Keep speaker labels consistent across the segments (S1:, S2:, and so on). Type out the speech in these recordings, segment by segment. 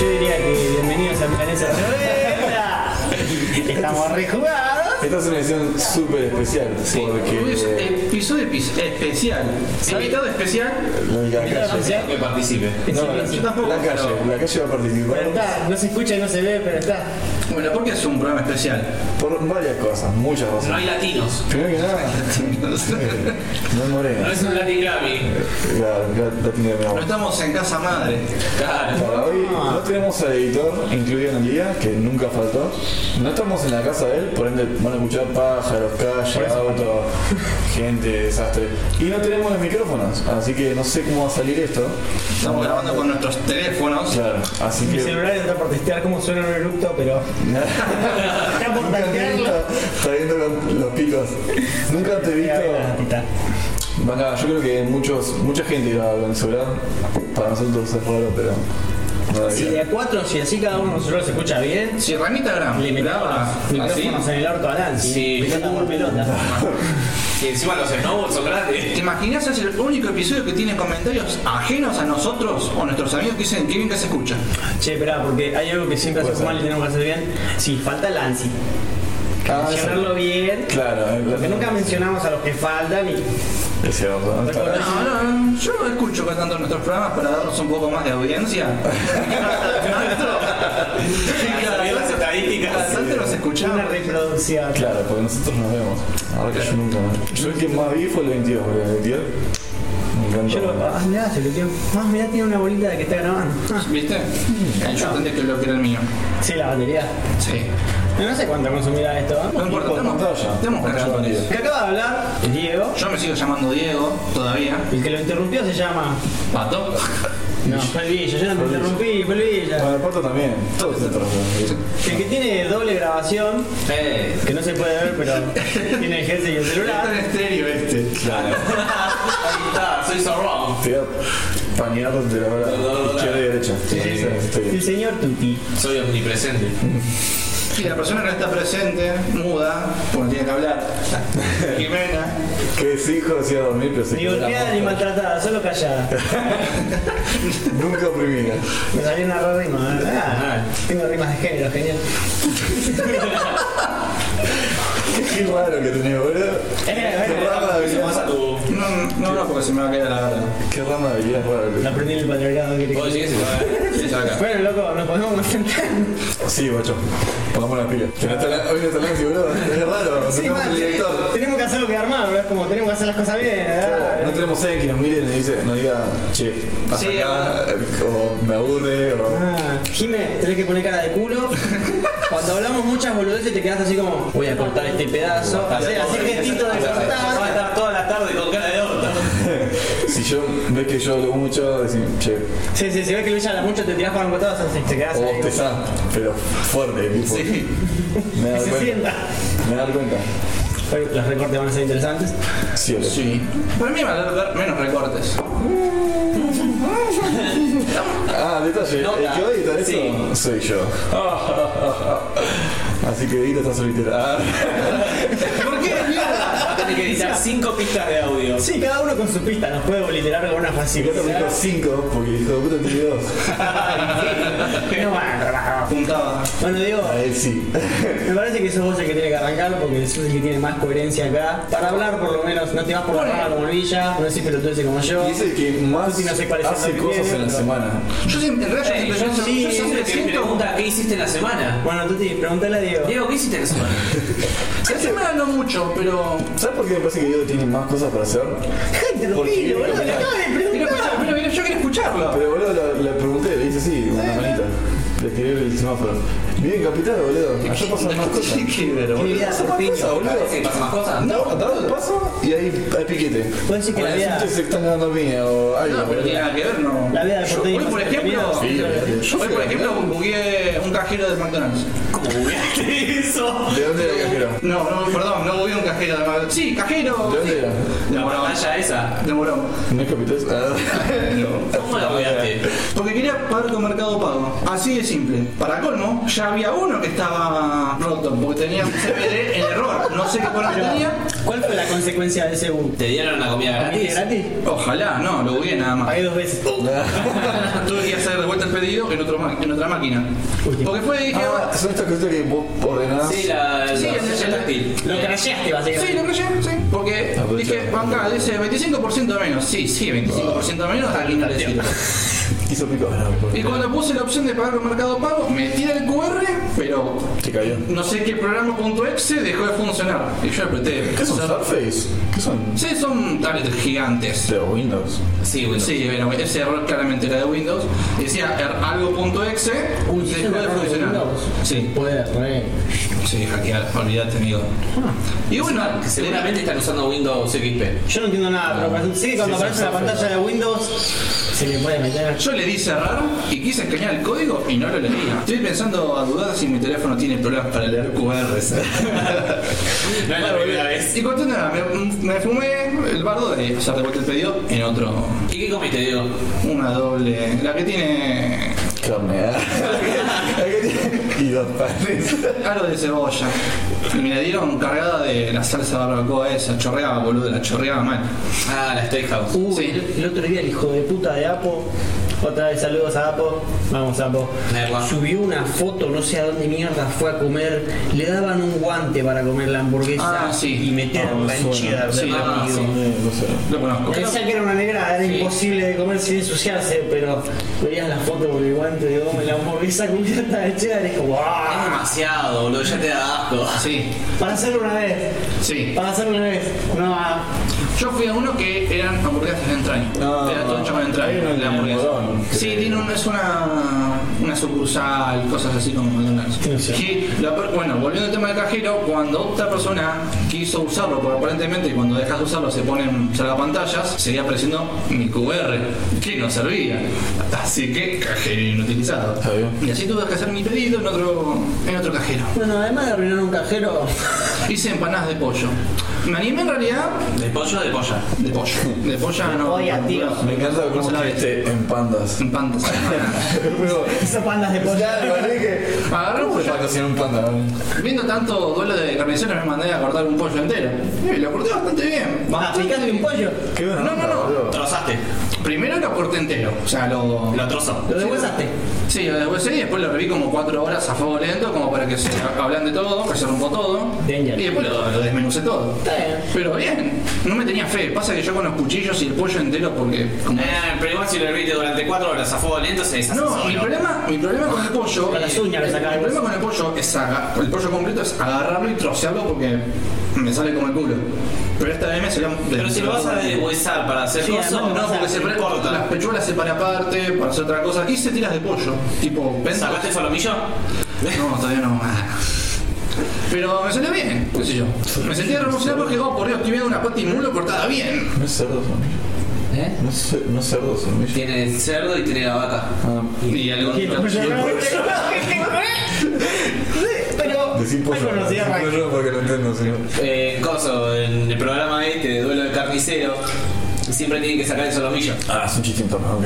S1: Yo diría que bienvenidos a Milanesa Revuelta. Estamos rejugados.
S2: Esta es una edición súper especial.
S3: Hoy es un
S4: eh,
S2: Porque.
S3: episodio epi- especial. Invitado especial.
S2: La
S1: Invitado
S2: calle.
S1: especial.
S4: que participe.
S2: No,
S1: Sí,
S2: la,
S1: sí.
S3: tampoco,
S2: la calle.
S3: pero-
S2: La calle va a
S1: Pero
S2: participar
S1: está, no se escucha y no se ve, pero está.
S3: Bueno, porque es un programa especial.
S2: por varias cosas, muchas
S4: No
S2: cosas.
S4: hay latinos.
S2: Primero que nada, no es
S4: No
S2: morena.
S4: es un Latin Grammy.
S2: La, la, la tiene mi
S3: No
S2: amor.
S3: estamos en casa madre.
S4: Claro.
S2: Para hoy no tenemos al editor incluido en el día, que nunca faltó. No estamos en la casa de él, por ende van a escuchar pájaros, calle, auto, gente, desastre. Y no tenemos los micrófonos, así que no sé cómo va a salir esto.
S3: Estamos grabando con nuestros teléfonos.
S2: Claro, así
S1: Mi
S2: que.
S1: celular está por testear cómo suena un eructo, pero. Está por
S2: Nunca te he
S1: tantearlo.
S2: visto saliendo con los picos. Nunca te he
S1: Mira,
S2: visto.
S1: mira, está.
S2: Acá, yo creo que muchos, mucha gente irá con el celular. Para nosotros es raro, pero. no
S1: Si de a cuatro, si así cada uno de nosotros se escucha bien,
S3: Si Ramita Gram
S1: le metemos
S3: graba
S2: Ah,
S1: los
S3: así,
S1: micrófonos en el orto a Nancy.
S4: Sí.
S1: Pelota por pelota.
S4: Y encima los snowballs son
S3: ¿te
S4: grandes.
S3: imaginas es el único episodio que tiene comentarios ajenos a nosotros o nuestros amigos que dicen que bien que se escucha?
S1: Che, esperá, porque hay algo que siempre hacemos mal y tenemos que hacer bien. Sí, falta Nancy.
S2: Ah, sí.
S1: Mencionarlo bien.
S2: Claro, eh,
S1: Porque nunca mencionamos a los que faltan y.
S2: Es cierto, ¿dónde está?
S3: No, no, yo no escucho cantando nuestros programas para darnos un poco más de audiencia.
S4: Sabiendo las estadísticas.
S3: Bastante los escuchamos.
S1: Una reproducción.
S2: Claro, porque nosotros nos vemos. Ahora que yo nunca. Yo el que más vi fue el 22, porque el 22. Me encanta.
S1: Yo lo. Ah, mirá, se lo tengo. Ah, mirá, tiene una bolita de que está grabando. Ah,
S3: ¿Viste? Yo entendí que lo que era el mío.
S1: Sí, la batería.
S3: Sí.
S1: No sé cuánto consumirá esto. ¿eh?
S3: No importa,
S2: por pantalla.
S3: estamos, estamos callando con eso.
S1: El que acaba de hablar es Diego.
S3: Yo me sigo llamando Diego, todavía.
S1: El que lo interrumpió se llama.
S3: Pato.
S1: No, fue el Villa. Yo no me interrumpí, fue el Villa.
S2: Bueno, el pato también. Todos eh, se tratan.
S1: El que tiene doble grabación,
S3: Eh.
S1: que no se puede ver, pero tiene el jersey y el
S3: Está en
S1: celular.
S3: estéreo este.
S2: Claro.
S4: Ahí está, soy so wrong.
S2: Te voy a pañar eh, de la
S4: No, no, no,
S2: verdad.
S4: no.
S2: Izquierda y derecha.
S4: Sí, sí, sí.
S2: estoy bien.
S1: El señor Tuti.
S4: Soy omnipresente.
S3: Y la persona que no está presente, muda, porque no tiene que hablar. Jimena.
S2: Que sí, hijo, hacía dormir, pero se
S1: Ni
S2: quedó.
S1: golpeada ni maltratada, solo callada.
S2: Nunca oprimida.
S1: Me salió una re rima, ¿eh? Ah, Tengo rimas de género, genial.
S2: Qué raro que tenés, boludo.
S1: Eh,
S2: Qué
S1: eh,
S2: rama de
S4: Eso pasa
S2: habilidad.
S4: tu.
S3: No, no, no, porque se me va a caer la gata.
S2: Qué rama de habilidad rara.
S1: No
S2: boludo.
S1: aprendí en el patriarcado que
S4: Vos
S1: te-
S4: llegues y se va a- se va acá.
S1: Bueno, loco, nos podemos concentrar.
S2: Sí, macho. Pongamos las pilas. Que no está la- Hoy no está la boludo. Es raro. No
S1: Sí,
S2: tenemos
S1: man,
S2: el director.
S1: tenemos que hacerlo quedar mal, bro. Es como tenemos que hacer las cosas bien, ¿verdad?
S2: No tenemos alguien que nos mire y nos, dice, nos diga, che, pasa
S3: Sí,
S2: acá, eh, o me aburre, o...
S1: Ah, Jime, tenés que poner cara de culo. Cuando hablamos muchas boludeces te quedas así como, voy a cortar este pedazo. Hacer así gestito de
S4: Va a
S1: cortar.
S4: estar toda la tarde con cara de orto.
S2: Si yo ves que yo hablo mucho, decís, che,
S1: Sí, sí, si ves que lo hablas mucho te tirás para un costado así, te quedas
S2: o
S4: Oh,
S1: ahí.
S2: vos pero fuerte, tipo.
S3: Sí.
S2: Me
S1: Que
S2: da
S1: se
S2: cuenta.
S1: sienta.
S2: Me da cuenta.
S1: Hoy Los recortes van a ser interesantes.
S2: Sí, ole.
S3: Sí. Para mí va a haber menos recortes.
S2: Ah, detalle, el
S4: Nota.
S2: que edita esto
S4: Sí.
S2: soy yo. Así que edita está solitario. Ah,
S4: ¿Por qué? Tienes que editar cinco pistas de audio.
S1: Sí, cada uno con su pista, nos puede boliterar con una
S2: el gato me
S1: facilidad.
S2: dijo 5 porque dijo, puta, tiene dos.
S1: No, bueno, bueno.
S3: Apuntaba.
S1: Bueno, Diego,
S2: A él sí.
S1: me parece que sos vos el que tiene que arrancar porque sos el que tiene más coherencia acá. Para hablar, por lo menos, no te vas por la rama como el Villa, no decís pelotudeces como yo.
S2: Y es el que más
S1: Sí, no sé cuáles son
S2: hace
S1: las que
S2: cosas
S1: tiene,
S2: en la
S1: pero-
S2: semana.
S3: Yo siempre, en realidad,
S4: Ey,
S3: yo
S4: Eh, yo
S3: siempre, yo,
S4: sí,
S3: yo
S4: siempre
S3: siempre
S4: te
S3: siento.
S4: pregunta qué hiciste en la semana.
S1: Bueno, Tuti, pregúntale a Diego.
S4: Diego, ¿qué hiciste en la semana?
S3: La semana no mucho, pero.
S2: ¿Sabes por qué me parece que Diego tiene más cosas para hacer?
S1: Te lo
S2: Porque
S1: pido, boludo,
S2: quiere
S1: le acabo de
S3: Pero,
S1: preguntar.
S3: pero, pero, pero yo quiero escucharlo.
S2: Pero boludo, la- le pregunté, le hice así, una manita. Le escribí el semáforo. Vive en Capital, boludo. Allá pasan más cosas.
S3: Qué bárbaro.
S1: Mi vida
S2: Pasan más cosas,
S1: corpiño.
S2: boludo.
S4: ¿Qué pasa más cosas?
S2: No, andaba el paso y ahí hay piquete.
S1: Puedes decir que
S2: Con
S1: la
S2: el
S1: vida,
S2: asunto se están ganando piña o algo,
S3: No, pero
S2: boludo.
S3: tiene nada que ver, no.
S1: la vida de
S3: Yo-
S1: Fortín
S3: hoy, por ejemplo,
S2: Sí, obviamente. Yo
S3: hoy,
S2: fui
S3: por
S2: a-
S3: ejemplo, bugueé un cajero de McDonald's.
S4: ¿Cómo bugueaste eso?
S2: ¿De dónde era el cajero?
S3: No, no, perdón, no bugueé un cajero de McDonald's. Sí, cajero.
S2: ¿De dónde
S3: sí.
S2: era?
S3: De
S4: La
S3: Morón.
S4: pantalla esa.
S3: De Morón.
S2: ¿No es Capital? Ah.
S3: No.
S4: ¿Cómo la bugueaste?
S3: Porque quería pagar con Mercado Pago. Así es simple. Para colmo, ya había uno que estaba roto, porque tenía un CPD en error. No sé qué color tenía.
S1: ¿Cuál fue la consecuencia de ese boom?
S5: Te dieron la comida
S1: ¿Gratis?
S5: gratis.
S1: ¿Gratis?
S3: Ojalá, no, lo hubiera nada más.
S1: Pagué dos veces.
S3: Tuve que hacer de vuelta el pedido en, otro ma- en otra máquina. Porque fue dije,
S2: Ah, son estas cosas que vos ordenás.
S5: Sí, la,
S3: Sí,
S5: la-
S3: el-
S5: el
S3: el-
S5: táctil.
S1: Lo crasheaste,
S3: Sí,
S1: básicamente.
S3: lo creyé, sí. Porque
S2: Ah, pues
S3: dije,
S2: ya.
S3: banca, dice 25% menos. Sí, sí, 25% menos, aquí no le sirve.
S2: Hizo pico. Ah, no, por-
S3: Y cuando puse la opción de pagar con Mercado Pago, me tira el QR, pero
S2: Te cayó.
S3: no sé qué programa.exe dejó de funcionar. Y yo apreté.
S2: ¿Qué son
S3: usar.
S2: Surface? ¿Qué son?
S3: Sí, son tablets gigantes.
S2: De Windows.
S5: Sí, bueno.
S3: Sí, pero ese error claramente era de Windows. Decía er- algo.exe,
S1: Uy, ¿es
S3: dejó
S1: un
S3: de
S1: error de
S3: funcionar.
S1: Windows?
S3: Sí,
S1: Puede, re.
S3: sí, hackear, olvídate, amigo. Y bueno,
S5: Seguramente están usando Windows XP.
S1: Yo no entiendo nada, pero parece- sí que cuando
S2: Sí, sí,
S1: aparece la
S2: sí, sí.
S1: pantalla de Windows se le puede meter.
S3: Yo le di cerrar y quise escanear el código y no lo leía. Estoy pensando a dudar si mi teléfono tiene problemas para leer QRs.
S5: No es la primera vez.
S3: y cuestión nada, me, me fumé el bardo de hacer de vuelta el pedido en otro.
S5: ¿Y qué comiste, Diego?
S3: Una doble. La que tiene
S2: Carne. ah. y dos panes.
S3: algo de cebolla. Y me la dieron cargada de la salsa barbacoa esa. Chorreaba, boludo, la chorreaba mal.
S5: Ah, la Steakhouse.
S1: Uh,
S3: Sí.
S1: el, el otro día el hijo de puta de Apo, otra vez saludos a Apo, vamos Apo,
S3: Ah.
S5: Merda.
S1: subió una foto, no sé a dónde mierda fue a comer, le daban un guante para comer la hamburguesa
S3: Ah, sí.
S1: y meterla
S2: Ah,
S1: en
S2: suena.
S1: cheddar de
S3: Sí,
S1: rápido.
S5: ah, sí.
S2: Eh, No sé.
S3: Lo conozco.
S1: Decía que era una negra, era
S5: Sí.
S1: imposible de comer sin ensuciarse, pero veías la foto con el guante de goma y la hamburguesa cubierta de cheddar y es como
S5: Es
S1: ¡ah!
S5: demasiado, boludo. Ya te da asco.
S3: Sí,
S1: Para hacerlo una vez,
S3: sí.
S1: para hacerlo una vez, no ah,
S3: Yo fui a uno que eran hamburguesas de entraña.
S2: No,
S3: Era todo hecho con
S2: Ah, hay
S3: entraña,
S2: uno en
S3: la hamburguesa.
S2: Morón.
S3: Sí, tiene un- es una, una sucursal, cosas así como McDonald's.
S1: Sí, sí.
S3: Que la per- bueno, volviendo al tema del cajero, cuando otra persona quiso usarlo, porque aparentemente cuando dejas de usarlo se ponen salvapantallas, seguía apareciendo mi QR, que no servía. Así que cajero inutilizado.
S2: Está bien.
S3: Y así tuve que hacer mi pedido en otro, en otro cajero.
S1: Bueno, además de arruinar un cajero,
S3: Hice empanadas de pollo. Me animé en realidad
S5: ¿De pollo o de polla?
S3: de pollo. De pollo no.
S1: Oye, tío.
S2: Me encanta
S3: No
S2: cómo
S3: se la
S2: escribiste en pandas.
S3: En pandas.
S2: Luego,
S1: esas pandas de pollo.
S2: ya, lo dije.
S3: Agarré un
S2: ¿Cómo se
S3: pollo.
S2: va a cocinar un panda? vale?
S3: Viendo tanto duelo de carniceros me mandé a cortar un pollo entero. Y lo corté bastante bien.
S1: ¿Vas a picarle un pollo?
S2: Qué buena
S3: No,
S2: onda,
S3: no, no.
S2: boludo.
S5: Trozaste.
S3: Primero lo corté entero. O sea, lo...
S5: Lo trozó.
S1: ¿Lo deshuesaste?
S3: Sí, lo deshuesé y después lo reví como cuatro horas a fuego lento como para que se ablande todo, que se rompa todo.
S1: Danger.
S3: Y después lo, lo desmenucé todo.
S1: Está bien.
S3: Pero bien, no me tenía fe. Pasa que yo con los cuchillos y el pollo entero porque... como-
S5: Eh, pero igual si lo herviste durante 4 horas a fuego lento se deshace
S3: No,
S5: solo.
S3: mi problema, mi problema con el pollo.
S1: Con las uñas lo
S3: el,
S1: sacás.
S3: el problema con el pollo es aga- el pollo completo es agarrarlo y trocearlo porque me sale como el culo. Pero esta vez me salió.
S5: Pero si lo vas a deshuesar para hacer
S1: Sí,
S5: cosas,
S1: además lo
S3: No,
S1: vas a-
S5: no,
S3: porque se pre-
S5: corta.
S3: Las pechuelas se para aparte para hacer otra cosa. Hice tiras de pollo. Tipo, ¿ven?
S5: ¿Sacaste solomillo?
S3: No, todavía no. Pero me salió bien, qué sé yo. Me sentí revolucionado porque, oh, por Dios, estoy viendo una pata y mulo cortada bien.
S2: No es cerdo solomillo.
S5: ¿Eh?
S2: No es, cer- no es cerdo solomillo.
S5: Tiene el cerdo y tiene la vaca.
S2: Ah,
S3: Y algo.
S1: Pero
S2: decí pollo.
S1: Ay, conocí a
S2: Decí
S1: Mike.
S2: pollo porque lo entiendo, señor.
S5: Eh, coso, en el programa este de duelo de carnicero, siempre tienen que sacar el solomillo.
S2: Ah, es un chiste interno, ok.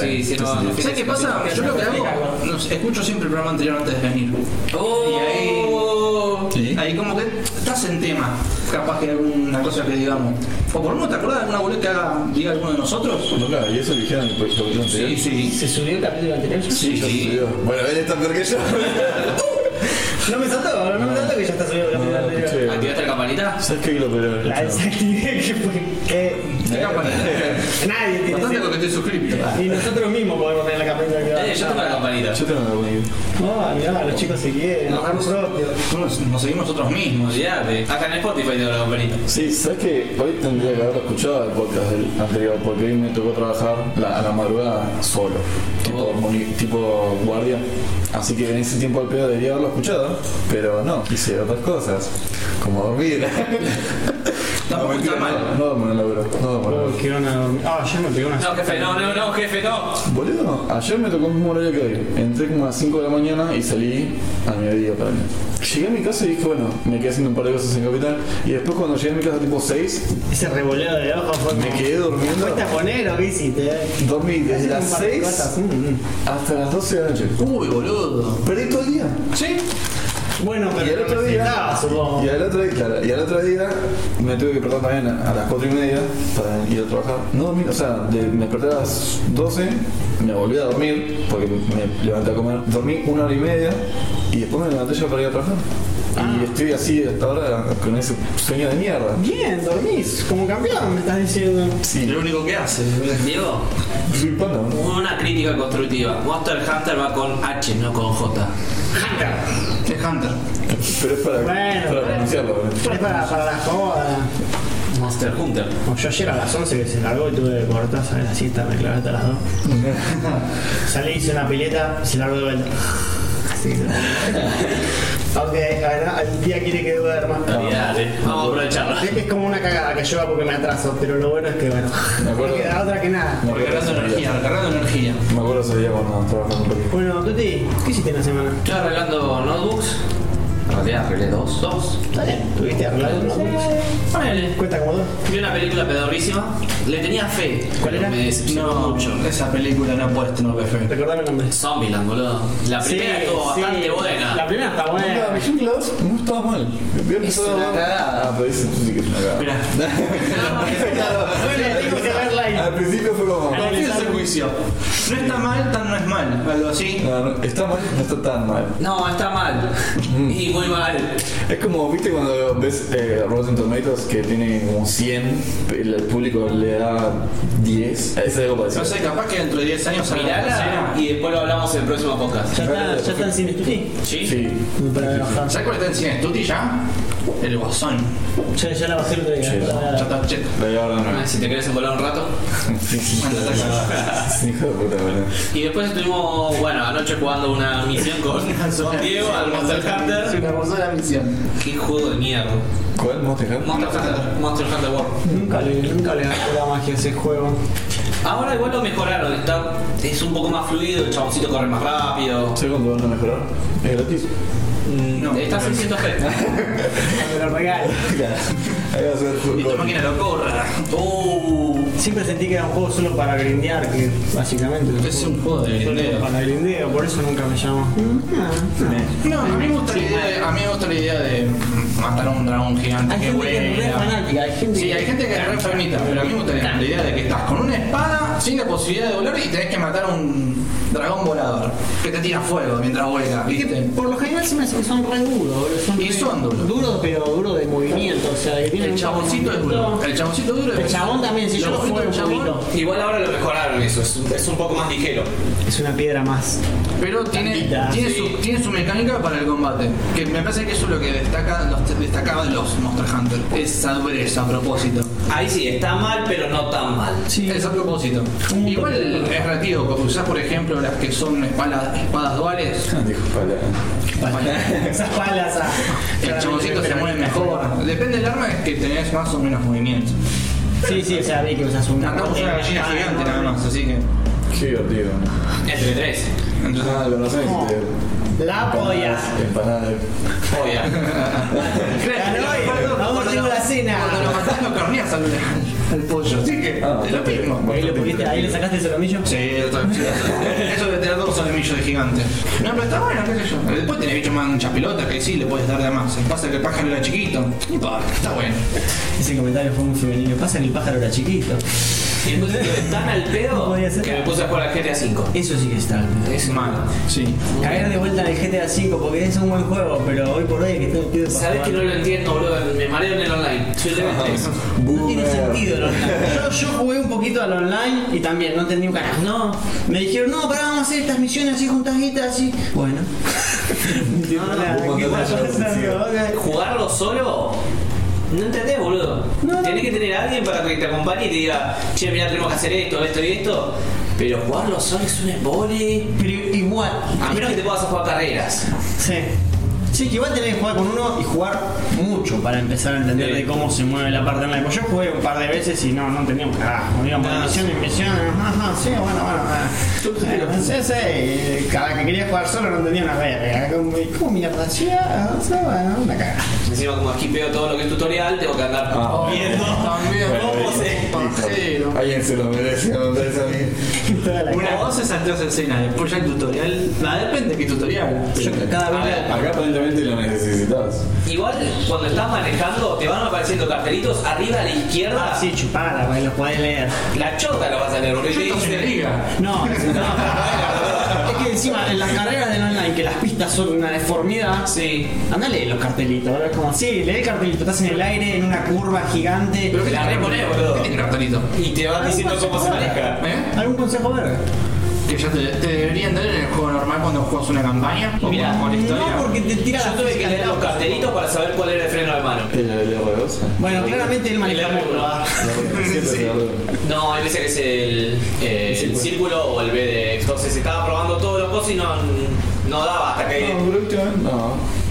S5: Sí, sí, no, no.
S3: ¿Sabes qué pasa? Yo lo que hago, no sé, escucho siempre el programa anterior antes de venir.
S5: Oh.
S2: Sí.
S3: Ahí como que estás en tema. Capaz que alguna cosa que digamos. O por lo menos, ¿te acuerdas de alguna boleta que haga- diga alguno de nosotros?
S2: No, claro, y eso lo dijeron en el proyecto anterior.
S3: sí.
S1: ¿Se subió el capítulo anterior?
S3: Sí,
S2: Ya
S3: sí.
S2: subió. Bueno, él está peor que yo.
S1: No me saltó, no me saltó que ya está subido el capítulo
S2: No,
S1: anterior.
S2: escuché.
S5: ¿Activaste la campanita?
S2: ¿Sabes qué es lo peor?
S1: La desactivé que fue que
S3: La campanita.
S1: nadie tiene
S3: Bastante con que estoy suscrito.
S1: Ni nosotros mismos podemos tener la campanita
S5: Eh, yo tengo la
S1: activada.
S5: campanita.
S2: Yo tengo alguna idea.
S1: No, mirá, los chicos se quieren.
S3: Nos,
S1: amor propio.
S3: nos- nos seguimos nosotros mismos.
S5: Olvídate. Acá en Spotify tengo la campanita.
S2: Sí, sabes que hoy tendría que haber escuchado el podcast del anterior, porque hoy me tocó trabajar la- a la madrugada solo, tipo, moni- tipo guardia. Así que en ese tiempo al pedo debería haberlo escuchado, pero no, hice otras cosas, como dormir. No,
S3: Tampoco está
S2: mentira,
S3: mal.
S2: no, no duermo en el laburo. No duermo en el
S1: Uy,
S2: laburo.
S1: qué onda dormir. Ah, ayer me pegó una.
S5: No, jefe, no, no, no, jefe, no.
S2: Boludo, ayer me tocó el mismo horario que hoy. Entré como a las 5 de la mañana y salí a mediodía para mí. Llegué a mi casa y dije, bueno, me quedé haciendo un par de cosas en Capital. Y después cuando llegué a mi casa tipo 6,
S1: Ese revoleo de ojos fue.
S2: me
S1: como-
S2: quedé durmiendo.
S1: Fuiste a poner o qué hiciste?
S2: Dormí desde las 6
S1: seis?
S2: hasta las 12 de la noche.
S3: Uy, boludo.
S2: Perdí todo el día.
S3: ¿Sí?
S1: Bueno,
S2: Y al
S1: pero
S2: otro día,
S1: necesitaba, supongo.
S2: y al otro día, claro, y al otro día me tuve que despertar también a a las 4 y media para ir a trabajar. No dormí, o sea, de- me desperté a las 12, me volví a dormir porque me levanté a comer. Dormí una hora y media y después me levanté ya para ir a trabajar. Y estoy así hasta ahora con ese sueño de mierda.
S1: Bien, dormís como campeón, me estás diciendo.
S2: Sí,
S3: Lo único que hace.
S5: Diego,
S2: soy panda, ¿no?
S5: una crítica constructiva. Monster Hunter va con H, no con J.
S3: Es Hunter.
S2: Pero es para,
S1: Bueno,
S2: para
S1: bueno.
S2: pronunciarlo. ¿no?
S1: Es para, para la joda.
S5: Monster Hunter.
S1: Como yo ayer a las 11 que se largó y tuve que cortar, ¿sabes? La siesta, me clavé hasta las 2. Salí, hice una pileta, se largó de vuelta. Así que- Ok, ahora el día quiere que duerma.
S5: Dale, dale, vamos a aprovecharla.
S1: Es que es como una cagada que lleva porque me atraso, pero lo bueno es que bueno.
S2: Me acuerdo.
S1: No queda otra que nada.
S2: Me acuerdo
S3: Recargando
S2: ese
S3: energía,
S2: día.
S3: recargando energía.
S2: Me acuerdo ese día cuando trabajando un poquito.
S1: Bueno, Tuti, ¿qué hiciste en la semana?
S5: Estoy arreglando notebooks. En realidad arreglé dos. Dos.
S1: Está bien, ¿Tuviste arreglado los notebooks?
S5: Ponele.
S1: ¿Cuenta como dos?
S5: Vi una película pedorrísima. Le tenía fe.
S1: ¿Cuál
S5: pero
S1: era?
S5: Me decepcionó mucho.
S3: esa película no puedes tener fe.
S1: Recordame el nombre.
S5: Zombieland, boludo. La primera estuvo
S1: sí.
S5: bastante buena.
S1: La primera está
S2: Mira,
S1: buena.
S2: Mission Claus no estaba mal. Voy a empezar
S5: Es
S2: a
S5: una
S2: hablar-
S5: cagada.
S2: Ah, pero eso sí que es una cagada.
S5: Mirá.
S1: Bueno, tengo que verla y-
S2: Al principio fue como.
S1: Ah,
S3: Confío en el juicio. No está mal, tan no es mal. Algo así.
S2: "No, no, está mal, no está tan mal.
S5: No, está mal.
S1: Mm.
S5: Y muy mal.
S2: Es como, viste, cuando ves eh, Rotten Tomatoes que tiene como 100, el, el público le da 10. Es algo parecido.
S3: No sé, capaz que dentro de 10 años salga la
S5: Mirala
S3: tercera.
S5: y después lo hablamos en el próximo podcast.
S1: Ya está, ya está en cine, Tuti.
S5: ¿Sí?
S2: Sí.
S1: Para bajar.
S3: ¿Sabes cuál está en cine? ¿Tuti ya? El Guasón.
S1: Ya, ya la bajé el otro día.
S2: Sí,
S3: Ya está cheto.
S2: La voy a hablar de
S5: Ah,
S2: nuevo.
S5: Si te querés envolar un rato.
S2: Sí, sí.
S3: Bueno, está cheto.
S2: Hijo de puta, boludo.
S5: Y después estuvimos, bueno, anoche jugando una misión con, con Diego al Monster Hunter.
S3: una persona misión.
S5: Qué juego de mierda.
S2: ¿Cuál? ¿Monster Hunter?
S5: Monster Hunter, Monster Hunter World.
S1: Nunca le, nunca le agarré la magia a ese juego.
S5: Ahora igual lo mejoraron, está, es un poco más fluido, el chaboncito corre más rápido.
S2: ¿Sabes cuándo van a mejorar? ¿Es gratis?
S3: No.
S5: Está en 100G.
S1: Me lo regalo.
S2: Ahí va a ser
S3: Y tu
S2: fútbol.
S3: máquina lo corra.
S5: Uh,
S1: Siempre sentí que era un juego solo para grindear, que básicamente.
S3: Es un juego de
S1: Solo
S3: grindeo.
S1: Para grindeo, por eso nunca me llamó. Ah,
S3: No, a mí me gusta la idea de, a mí me gusta la idea de matar a un dragón gigante
S1: Hay
S3: que
S1: gente que es re
S3: vuela.
S1: fanática, hay gente
S3: Sí,
S1: que-
S3: hay gente que es re enfermita, pero a mí me gusta la idea de que estás con una espada sin la posibilidad de volar y tenés que matar a un dragón volador que te tira fuego mientras vuela, ¿viste?
S1: Por lo general se me hace que son re duros, boludo,
S3: Y
S1: re-
S3: son duros.
S1: pero duros de movimiento, o sea, que tienen
S3: El
S1: un
S3: chaboncito es duro.
S1: movimiento.
S3: El chaboncito duro es
S1: El chabón también, si yo lo
S3: bonito
S1: juego
S3: del
S1: un poquito.
S5: igual ahora lo mejoraron eso, es, un- es un poco más ligero.
S1: Es una piedra más.
S3: Pero tiene,
S1: Tantita,
S3: tiene,
S5: sí.
S3: su, tiene su mecánica para el combate. Que me parece que eso es lo que destaca, los, destacaba de los Monster Hunter. Es dureza a propósito.
S5: Ahí sí, está mal, pero no tan mal.
S3: Es a propósito. Igual es relativo, porque usás por ejemplo las que son espadas, espadas duales,
S2: Ah, Dijo para.
S1: Esas palas. ah.
S3: el chaboncito se mueve mejor. Depende del arma que tenés más o menos movimiento.
S1: Sí, sí, o sea, vi que usas un.
S3: Acá usás una gallina gigante nada más, así que.
S2: Qué divertido.
S5: Entre tres.
S3: Entonces,
S2: Ah, lo conocés.
S1: No. La polla.
S2: Empanada de.
S5: Obvia.
S1: Ganó hoy. Vamos a ir a la cena.
S3: Cuando lo matás lo carneas al, al pollo, así que
S2: Ah,
S3: es lo mismo.
S1: Ahí, lo pusiste, ahí le sacaste el solomillo.
S3: Sí, está bien. eso de tener dos solomillos de gigante. No, pero está bueno, qué sé yo. Después tenés bicho más muchas pelotas que ahí sí le puedes dar de más. Pasa que el pájaro era chiquito. No importa, está bueno.
S1: Ese comentario fue muy femenino. Pasa que el pájaro era chiquito.
S5: Y entonces estuve tan al
S1: No
S5: pedo
S1: podía ser.
S5: que me puse a jugar al GTA V.
S1: Eso sí que está.
S5: Es malo.
S3: Sí.
S1: Caer de vuelta en el GTA V porque es un buen juego, pero hoy por hoy que estoy pido
S5: Sabes que no lo entiendo, boludo. Me mareo en el online. Soy de tres.
S1: No tiene
S2: Boomer.
S1: sentido el online. Yo, yo jugué un poquito al online y también no entendí un carajo. No, me dijeron, no, pará, vamos a hacer estas misiones así, juntas guitas, así. Bueno. no, no,
S2: Vos
S1: ¿qué
S2: mandate
S1: está
S2: la
S1: pasando? Ok.
S5: Jugarlo solo. No entendés, boludo.
S1: No.
S5: Tenés que tener a alguien para que te acompañe y te diga, che, mira, tenemos que hacer esto, esto y esto. Pero jugarlo solo es un embole.
S1: Pero igual.
S5: A menos que te puedas jugar carreras.
S1: Sí. Sí, que igual tenés que jugar con uno y jugar mucho para empezar a entender
S5: Sí.
S1: de cómo se mueve la parte en la que yo jugué un par de veces y no, no entendíamos nada. Íbamos de
S5: Ah,
S1: misión en misión, ajá, sí, bueno, bueno. ah. Eh, sí, sí, eh, cada que quería jugar solo no entendía una verga. Como, ¿Cómo mierda hacía? Ah, sí, bueno, una cagada.
S5: Encima, como esquipeo todo lo que es tutorial, tengo que andar
S2: Ah.
S5: viendo.
S3: También,
S5: ¿Cómo se.?
S3: pajero.
S2: Alguien se lo merece, no me parece a mí.
S1: Toda la
S6: Una
S1: cagada.
S6: cosa es hacer escena, después ya el tutorial. Va, depende de qué tutorial. Yo cada
S5: A
S6: vez.
S5: ver,
S2: Acá aparentemente lo necesitas.
S5: Igual cuando estás manejando te van apareciendo cartelitos arriba a la izquierda.
S1: Ah, sí, chupala, para que los podés leer.
S5: La chota lo vas a leer, porque te
S3: Esto se
S5: dice.
S3: liga.
S1: No, es, no, es que encima en las carreras del online, que las pistas son una deformidad,
S5: Sí.
S1: Andale los cartelitos, ¿verdad? Es como, sí, lee el cartelito, estás en el aire, en una curva gigante.
S5: Pero- La reponés, boludo.
S3: ¿Qué tiene cartelito?
S5: Y te van diciendo cómo se maneja.
S3: ¿Eh?
S1: ¿Algún consejo verga?
S3: Que ya te, te deberían dar en el juego normal cuando juegas una campaña o
S5: Mirá,
S3: con la historia.
S1: No, porque te tira
S5: Yo
S1: la
S5: tuve que
S1: física
S5: leer
S1: del
S5: los
S1: auto.
S5: cartelitos para saber cuál era el freno de mano.
S2: ¿El R2?
S1: Bueno, claramente él maneja
S5: El R1.
S1: curva.
S5: No, hay veces que es el, eh, el círculo o el BD. Entonces estaba probando todos los cosas y no, no daba hasta que
S2: No, pero últimamente no.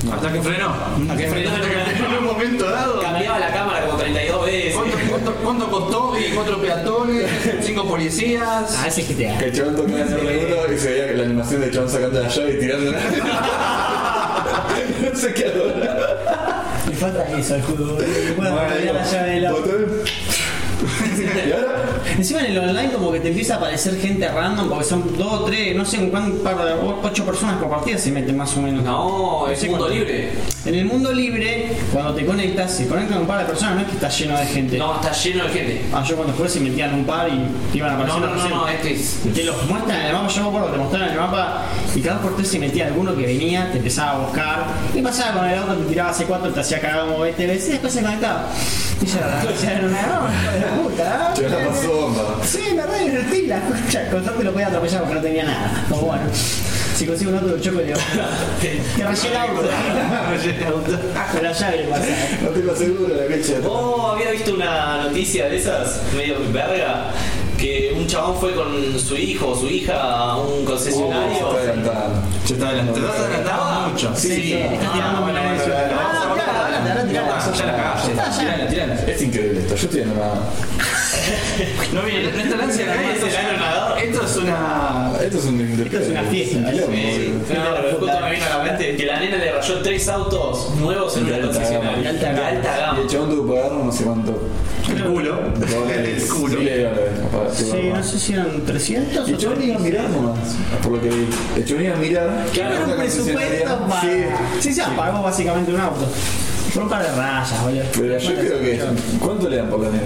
S2: no.
S3: Hasta que frenó. Hasta
S5: que frenó.
S3: en un momento dado.
S5: cambiaba la cámara como 32 veces.
S3: ¿Cuánto, cuánto, cuánto costó? Y cuatro peatones, cinco policías.
S1: Ah, ese es GTA.
S2: Que el chabón tocaba el R1 y se veía que la animación del chabón sacando la llave y tirando No sé qué adora.
S1: Me falta eso al juego. Bueno, todavía la llave del auto.
S2: Botón. ¿Y ahora?
S1: Encima en el online como que te empieza a aparecer gente random porque son dos, tres, no sé, un cuán- par de- ocho personas por partida se meten más o menos.
S5: No, es
S1: Sí,
S5: mundo
S1: cuando-
S5: libre.
S1: En el mundo libre, cuando te conectas, se conectan un par de personas, no es que está lleno de gente.
S5: No, está lleno de gente.
S1: Ah, yo cuando jugué se metían un par y iban
S5: No,
S1: apareciendo.
S5: no, no,
S1: recién.
S5: no, este es.
S1: Te los muestran en el mapa, yo me acuerdo que te mostraron en el mapa y cada por tres se metía alguno que venía, te empezaba a buscar. ¿Qué pasaba con el auto? Te tiraba hace cuatro, te hacía cagar como 20 veces y después se conectaba. Y ya la ya era una no, hijo de puta.
S2: Che, la
S1: ¿ah?
S2: pasó bomba.
S1: Sí, me re divertí, la escucha. Con suerte lo podía atropellar porque no tenía nada. Pero bueno, si consigo un auto lo choco y le digo, te rayé el auto. Con la llave le pasa.
S2: No te lo aseguro, la quecha.
S5: Oh, había visto una noticia de esas, medio verga, que un chabón fue con su hijo o su hija a un
S2: Se
S5: concesionario.
S2: está adelantando.
S3: Se está adelantando. Te estás adelantando mucho.
S1: Sí, sí, está tirando
S5: bueno,
S1: una de
S5: bueno,
S1: sus-
S2: bueno,
S1: Ah,
S5: bueno,
S1: claro,
S5: bueno,
S1: ahora tirá la
S5: Ya la cagaste.
S1: Está, ya.
S5: Tirala, tirala.
S2: Es increíble esto, yo estoy enamorado.
S3: No, mira, esta lancia acá
S5: ¿Ese era el nadador?
S3: Esto es una.
S2: Esto es un
S1: Ah. Esto es una fiesta, ¿eh?
S2: un quilombo,
S5: Sí,
S2: boludo.
S5: claro, pero justo me vino a la mente que la nena le rayó tres autos nuevos en
S2: De
S5: un
S2: alta
S5: concesionario.
S2: gama.
S5: De
S2: De
S1: alta gama.
S5: alta
S2: Y
S5: gama.
S2: el chabón tuvo que pagar no sé cuánto.
S3: El culo.
S2: Dólares.
S3: El culo.
S2: miles de dólares, capaz, tuvo que
S1: Sí, no
S2: pagar.
S1: sé si eran 300
S2: Y
S1: o
S2: el chabón iba a
S1: 300.
S2: mirar nomás, por lo que vi. El chabón iba a mirar.
S1: Claro, era un presupuesto para. Sí,
S2: Sí,
S1: sí, se apagó básicamente un auto. Por un par de rayas, boludo.
S2: pero yo creo que. ¿Cuánto le dan por la nena?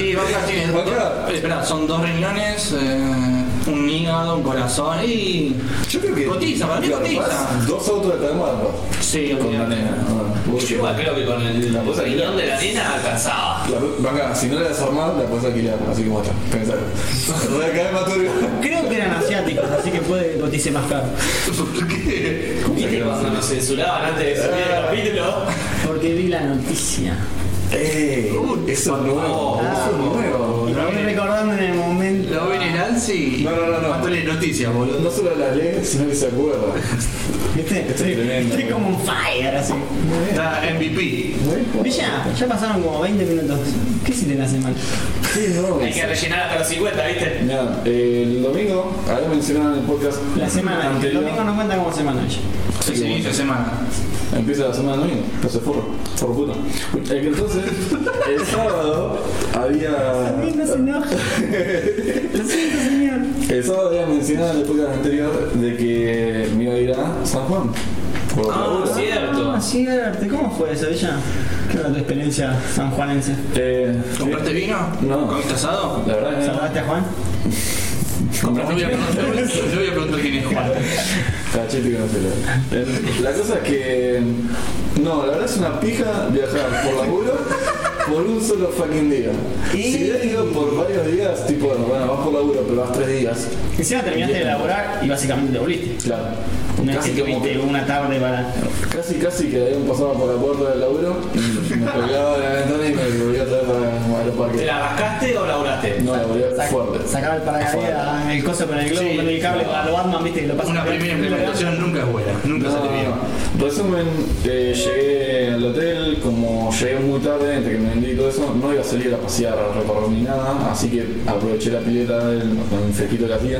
S3: Y vacas tienen.
S2: Vacas.
S3: eh, Espera, son dos riñones, eh, un hígado, un corazón y.
S2: Yo creo que.
S3: Cotiza, para mí
S2: Claro,
S3: cotiza.
S2: vas Dos autos de Tamarro.
S3: Sí,
S2: Con la
S3: olvídate.
S2: nena. Ah, vos-
S5: Yo igual creo que con el
S2: La cosa que
S5: riñón de la nena alcanzaba.
S2: La, venga, si no la desarmás, la puedes alquilar, así como está. Pensar. Recae más turbio.
S1: Creo que eran asiáticos, así que puede que cotice más caro.
S3: ¿Por qué?
S5: ¿Viste cuando nos censuraban antes de subir el capítulo?
S1: Porque vi la noticia.
S2: ¡Ey! Eh, Eso es nuevo.
S1: Ah,
S2: Eso es nuevo.
S1: Lo voy recordando en el momento.
S3: Lo ven en Nancy.
S2: No, no, no, no.
S3: Mándole noticias, boludo.
S2: No solo la lee, sino que se acuerda.
S1: ¿Viste?
S2: Esto es tremendo.
S1: Estoy como un fire así.
S3: Está MVP.
S1: Villa, ya pasaron como 20 minutos. ¿Qué si te la mal?
S2: Sí, no.
S5: Hay que rellenar hasta los 50, ¿viste?
S2: Mirá, eh, el domingo, había mencionado en el podcast.
S1: La semana. El
S2: anterior,
S1: domingo no cuenta como semana Villa.
S3: Sí, sí, inicio de semana.
S2: Empieza la semana del domingo, no se forro, forro puto. Eh, que Entonces, el sábado había.
S1: No se enoja. Lo siento, señor.
S2: El sábado había mencionado en el podcast anterior de que me iba a ir a San Juan. Por
S5: Ah,
S2: laburo.
S5: cierto.
S1: Ah, cierto. ¿Cómo fue eso, Villa? ¿Qué era tu experiencia sanjuanense?
S2: Eh,
S3: ¿Compraste vino?
S2: No.
S3: ¿Comiste asado?
S2: La verdad eh, es
S1: ¿Saludaste a Juan?
S2: que
S3: No voy a preguntar, no voy a preguntar quién es Juan.
S2: Cachete que no se le da. La cosa es que. No, la verdad es una pija viajar por laburo por un solo fucking día. Si hubieras ido por varios días, tipo, bueno, vas por laburo, pero vas tres días.
S7: Encima terminaste de elaborar y básicamente te volviste.
S2: Claro.
S7: No es
S2: Casi
S7: que
S2: como
S7: tuviste una tarde para.
S2: Casi, casi que ahí pasaba por la puerta del laburo y me colgaba de la ventana y me volvía a traer para el
S5: ¿Te
S2: parque.
S5: la rascaste o laburaste?
S2: No, la volvía
S7: sac-
S2: fuerte.
S7: Sacaba el paracaídas, el coso con el globo,
S3: Sí.
S7: con el cable, a lo Batman, viste, que lo pasas.
S3: Una
S7: por el-
S3: primera implementación nunca es buena, nunca
S2: No,
S3: sale bien.
S2: Resumen, eh, llegué al hotel, como llegué muy tarde, entre que me vendí y todo eso, no iba a salir a pasear, a recorrer ni nada, así que aproveché la pileta del- con el fresquito que hacía,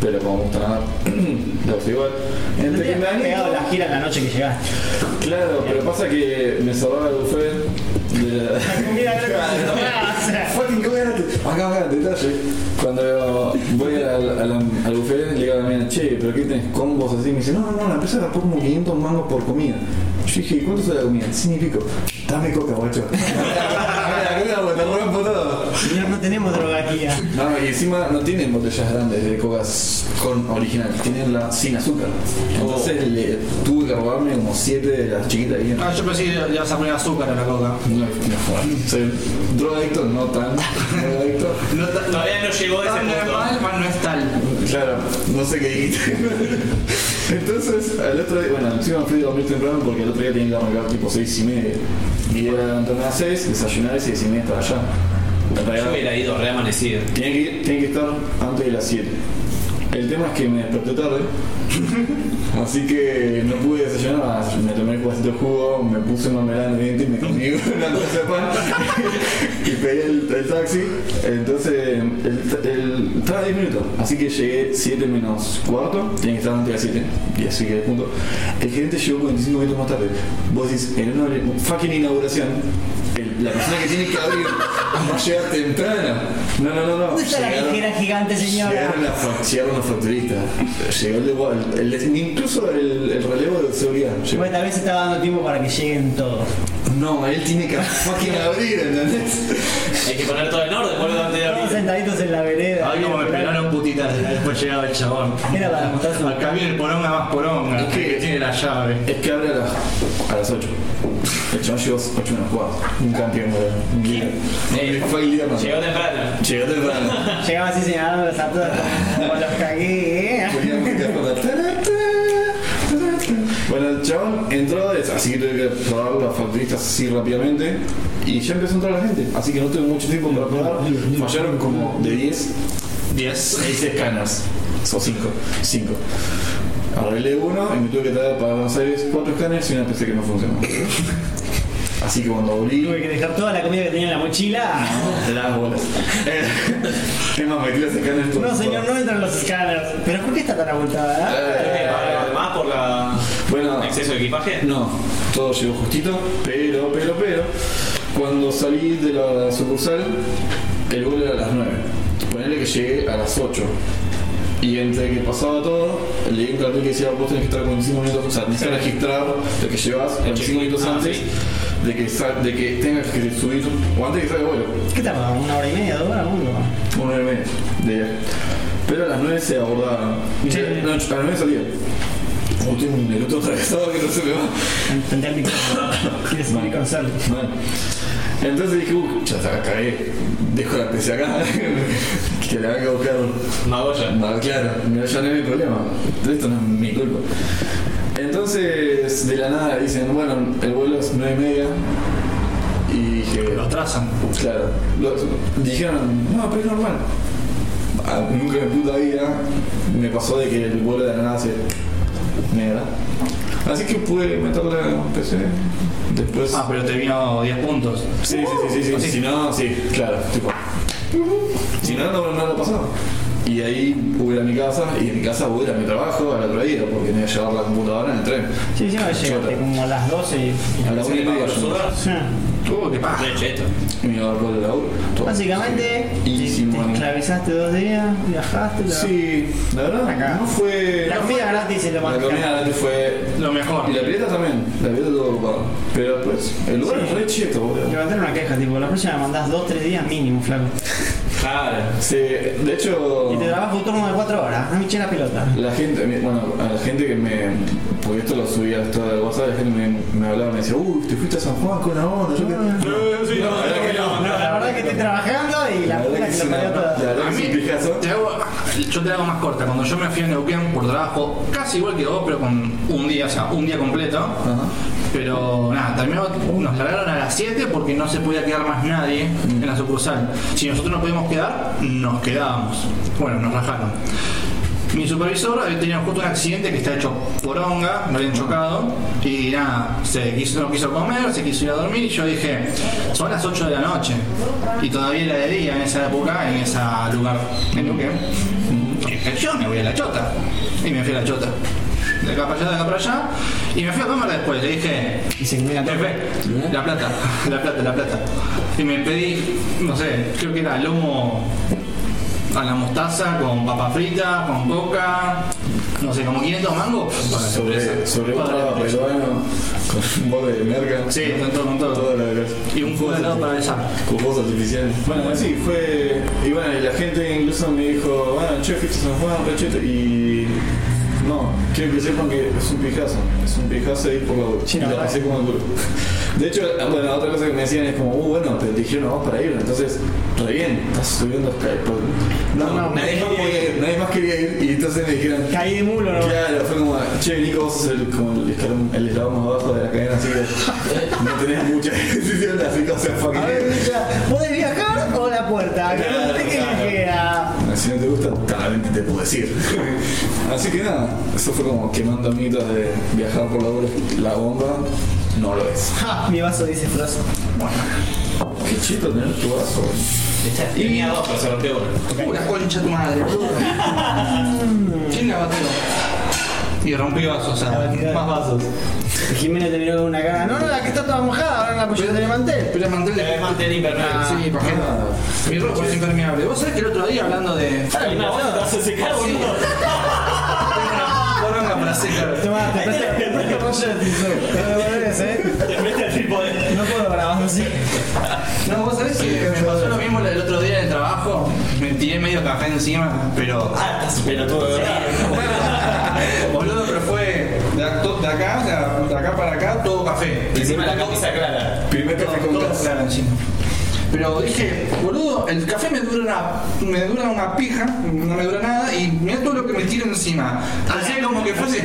S2: pero como me gusta nada, lo uso igual. Entre que me
S7: Te
S2: bañé,
S7: pegado la gira en la noche que llegaste.
S2: claro, pero pasa que me cerraba el buffet de la...
S7: Comida gratis. O sea,
S2: Fucking come gratis. Acá, acá, detalle. Cuando voy al, al, al buffet, le digo a la mina, che, pero ¿qué tenés? Combos así. Me dice, no, no, no, la empresa da como 500 mangos por comida. Yo dije, ¿cuánto sale la comida? Cien y pico. Dame coca, guacho. Dame la coca, te rompo todo.
S7: no- No tenemos ¿ah? drogaquía.
S2: No, y encima no tienen botellas grandes de coca con original, tienen la sin azúcar. Entonces le, tuve que robarme como 7 de las chiquitas que vienen.
S3: Ah, yo pensé que le ibas a poner azúcar a la coca.
S2: No, no, joder. Soy drogadicto, no tan drogadicto.
S3: No, ta-
S5: Todavía no llegó a ese
S3: tan
S5: punto.
S3: normal, más no es tal.
S2: Claro, no sé qué dijiste. Entonces, al otro día, bueno, encima fui a dormir temprano porque el otro día tenía que arrancar tipo 6 y media. Y era levantarme a las 6, desayunar y 6 y media para allá. En
S5: Yo
S2: realidad,
S5: hubiera ido re amanecido.
S2: Tenía que, tenía que estar antes de las 7. El tema es que me desperté tarde, así que no pude desayunar más. Me tomé el pedacito de jugo, me puse una melada en el diente y me comí una dulce de pan y pedí el, el taxi. Entonces, el, el- estaba 10 minutos, así que llegué 7 menos cuarto, tenía que estar antes de las 7. Y así que punto. El gerente llegó 45 minutos más tarde. Vos decís, en una fucking inauguración, el- la persona que tiene que abrir va a llegar temprano. No, no, no, no.
S7: ¿Dónde está la
S2: Llegaron-
S7: tijera gigante, señora?
S2: Llegaron, la fra- llegaron los facturistas. Llegó el de Wal- el de- incluso el, el relevo de seguridad. llegó.
S7: Bueno, tal vez estaba dando tiempo para que lleguen todos.
S2: No, él tiene que fucking abrir, ¿entendés?
S5: Hay que poner todo en orden, boludo, antes de
S7: Todos
S5: abrir.
S7: sentaditos en la vereda.
S3: Ay, como me pegaron putitas. Después llegaba el chabón.
S7: Era para mostrar su-
S3: Acá viene el poronga más poronga.
S2: Es que-
S3: que tiene la llave.
S2: Es que abre a las, a las 8. El chabón llegó 8 menos 4. Un campeón, boludo. Un líder.
S5: Eh,
S2: Fue el líder más.
S5: Llegó temprano.
S2: Llegó temprano.
S7: Llegaba así señalándolos a todos como los cagué, ¿eh?
S2: Ponía música con la tará, tará, tará. Bueno, el chabón entró, es- así que tuve que probar los facturistas así rápidamente. Y ya empezó a entrar la gente, así que no tuve mucho tiempo para probar. Fallaron como de 10
S3: 10.
S2: 6 escanas. O 5. 5. Arreglé uno y me tuve que traer para Buenos Aires 4 escáneres y una PC que no funcionó. Así que cuando
S7: Tuve
S2: abrí,
S7: que dejar toda la comida que tenía en la mochila.
S2: de las bolas. Eh, es más, metí los escáneres por-
S7: No, señor, no entran los escáneres. ¿Pero por qué está tan abultada? eh?
S5: Eh,
S2: Eh,
S5: para los demás por la
S2: Bueno,
S5: exceso de equipaje.
S2: No, todo llegó justito, pero, pero, pero, cuando salí de la sucursal, el vuelo era a las 9. Ponele que llegué a las 8. Y entre que pasaba todo, leí un cartel que decía, vos tenés que estar 45 minutos, o sea, tenés que registrar lo que llevas 45 minutos
S5: Ah,
S2: antes de que, sal- de que tengas que subir, o antes de que salga el vuelo.
S7: ¿Qué tarda? ¿Una hora y media? ¿Dos horas? ¿Uno?
S2: Una hora y media de viaje. Pero a las 9 se abordaron.
S7: Sí.
S2: No, a las 9 salía. Oh, tengo un eructo atravesado que no se me va.
S7: Entendí el micrófono. ¿Quieres un micrófono?
S2: Bueno. Entonces dije, uh, ya está, cagué. Dejo la PC acá. que la venga a buscar.
S5: Magoya.
S2: No, claro, no, ya no es mi problema. Esto no es mi culpa. Entonces, de la nada dicen, bueno, el vuelo es 9 y media. Y dije,
S3: Los trazan.
S2: Claro. Los- dijeron, no, pero es normal. Ah, nunca en mi puta vida me pasó de que el vuelo de la nada se negra. Así que pude meterle la PC. Después.
S3: Ah, pero te vino 10 puntos.
S2: sí, sí, sí, sí, sí. Si no, sí, claro. tipo. Si no, no, no lo pasaba. Y de ahí voy a mi casa y de mi casa voy a ir a mi trabajo al otro día porque tenía que llevar la computadora en el tren.
S7: Sí, sí, me llegaste como a las 12 y...
S2: A la una y media.
S5: Magoya.
S2: yo-
S3: Uh, qué paja.
S5: Re cheto.
S2: Y me iba a dar de laburo. todo.
S7: Básicamente, te,
S2: Y sin
S7: te
S2: money.
S7: esclavizaste dos días, viajaste... la-
S2: Sí, la verdad,
S7: Acá.
S2: no fue.
S7: La
S2: no
S7: comida gratis es lo más
S2: La comida
S7: caro.
S2: antes fue.
S3: Lo mejor.
S2: Y la pileta también, la pileta todo ocupado. Pero después, el lugar es re cheto, boludo.
S7: Levantar una queja, tipo, la próxima me mandás dos, tres días mínimo, flaco.
S5: Claro.
S2: Sí, de hecho,
S7: Y te trabajo un turno de cuatro horas, no me eché la pelota.
S2: la gente, mi- bueno, a la gente que me. Porque esto lo subía a esto de WhatsApp, la gente me, me hablaba, me decía, uy, te fuiste a San Juan con la onda, yo que.
S7: No,
S2: No,
S7: La verdad
S1: verdad que estoy trabajando y la puta que
S2: es
S1: lo parió
S2: una-
S1: todo.
S2: la verdad
S3: A
S2: que es
S3: mí,
S2: un pijazo.
S3: te hago- yo te la hago más corta. Cuando yo me fui a Neuquén por trabajo, casi igual que vos, pero con un día, o sea, un día completo. Pero nada, terminó, uh, nos largaron a las 7 porque no se podía quedar más nadie en la sucursal. Si nosotros nos podíamos quedar, nos quedábamos. Bueno, nos rajaron. Mi supervisor había tenido justo un accidente que está hecho poronga, me habían chocado y nada, se quiso, no quiso comer, se quiso ir a dormir y yo dije, son las 8 de la noche y todavía era de día en esa época, en ese lugar, en Luque. Y dije, yo me voy a la chota y me fui a la chota. De acá para allá, de acá para allá y me fui a comer después, le dije,
S1: Y se me la
S3: Jefe, la plata, la plata, la plata. Y me pedí, no sé, creo que era lomo a la mostaza con papa frita, con coca, no sé, como 500 mangos. Para la
S2: Sobre,
S3: empresa.
S2: sobre un
S3: Para la
S2: trabajo
S3: empresa.
S2: peruano, con un bote de merca.
S3: Sí, con todo, con
S2: Toda
S3: todo.
S2: la gracia.
S3: Y un jugo de helado para besar.
S2: Con voz artificial. Bueno, sí, fue. Y bueno, y la gente incluso me dijo, bueno, che, fuiste a San Juan, cachete. Y. No, quiero que sepan que es un pijazo. Es un pijazo ir por la boca.
S1: la
S2: la
S1: verdad.
S2: pasé como el culo. De hecho, bueno, otra cosa que me decían es como, uh, bueno, te eligieron a vos para ir. Entonces, re bien, estás subiendo hasta el pueblo. No,
S1: No, no,
S2: nadie, más podía ir, nadie más quería ir. Y entonces me dijeron,
S1: Caí de mulo, ¿no?
S2: Claro, fue como, che, Nico, vos sos el, como el, escalón, el eslabón más bajo de la cadena, así que no tenés mucha decisión, así que, o sea, fucking.
S1: A ver, Mica, ¿podés viajar o la puerta? Que no te
S2: Claro,
S1: que a...
S2: Si no te gusta, claramente te puedo decir. así que nada, eso fue como quemando mitos de viajar por la, bol- la bomba, no lo es.
S1: Ja, mi vaso dice froso.
S2: Qué chito tener tu vaso.
S5: Tenía dos, pero se rompió uno.
S3: Una concha de tu madre. ¿Quién la batió? Y rompí vasos, o sea, más vasos.
S1: Jimena te miró con una cara. No, no, la que está toda mojada, ahora la apoyaste en el mantel.
S3: Pero es mantel de
S5: Es mantel impermeable.
S3: Sí, por ejemplo. Mi ropa es impermeable. Vos sabés que el otro día hablando de.
S5: Ay, no, vos te vas a secar, boludo.
S3: Poronga para secar.
S1: Tomá, te presta- te presta rollo de tisú. Te lo devolvés, ¿eh?
S5: Te presta el tipo de.
S1: No puedo grabar así.
S3: No, vos sabés que me pasó lo mismo el otro día en el trabajo. Me tiré medio café encima, pero.
S5: Ah, estás pelotudo, de verdad.
S3: Boludo, pero fue de, acto- de acá, o sea, de acá para acá, todo café.
S5: Encima la camisa clara.
S2: Primer
S3: Todo,
S2: café con
S3: todo
S2: gas.
S3: claro encima. Pero dije, boludo, el café me dura una, me dura una pija, no me dura nada, y mira todo lo que me tiro encima. Hacía como que fuese.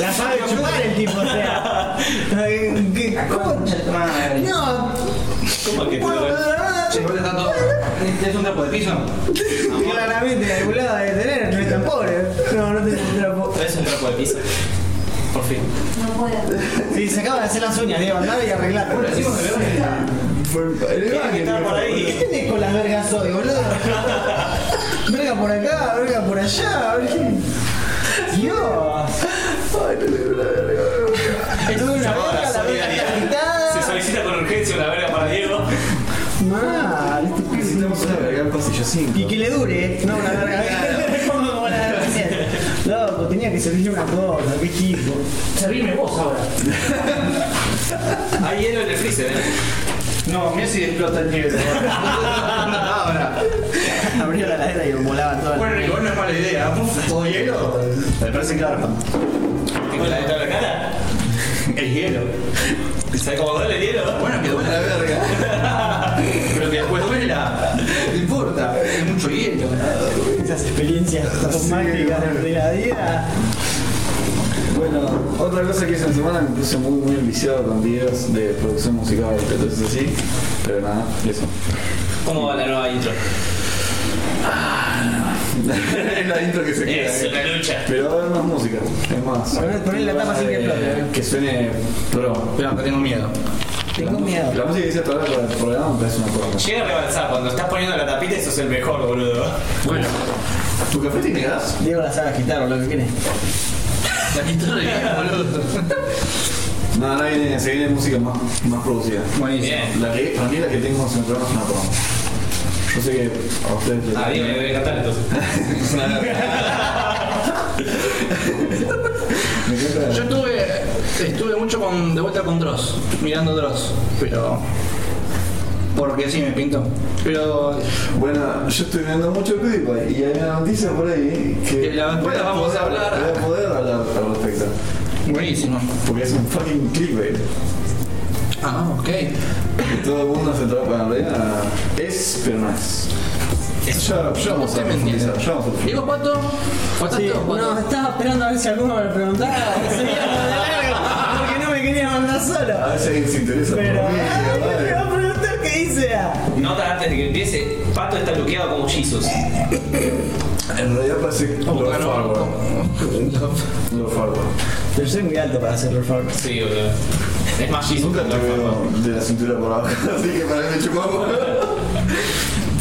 S1: La sabe chupar el tipo, o sea. Ay, ¿qué? ¿Cómo?
S3: Madre.
S1: No,
S5: ¿Cómo que te
S1: puedo
S5: duele?
S1: grabar nada.
S3: Che, boludo, está todo. ¿Es un trapo de piso?
S1: Claramente calculada de tener, no es tan pobre. No, no te trapo.
S5: Es un trapo de piso. Por fin.
S8: No puedo.
S1: Sí, se acaba de hacer las uñas, Diego, andá y arreglate.
S2: Fue el
S5: Tiene que estar por
S1: ¿Qué
S5: ahí.
S1: tenés con las vergas hoy, boludo? Verga por acá, verga por allá, verga. Dios. Tuve una verga, la verga está
S5: Se
S1: agitada.
S5: solicita con urgencia una verga para Diego.
S1: Mal, este pibe se
S2: Necesitamos una verga al pasillo 5.
S1: Y que le dure, ¿eh? no una verga. Es como la verga recién. Loco, tenía que servirle una cosa, qué chico.
S5: Servime vos ahora. Hay hielo en el freezer, eh.
S3: No, mira si explota el nieve. Ahora.
S1: Abrió la ladera y volaba todo.
S3: Bueno, igual no es mala idea. ¿Todo hielo? Me parece claro.
S5: ¿Tengo la de toda la cara?
S3: El hielo.
S5: ¿Sabes cómo duele el hielo?
S3: Bueno, que duele la verga. Pero que después duela. No importa. Es mucho hielo.
S1: Esas experiencias traumáticas de la vida.
S2: Bueno, otra cosa que hice en semana me puse muy muy enviciado con videos de producción musical, entonces así, pero nada, eso.
S5: ¿Cómo va la nueva intro?
S2: es la intro que se queda.
S5: Es
S2: eh.
S5: la lucha.
S2: Pero va a haber más música, es más.
S1: Poné- poné la tapa sin que explote, eh.
S2: Que suene pro.
S3: Espera, que tengo miedo.
S1: Tengo miedo.
S2: La música que hice hasta ahora para el programa me parece una porra.
S5: Llega a rebalsar, cuando estás poniendo la tapita, eso es el mejor, boludo.
S3: Bueno,
S2: ¿Tu café tiene gas?
S1: Diego la sabe agitar o lo que quiere.
S3: la historia, boludo.
S2: No, ahora viene, se viene música más, más producida.
S3: Buenísimo.
S5: Bien.
S2: La que, para mí la que tengo en el programa es una porra. Yo sé que a ustedes les...
S5: Ah, Diego, me debe cantar entonces.
S2: Me encanta-
S3: Yo estuve, estuve mucho con, de vuelta con Dross, mirando Dross, pero. Porque sí me pintó. Pero.
S2: Bueno, yo estoy viendo mucho PewDiePie y hay una noticia por ahí que...
S3: Que la- después la vamos a hablar.
S2: Voy a poder hablar al respecto.
S3: Buenísimo.
S2: Porque es un fucking clickbait.
S3: Ah, ok.
S2: Todo el mundo se trata para realidad es, pero no es. Ya, ya vamos a
S3: Usted me entiende.
S2: profundizar, ya vamos a
S3: ¿Digo cuánto? ¿Cuánto?
S1: Sí,
S3: ¿Cuánto?
S1: no, estaba esperando a ver si alguno me preguntaba. Seguía lo de largo, porque no me quería mandar
S2: A
S1: solo.
S2: ver si alguien se interesa por mí,
S1: Pero. Ay, me va
S2: vale.
S1: a preguntar qué hice. ah.
S5: Nota antes de que empiece, Pato está bloqueado como Jesus.
S2: En realidad parece que lo
S3: Claro.
S2: fargo. Lo fargo.
S1: Pero yo soy muy alto para hacerlo, por favor.
S5: Sí, boludo. Es más Jesus.
S2: Nunca
S5: que
S2: te
S5: otra cosa.
S2: veo de la cintura por abajo, así que para mí me chupamos.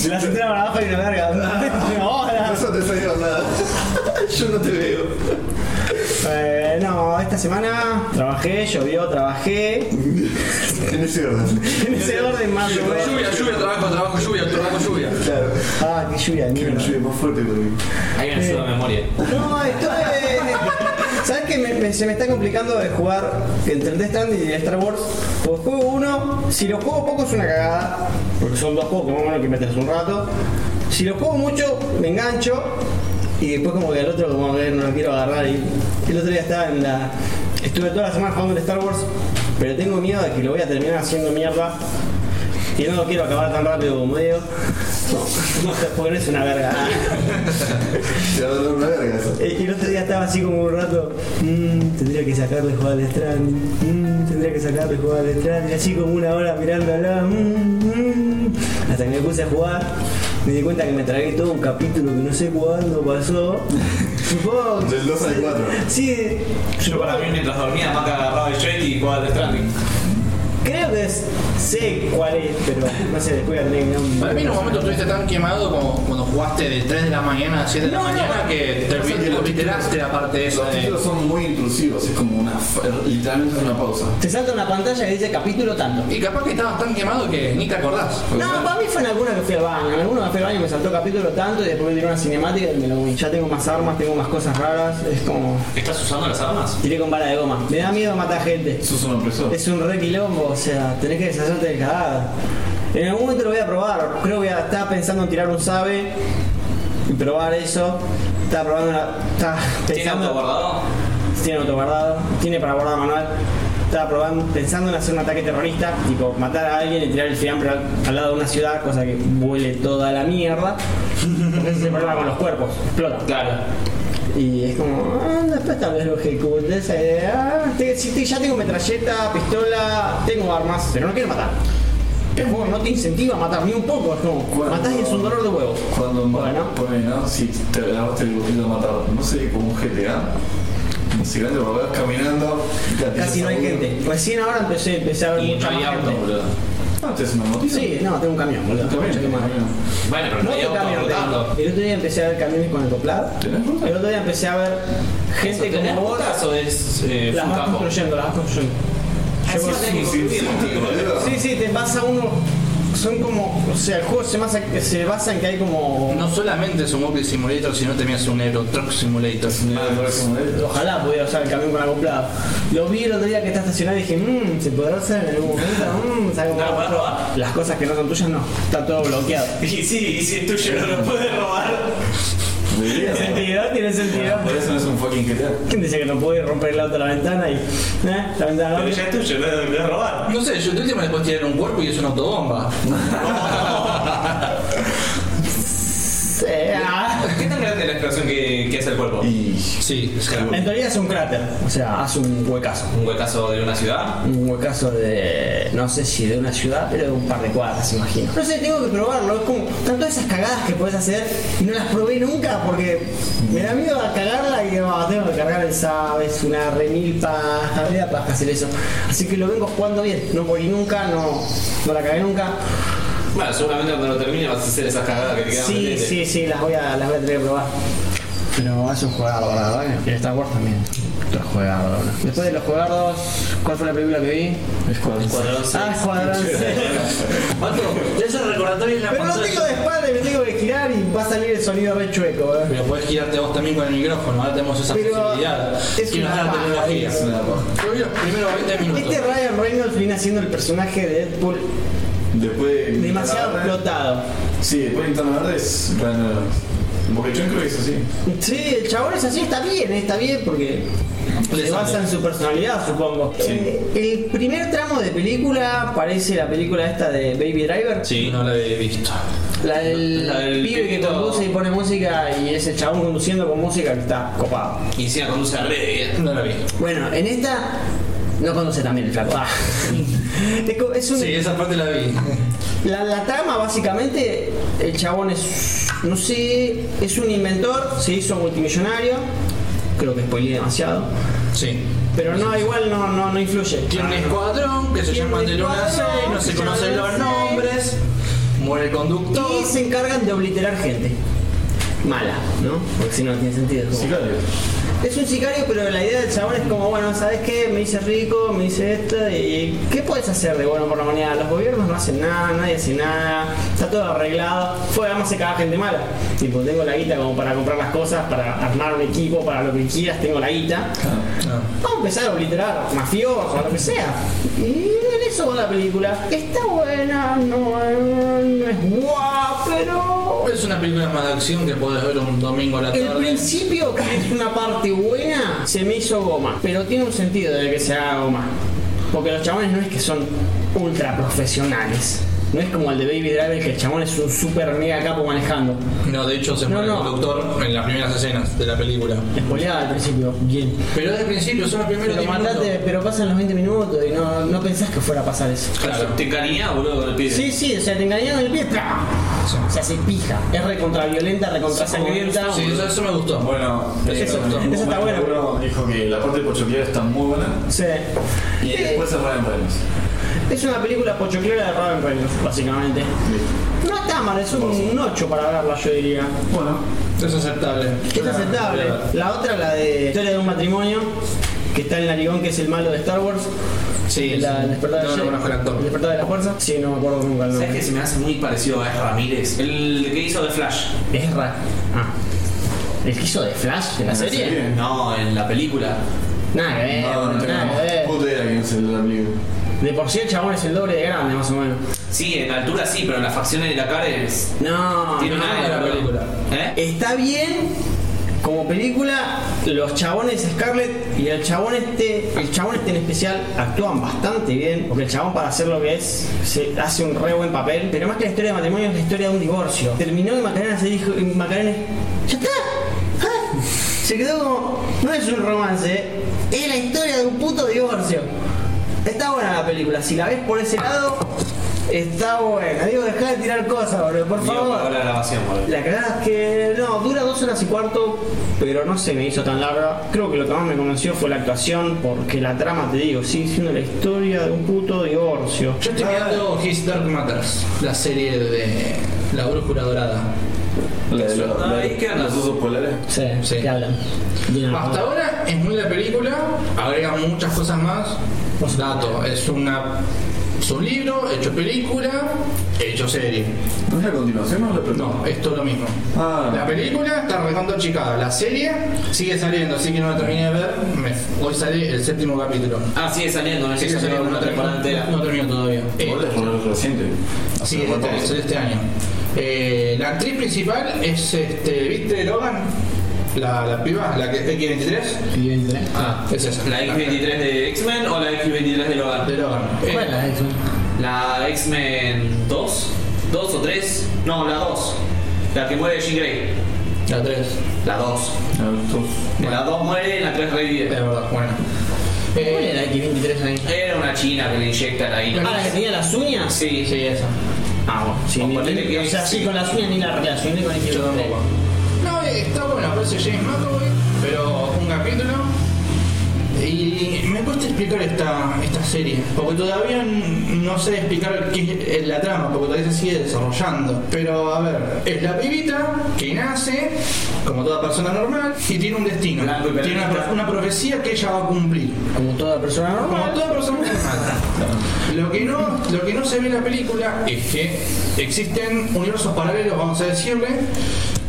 S1: La cintura para abajo y una larga. No, hola.
S2: Eso te salió nada. Yo no te veo.
S1: Eh, no, esta semana trabajé, llovió, trabajé.
S2: En ese orden.
S1: En ese orden más o menos.
S3: Lluvia, lluvia, trabajo, trabajo, lluvia, trabajo, lluvia.
S2: Claro.
S1: Ah, qué lluvia, de
S2: Que
S1: mierda.
S2: me llueve más fuerte que mí.
S5: Hay una ayuda de memoria.
S1: No, esto es. ¿Sabes que me- me- se me está complicando de jugar entre el Death Stranding y el Star Wars? Pues juego uno, si lo juego poco es una cagada, porque son dos juegos que más o menos que metes un rato. Si lo juego mucho, me engancho y después, como que al otro, como que no lo quiero agarrar. Y el otro día estaba en la. Estuve toda la semana jugando el Star Wars, pero tengo miedo de que lo voy a terminar haciendo mierda. Y no lo quiero acabar tan rápido como digo. No, porque no es una verga.
S2: Te va a doler una verga eso.
S1: Eh, Y el otro día estaba así como un rato, mmm, tendría que sacarle jugar al Stranding, mmm, tendría que sacarle jugar al Stranding, así como una hora mirándolo, mmm, mmm, hasta que me puse a jugar, me di cuenta que me tragué todo un capítulo que no sé cuándo pasó. Supongo que-
S2: Del 2 al 4.
S1: Sí,
S5: Yo para mí mientras dormía, Maca agarraba el Shrek y jugaba al Death Stranding.
S1: creo que es- sé cuál es, pero no sé, después voy a tener que mirar un-
S3: Para mí en un momento estuviste tan quemado como cuando jugaste de 3 de la mañana a 7 de la
S1: No, no,
S3: mañana
S1: no.
S3: que te
S2: Pasa que los
S3: olvidaste la parte esa
S2: Los
S3: de...
S2: títulos son muy intrusivos, es como una. literalmente es una pausa.
S1: Te salta una pantalla que dice capítulo tanto.
S3: Y capaz que estabas tan quemado que ni te acordás.
S1: No, para mí fue en alguna que fui al baño. En alguna que fui al baño me saltó capítulo tanto y después me tiró una cinemática y me lo comí. Ya tengo más armas, tengo más cosas raras. Es como.
S5: ¿Estás usando las armas?
S1: Tiré con bala de goma. Me da miedo matar gente.
S2: Eso es un opresor.
S1: Es un re quilombo, o sea, tenés que deshacerte del cadáver. En algún momento lo voy a probar. Creo que voy a- estaba pensando en tirar un sabe y probar eso. Estaba probando la. Estaba
S5: ¿Tiene
S1: pensando.
S5: auto guardado?
S1: Tiene auto guardado, tiene para guardar manual. Estaba probando, pensando en hacer un ataque terrorista, tipo matar a alguien y tirar el fiambre al, al lado de una ciudad, cosa que vuele toda la mierda. Porque ese es el problema con los cuerpos, explota.
S5: Claro.
S1: Y es como, ah, después tal vez lo ejecuto. Esa idea, ah, te- si te- ya tengo metralleta, pistola, tengo armas, pero no quiero matar. El juego no te incentiva a matar ni un poco, es como,
S2: Cuando-
S1: matás y es un dolor de huevos.
S2: Cuando
S1: Bueno.
S2: bueno, si te agarraste el botín de matar, no sé, como un GTA, ni siquiera te vas caminando. y te
S1: Casi no hay
S2: atizas a uno.
S1: gente. Recién ahora empecé, empecé a ver
S5: Y no
S1: mucha
S5: hay
S1: más
S5: auto,
S1: gente.
S5: boludo.
S2: Ah, te es una motiza.
S1: Sí, no, tengo un camión, boludo.
S2: También,
S1: Mucho que más.
S2: también.
S5: Bueno, pero no
S1: No
S5: hay
S1: te
S5: auto
S1: cambian de-
S5: rotando.
S1: El otro día empecé a ver camiones con acoplado.
S2: ¿Tenés ruta?
S1: El otro día empecé a ver gente
S5: ¿Tenés
S1: como vos.
S5: botas o es eh,
S1: Las
S5: un
S1: vas
S5: campo?
S1: construyendo, las vas construyendo.
S5: Encima
S1: Yo-
S5: tenés que construir, boludo.
S1: Sí, sí, te pasa uno. Son como. O sea, el juego se basa, se basa en que hay como.
S3: No solamente es un Walking Simulator, sino también es un Euro Truck Simulator.
S2: Ah, por eso, ¿eh?
S1: Ojalá pudiera usar el camión con acoplado. Lo vi el otro día que está estacionado y dije, mmm, ¿se podrá usar en algún momento? Mmm, ¿sabes cómo
S5: No lo
S1: va a
S5: podés robar.
S1: Las cosas que no son tuyas no. Está todo bloqueado.
S5: Y sí, y si es tuyo no lo puedes robar.
S2: Debería,
S1: ¿Tiene sentido? ¿Tiene sentido?
S2: ¿no? Por eso no es un fucking GTA.
S1: ¿Quién decía que no puede romper el auto a la ventana y. ¿Eh? La ventana
S5: Pero
S1: abre?
S5: ya es tuyo, no lo puedes robar.
S3: No sé, yo de última le puedo tirar un cuerpo y es una autobomba.
S1: Sí, ah.
S5: ¿Qué tan grande es la explosión que, que hace el cuerpo?
S2: Y.
S3: Sí, es claro.
S1: En teoría es un cráter, o sea, hace un huecazo.
S5: ¿Un huecazo de una ciudad?
S1: Un huecazo de. no sé si de una ciudad, pero de un par de cuadras, imagino. No sé, tengo que probarlo. Es como. Tanto esas cagadas que podés hacer y no las probé nunca porque me da miedo a cagarla y no, tengo que cargar el SAB, es una remilpa, me da paja hacer eso. Así que lo vengo jugando bien. No morí nunca, no, no la cagué nunca.
S5: Bueno, seguramente cuando lo termine vas a hacer esas cagadas que te quedan
S1: Sí,
S5: pendientes.
S1: sí, sí, las voy a, las voy a tener que probar. Pero es un jugador, ¿verdad? Y el Star Wars también. Otro jugador. Después de los jugadores, ¿cuál fue la película que vi?
S5: Cuadrón seis.
S1: Ah, Escuadrón
S3: Pato, esos recordatorios en la
S1: Pero no tengo de espalda y me tengo que girar y va a salir el sonido re chueco, ¿eh?
S3: Pero podés girarte vos también con el micrófono, ahora tenemos esa
S1: Pero
S3: posibilidad.
S1: es
S3: y nos da
S1: una
S3: la
S1: paja
S3: tecnología.
S2: Es una paja.
S3: Yo vi los primeros 20 minutos.
S1: Este Ryan Reynolds viene haciendo el personaje de Deadpool
S2: Después. de-
S1: demasiado explotado. ¿eh?
S2: Sí, después de Internet es. Bueno, Porque yo creo que es así.
S1: Sí, el chabón es así, está bien, eh, está bien porque se basa en su personalidad, supongo. Eh, el primer tramo de película parece la película esta de Baby Driver,
S5: Sí, no la he visto.
S1: la del
S5: La del
S1: pibe que
S5: pibito.
S1: conduce y pone música y es el chabón conduciendo con música que está copado.
S5: Y encima conduce a red, ¿eh?
S3: No la vi.
S1: Bueno, en esta no conduce también el flaco. Ah. Es co- es un-
S3: Sí, esa parte la vi.
S1: la, la trama básicamente, el chabón es, no sé, es un inventor, se hizo multimillonario, creo que spoileé demasiado,
S3: Sí.
S1: pero no, igual no, no, no influye.
S3: Tiene un escuadrón que se
S1: Tiene
S3: llaman
S1: un
S3: de Luna
S1: escuadrón
S3: 6, no
S1: que
S3: se
S1: se llama
S3: conocen
S1: Luna
S3: los
S1: seis.
S3: nombres, muere el conductor.
S1: Y se encargan de obliterar gente. Mala, ¿no? Porque si no, no tiene sentido. es como-
S2: Sicario.
S1: Es un sicario, pero la idea del chabón es como, bueno, ¿sabes qué? Me hice rico, me hice esto, y ¿qué puedes hacer de bueno por la moneda? Los gobiernos no hacen nada, nadie hace nada, está todo arreglado, fue, además se caga gente mala. Tipo, tengo la guita como para comprar las cosas, para armar un equipo, para lo que quieras, tengo la guita.
S3: No.
S1: Vamos a empezar a obliterar mafiosos, lo que sea. Y en eso va la película. Está buena, no, no es guau, pero...
S3: Es una película más de acción que podés ver un domingo a la
S1: El
S3: tarde.
S1: principio, que es una parte buena, se me hizo goma. Pero tiene un sentido de que se haga goma. Porque los chabones no es que son ultra profesionales. No es como el de Baby Driver, que el chabón es un super mega capo manejando.
S3: No, de hecho se
S1: No,
S3: muere
S1: no.
S3: el conductor en las primeras escenas de la película.
S1: Espoleada al principio, bien.
S3: Pero desde el principio, son los primeros
S1: Pero,
S3: 10 minutos.
S1: mandate, pero pasan los 20 minutos y no, no pensás que fuera a pasar eso.
S3: Claro.
S5: Te encariñás, boludo, con el pibe.
S1: Sí, sí, o sea, te engañaron el pie, ¡plá! O sea, se pija. Es recontra violenta, recontra sangrienta.
S3: Sí, eso, eso me gustó.
S2: Bueno, eh,
S3: Eso-
S2: un
S1: eso está
S2: momento
S1: bueno.
S2: uno dijo que la parte pochoquera está muy buena
S1: Sí.
S2: y
S1: Sí.
S2: después se van en premios.
S1: Es una película pochoclera de Raven Reynolds, básicamente. No está mal, es un 8 para verla, yo diría.
S2: Bueno,
S3: Es aceptable.
S1: Es aceptable. La otra, la de Historia de un matrimonio, que está en Narigón, que es el malo de Star Wars.
S3: Sí,
S1: la,
S3: sí.
S1: el despertar
S3: No,
S1: de
S3: no
S1: Jedi-
S3: conozco el actor.
S1: el despertar de la fuerza. Sí, no me acuerdo nunca el
S5: ¿Sabes
S1: nombre.
S5: que se me hace muy parecido a Es Ramírez? El que hizo de Flash.
S1: Es raro. Ah. ¿El que hizo de Flash en la
S2: ¿En la
S1: serie?
S2: serie?
S5: No, en la película.
S1: Nada que ver,
S2: no, no
S1: Eh, nada Eh. que ver.
S2: tengo puta idea quién es el amigo.
S1: De por sí el chabón es el doble de grande, más o menos.
S5: Sí, en altura sí, pero en las facciones de la cara es.
S1: No,
S5: Tiene
S1: no,
S5: una
S1: no,
S5: de la
S1: no.
S5: película. ¿Eh?
S1: Está bien como película, los chabones Scarlett y el chabón este, el chabón este en especial actúan bastante bien, porque el chabón para hacer lo que es, se hace un re buen papel, pero más que la historia de matrimonio es la historia de un divorcio. Terminó y Macarena se dijo, y Macarena, ya está, Ah, se quedó como, no es un romance, ¿eh? es la historia de un puto divorcio. Está buena la película, si la ves por ese lado, está buena. Digo, dejá de tirar cosas, boludo, por
S5: Digo,
S1: favor.
S5: para la grabación, boludo.
S1: La cagada es que no, dura dos horas y cuarto, pero no se me hizo tan larga. Creo que lo que más me convenció fue la actuación, porque la trama, te digo, sigue siendo la historia de un puto divorcio.
S3: Yo estoy mirando His Dark Matters, la serie de La Brújula Dorada.
S2: La de los-
S5: Ah,
S2: la
S5: ahí
S2: de
S5: quedan
S2: los
S5: las-
S2: osos polares.
S1: Sí,
S3: sí.
S1: que hablan. Bien,
S3: Hasta ahora es muy la película, agrega muchas cosas más. Dato, es una es un libro, hecho película, hecho serie.
S2: ¿No es la continuación o la pre-
S3: No, eh, es todo lo mismo.
S2: Ah.
S3: La película está recontra chicada, la serie sigue saliendo, así que no la terminé de ver. Me- hoy sale el séptimo capítulo.
S5: Ah, sigue saliendo, no
S3: Sigue
S5: sigue
S3: saliendo,
S5: saliendo una temporada entera.
S3: no terminó todavía. Eh,
S2: Igual es por lo reciente. Hace
S3: Sí, es
S2: poco.
S3: este, es este año. Eh, la actriz principal es, este, ¿viste Logan? La, la piba, la que es X23. Ah, es esa.
S5: ¿La X-23 de X-Men o la X-23 de
S3: de
S5: Logan?
S3: Logan. Eh,
S5: ¿La X-Men 2? ¿2 o 3? No, la 2. La que muere Jean Grey.
S3: la 3.
S5: La 2.
S2: Ah, tú.
S5: En la 2 muere, en la 3
S3: Es
S5: revive.
S3: verdad, bueno. Eh,
S1: la X23 ahí?
S5: Era una china que le inyectan ahí.
S1: Ah, la que tenía las uñas.
S5: Sí, sí, esa.
S1: Ah, bueno, sí, ni-
S5: Ponele
S1: ni-
S5: que-
S1: o sea, sí, con las uñas ni la relacioné con este el
S3: yo tampoco. No, eh, está bueno, aparece James McAvoy, pero un capítulo. Y me cuesta explicar esta, esta serie, porque todavía n- no sé explicar qué es eh, la trama, porque todavía se sigue desarrollando. Pero a ver, es la pibita que nace, como toda persona normal, y tiene un destino.
S5: Blanco y
S3: Tiene una,
S5: peronista.
S3: pro- una profecía que ella va a cumplir.
S1: Como toda persona
S3: Como
S1: normal.
S3: toda persona normal. Lo que, no, lo que no se ve en la película es que existen universos paralelos, vamos a decirle,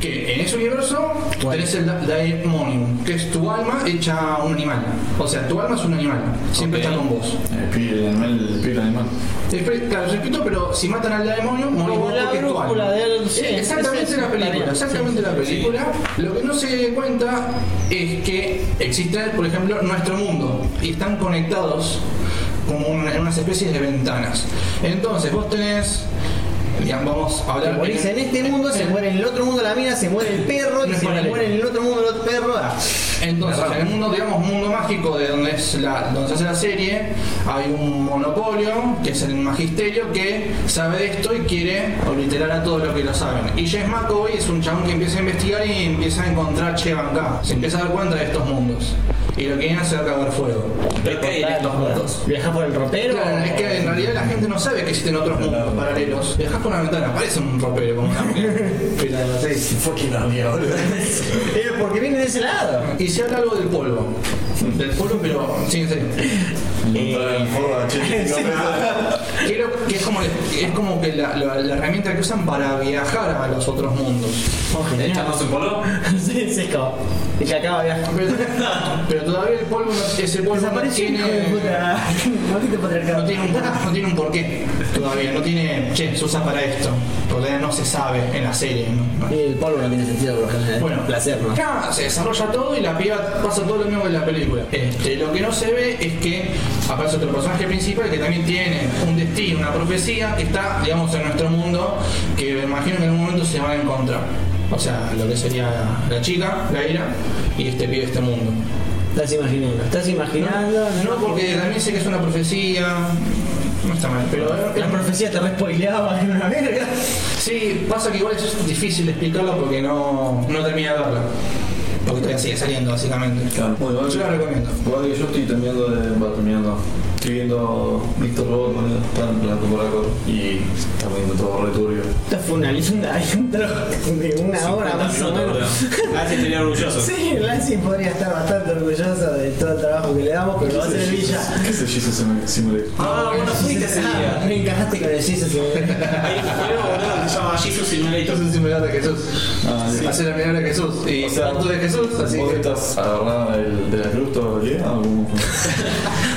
S3: que en ese universo tenés el da- Daemonium, que es tu alma hecha un animal. O sea, tu alma es un animal, siempre
S5: Ok.
S3: está con vos.
S2: El espíritu, eh, el animal, el espíritu animal.
S3: Es pre- Claro, repito, pero si matan al Daemonium, morís
S8: Como
S3: vos
S8: la
S3: porque es tu
S8: brújula
S3: alma.
S8: del-
S3: Eh,
S8: sí,
S3: exactamente
S8: ese es
S3: la película,
S8: Darío.
S3: exactamente la película. Lo que no se cuenta es que existe, por ejemplo, nuestro mundo y están conectados como una- en unas especies de ventanas. Entonces, vos tenés, digamos, vamos a
S1: Te
S3: hablar.
S1: morís en este mundo, se muere en el otro mundo la mina, se muere el perro, y
S3: No es
S1: se
S3: paralelo.
S1: muere en el otro mundo el otro perro. ah.
S3: Entonces,
S1: Claro.
S3: en el mundo, digamos, mundo mágico de donde, es la, donde se hace la serie, hay un monopolio, que es el magisterio, que sabe de esto y quiere obliterar a todos los que lo saben. Y James McAvoy es un chabón que empieza a investigar y empieza a encontrar Che Banca. Se empieza a dar cuenta de estos mundos. Y lo que quieren hacer es cagar fuego.
S5: ¿Qué hay en estos mundos?
S8: Viajar por el ropero.
S3: Claro, es que en realidad la gente no sabe que existen otros mundos paralelos. Viajás por una ventana, parece un ropero como una mujer. Pero sí.
S5: Fucking Narnia, boludo.
S1: Eh, porque viene de ese lado.
S3: Y se habla algo del polvo. Del polvo, pero sí, en serio.
S2: Encontrar el fuego, che,
S3: Quiero que es como, es como que la, la- la herramienta que usan para viajar a los otros mundos.
S8: Oh,
S5: ¿Echamos un polo?
S8: sí, sí, es como.
S1: Y que acaba de viajar.
S3: Pero, pero todavía el polvo, no- ese polvo no
S8: Desapareció el
S3: tiene,
S8: hijo de puta. Maldito
S3: no,
S8: patriarcado.
S3: tiene un, no tiene un porqué todavía. No tiene, che, se usa para esto. Todavía no se sabe en la serie. ¿no?
S8: El polvo no tiene sentido por lo general. ¿eh?
S3: Bueno,
S8: placer, ¿no?
S3: Acá se desarrolla todo y la piba pasa todo lo mismo que en la película. Este, lo que no se ve es que aparece otro personaje principal que también tiene un destino, una profecía que está, digamos, en nuestro mundo, que me imagino que en algún momento se van a encontrar. O sea, lo que sería la chica, la ira, y este pibe de este mundo.
S8: Estás imaginando. Estás imaginando.
S3: No, porque también sé que es una profecía. No está mal, pero
S8: La profecía te re spoileaba en una verga.
S3: Sí, pasa que igual es difícil de explicarlo porque no, no termina de verla. Porque todavía sigue saliendo, básicamente.
S2: Claro. Muy bueno.
S3: Yo la recomiendo.
S2: Bueno, yo estoy terminando de. Va, terminando. Estoy viendo Víctor Robot, boludo. Están en la temporada cuatro. Y está viendo todo re turbio.
S1: Esto fue una linda intro de una hora más o menos.
S5: Casi estoy orgulloso.
S1: Sí, Lancy podría estar bastante orgullosa de todo el trabajo que le damos, pero va a ser Villa.
S2: ¿Qué es el Jesus Sim- Simulator?
S5: Ah, bueno, fuiste ese día.
S1: ah, Me encajaste con el Jesus.
S5: Hay un juego, boludo, que se llama Jesus Simulator.
S3: Jesús es similar a Jesús.
S2: Ah, sí.
S3: Hace la mirada de Jesús. Y
S2: O sea,
S3: tanto de Jesús, así
S2: ¿Vos
S3: que.
S2: estás agarrada del, de la cruz todo el día? o cómo fue?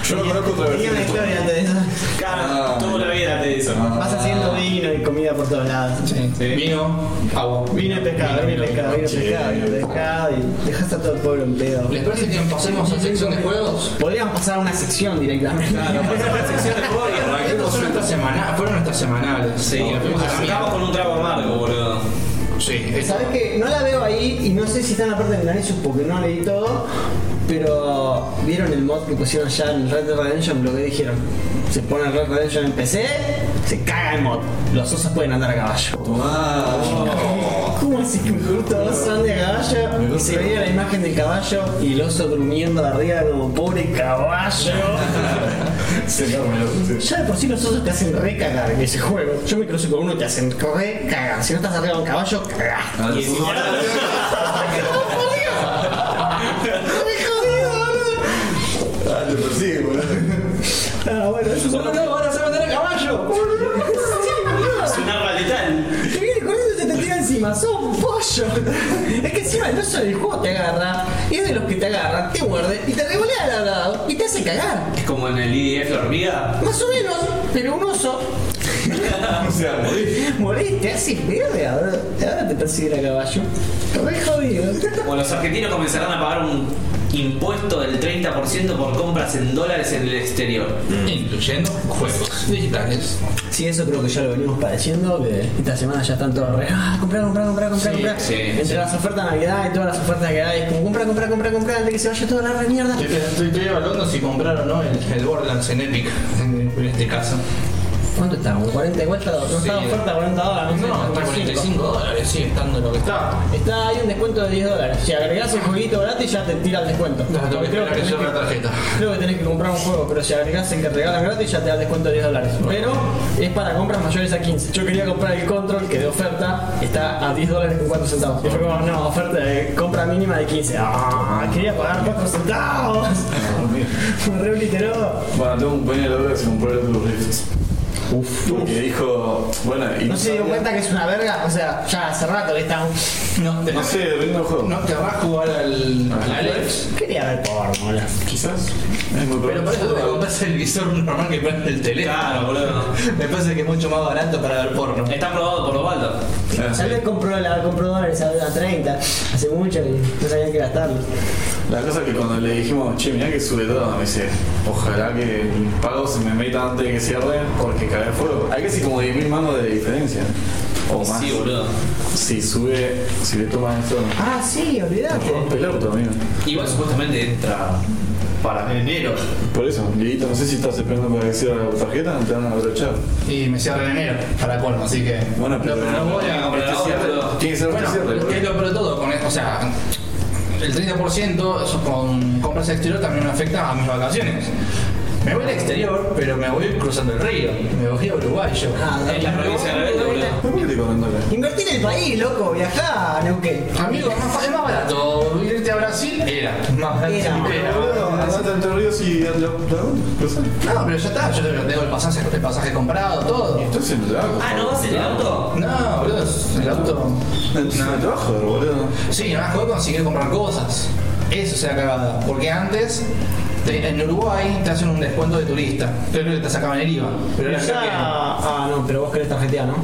S2: Yo no conozco otra
S1: Tenía una
S2: versión.
S1: historia antes de eso.
S5: Cara,
S2: Ah.
S5: toda la vida te hizo.
S2: Ah.
S1: Vas haciendo vino y comida por todos lados.
S3: Vino, agua.
S1: Vino y pescado, vino y pescado, vino y pescado, vino y pescado y dejaste a todo el pueblo en pedo.
S3: ¿Les parece que pasemos a sección de juegos?
S1: Podríamos pasar a una sección directamente.
S3: Estas son estas semana- fueron estas semanales. Sí,
S5: Sí, nos arrancamos con un trago amargo, boludo.
S3: Sí, esta-
S1: Sabes que no la veo ahí y no sé si está en la parte de Nanicious porque no leí todo, pero vieron el mod que pusieron ya en Red Dead Redemption, lo que dijeron. Se pone Red Dead Redemption en PC, se caga el mod. Los osos pueden andar a caballo.
S2: ah,
S1: ¿Cómo así que un justo oso ande a caballo? Y se veía la imagen del caballo y el oso durmiendo arriba como pobre caballo.
S2: Sí, claro, me lo sí.
S1: Ya de por sí los osos te hacen re cagar en ese juego. Yo me cruzo con uno y te hacen re cagar. Si no estás arriba de un caballo, cagás.
S2: Ah,
S5: Y
S2: sí.
S5: encima-
S2: Ah, te persigue, boludo.
S1: Ah, bueno, eso
S3: ¿Cómo no? Ahora se va a meter a caballo.
S5: Es un arma letal.
S1: Te viene corriendo y se te tira encima, sos un pollo. Es que encima el oso del juego te agarra, y es de los que te agarran, te muerde y te revolea al lado y te hace cagar.
S5: Es como en el IDF la hormiga.
S1: Más o menos, pero un oso,
S2: O sea, morí.
S1: morís, te haces verde, ahora, ahora te persigue el caballo. Re jodido.
S5: Como los argentinos comenzarán a pagar un impuesto del 30% por compras en dólares en el exterior.
S3: Incluyendo juegos digitales.
S1: Sí, eso creo que ya lo venimos padeciendo, que esta semana ya están todos re, ah, comprar, comprar, comprar, comprar,
S5: Sí,
S1: comprar.
S5: sí,
S1: Entre
S5: sí.
S1: las ofertas de Navidad y todas las ofertas que hay, es como comprar, comprar, comprar, comprar, antes que se vaya toda la re mierda.
S3: Estoy, estoy- estoy evaluando si comprar o no el, el Borderlands en Epic, en, en este caso.
S1: ¿Cuánto está? ¿Un 40 igual está? ¿No
S3: Sí.
S1: está oferta 40 dólares?
S3: Ah, No, está 45 dólares, sí, estando lo que está.
S1: Está, hay un descuento de 10 dólares. Si agregás el jueguito gratis ya te tira el descuento.
S3: No, tengo que
S1: Creo
S3: esperar que
S1: tenés
S3: cierre la tarjeta.
S1: Creo que tenés que comprar un juego, pero si agregás el que regalan gratis ya te da el descuento de 10 dólares. Pero es para compras mayores a 15. Yo quería comprar el control que de oferta está a 10 dólares con 4 centavos. Y fue como, no, oferta de compra mínima de 15. Ah, quería pagar 4 centavos.
S2: Ah, morí.
S1: Me re obliteró.
S2: Bueno, tengo un compañero de que se compró el Blue Rift. Uf, porque dijo, bueno, y
S9: No se dio
S2: sabía-
S9: cuenta que es una verga, o sea, ya hace rato que está un...
S3: No,
S2: No sé, depende del juego.
S3: no querrás jugar al, al Alex.
S9: Quería ver porno, boludo.
S2: Quizás. Es muy
S3: Pero para eso te compras el visor normal que prende el teléfono.
S5: Claro, boludo.
S3: Me parece que es mucho más barato para ver porno.
S5: Está aprobado por Ovaldo.
S2: Ah,
S1: Ya le compró, la compró dólares a, a 30. Hace mucho que no sabían que gastarlo.
S2: La cosa es que cuando le dijimos, che, mirá que sube todo, me dice, ojalá que el pago se me meta antes de que cierre, porque cae el fuego. Hay casi como 10.000 manos de diferencia. O más.
S5: Sí, boludo.
S2: Si sube, si le tomas esto,
S1: Ah, sí, olvidate.
S2: rompe el auto, amigo.
S5: Igual supuestamente entra para enero.
S2: Por eso, Dieguito, no sé si estás esperando para que cierre la tarjeta, te van a aprovechar.
S9: Y me cierra en enero, para colmo, así que...
S2: Bueno,
S3: No, pero no voy a comprar
S2: este
S3: ahora,
S2: cierre-
S3: boludo.
S2: Tiene que ser
S3: Bueno,
S2: este cierre,
S3: es que es
S2: boludo.
S3: lo peor de todo, con, e, o sea, el 30% eso con compras exterior también me afecta a mis vacaciones. Me voy al exterior, pero me voy cruzando el río. Me voy a Uruguay yo.
S1: Ah,
S5: Es la provincia de Rebelde, boludo.
S2: ¿Por qué te contando acá?
S1: Invertí en el país, loco, viajá, Neuquén.
S3: Amigo, es más, es más barato irte a Brasil. Era. Más barato.
S1: Era.
S3: Eh,
S2: Boludo, andate a Entre Ríos y Atlas,
S3: No, pero ya está, yo tengo el pasaje, el pasaje comprado, todo.
S2: Entonces no te va a
S5: Ah,
S2: costar.
S5: ¿no vas en el auto?
S3: No, boludo, es el auto.
S2: Entonces no te va a joder, boludo.
S3: Sí, más joder conseguir comprar cosas. Eso sea cagada. Porque antes, te- en Uruguay te hacen un descuento de turista. Creo que te sacaban el IVA. Pero era
S1: Ya-
S3: que-
S1: Ah, no, pero vos querés tarjetear, ¿no?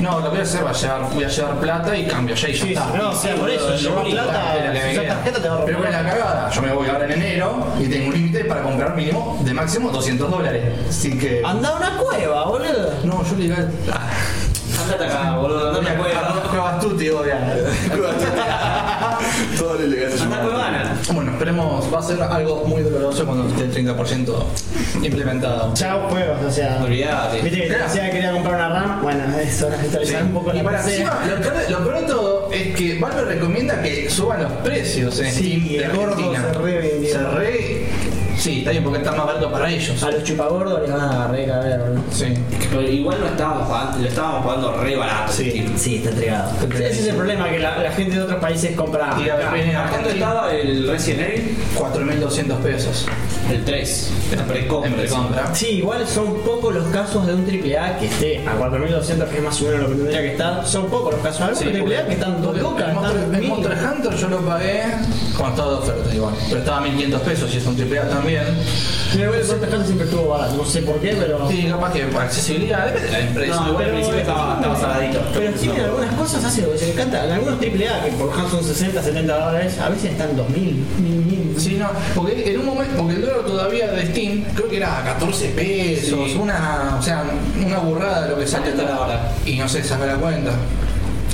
S3: No, lo que voy a hacer va a llevar, voy a llevar plata y cambio. Ya y ya está.
S9: No, o sea, por eso,
S3: Boludo,
S9: llevó
S3: yo
S9: plata,
S3: era que me
S9: si usas
S3: queda.
S9: tarjeta te va a
S3: Pero
S9: romper.
S3: bueno, la cagada. Yo me voy ahora en enero y tengo un límite para comprar mínimo de máximo 200 dólares. Así que.
S9: Ah,
S1: Andá a una cueva, boludo.
S3: No, yo le digo. Ah,
S5: Andate acá, boludo, no te acuerdas.
S3: Juegas tú, tío, obviamente.
S2: Todo lo ilegal se
S5: Andá
S2: llama.
S5: a Cuevana.
S3: Bueno, esperemos, va a ser algo muy doloroso cuando esté el 30% implementado.
S9: Chao juegos, o sea...
S5: Olvídate.
S9: Viste que te decía que quería comprar una RAM, bueno, es hora de actualizar un poco
S3: Y
S9: la
S3: para
S9: PC.
S3: encima, lo peor, lo peor de todo es que Valve recomienda que suban los precios en
S1: Sí,
S3: Steam de
S1: el gordo
S3: Argentina.
S1: se re vendió. Ah.
S3: Se re- Sí, está bien porque está más barato para ellos.
S1: A los chupagordos les van a recaber, boludo.
S3: Sí.
S5: Pero igual no estábamos pagando, lo estábamos pagando re barato. tío.
S1: Sí, está entregado.
S9: Ese es el problema, que la, la gente de otros países compra...
S3: Y la VPN en
S5: ¿A cuánto
S3: Argentina,
S5: estaba el Resident Evil?
S3: 4.200 pesos
S5: El 3. La
S3: en
S5: precompra.
S3: precompra.
S1: Sí, igual son pocos los casos de un AAA que esté a 4.200, que es más o menos lo que tendría que estar. Son pocos los casos. Algunos
S3: Sí,
S1: AAA que están dos
S3: El
S1: lucas,
S3: Monster-
S1: están
S3: el
S1: mil.
S3: Monster Hunter yo lo pagué cuando estaba de oferta igual. Pero estaba a 1.500 pesos y es un AAA también.
S1: Pero igual el Monster Hunter siempre estuvo barato, no sé por qué, pero...
S3: Sí, capaz que por accesibilidad, depende de la empresa.
S5: No, igual al principio estaba, estaba saladito.
S1: Pero Steam en algunas cosas hace lo que se le encanta. En algunos AAA que por ejemplo son 60, 70 dólares, a veces están 2.000, 1.000.
S3: Sí, no, porque en un momento, porque el dólar todavía de Steam creo que era 14 pesos,
S5: Sí.
S3: una, o sea, una burrada lo que salió
S5: ¿Cuánto está ahora?
S3: Y no sé, saca la cuenta.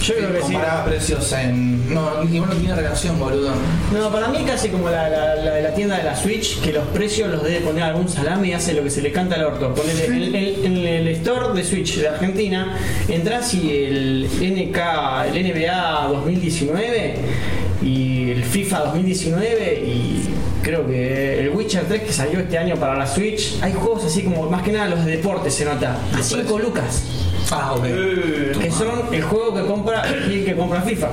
S1: Yo creo que sí.
S3: Comparaba precios en. No, igual no tiene relación, boludo.
S1: No, para mí es casi como la, la, la de la tienda de la Switch, que los precios los debe poner algún salame y hace lo que se le canta al orto. Ponele, en, el- en el store de Switch de Argentina, entras y el NK, el NBA 2019 y el FIFA 2019 y creo que el Witcher 3 que salió este año para la Switch, hay juegos así como más que nada los de deportes se nota, a 5 lucas.
S3: Ah, ok.
S1: Que son el juego que compra el Gil que compra FIFA,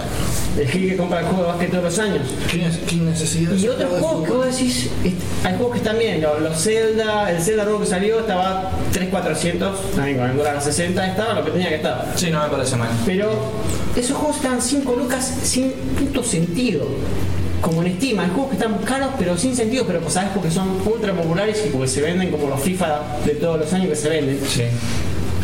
S1: el Gil que compra el juego de básquet todos los años.
S3: ¿Qué, ne- qué necesidad?
S1: Y otros juegos que vos decís, est- hay juegos que están bien, los, los Zelda, el Zelda nuevo que salió estaba 3400, también con el dólar a 60 estaba lo que tenía que estar.
S3: Sí, no me parece mal.
S1: Pero esos juegos estaban 5 lucas sin puto sentido. Como en Steam, hay juegos que están caros pero sin sentido, pero pues, sabes porque son ultra populares y porque se venden como los FIFA de todos los años que se venden.
S3: Sí.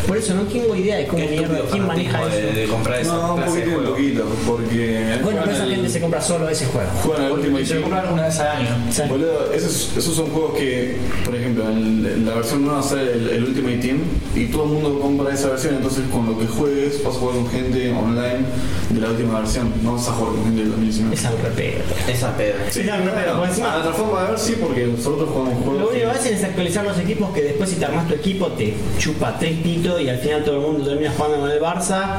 S1: Por eso no tengo idea de cómo
S5: Qué
S1: mierda,
S5: estúpido
S1: quién maneja
S5: fanatismo de,
S1: eso.
S5: de comprar esa
S2: No, un
S5: clase de
S2: poquito, un
S5: juego.
S2: poquito, porque.
S1: Bueno,
S2: juegan
S1: pero esa
S2: al-
S1: gente se compra solo ese juego.
S2: Juegan al último
S3: Porque se lo
S2: equipo.
S3: compran una vez al año.
S1: O sea,
S2: Boludo, esos, esos son juegos que, por ejemplo, en en la versión nueva sale el, el Ultimate Team y todo el mundo compra esa versión, entonces con lo que juegues vas a jugar con gente online de la última versión, no vas a jugar con gente del 2019.
S1: es algo re pedo.
S5: Esa pedo.
S9: Sí, no, no, pero por
S2: Bueno,
S9: encima-
S2: a la ah, forma de ver sí, porque nosotros jugamos juegos.
S1: Lo único que
S2: que-
S1: hacen es actualizar los equipos que después si te armas tu equipo te chupa tres pitos y al final todo el mundo termina jugando con el Barça.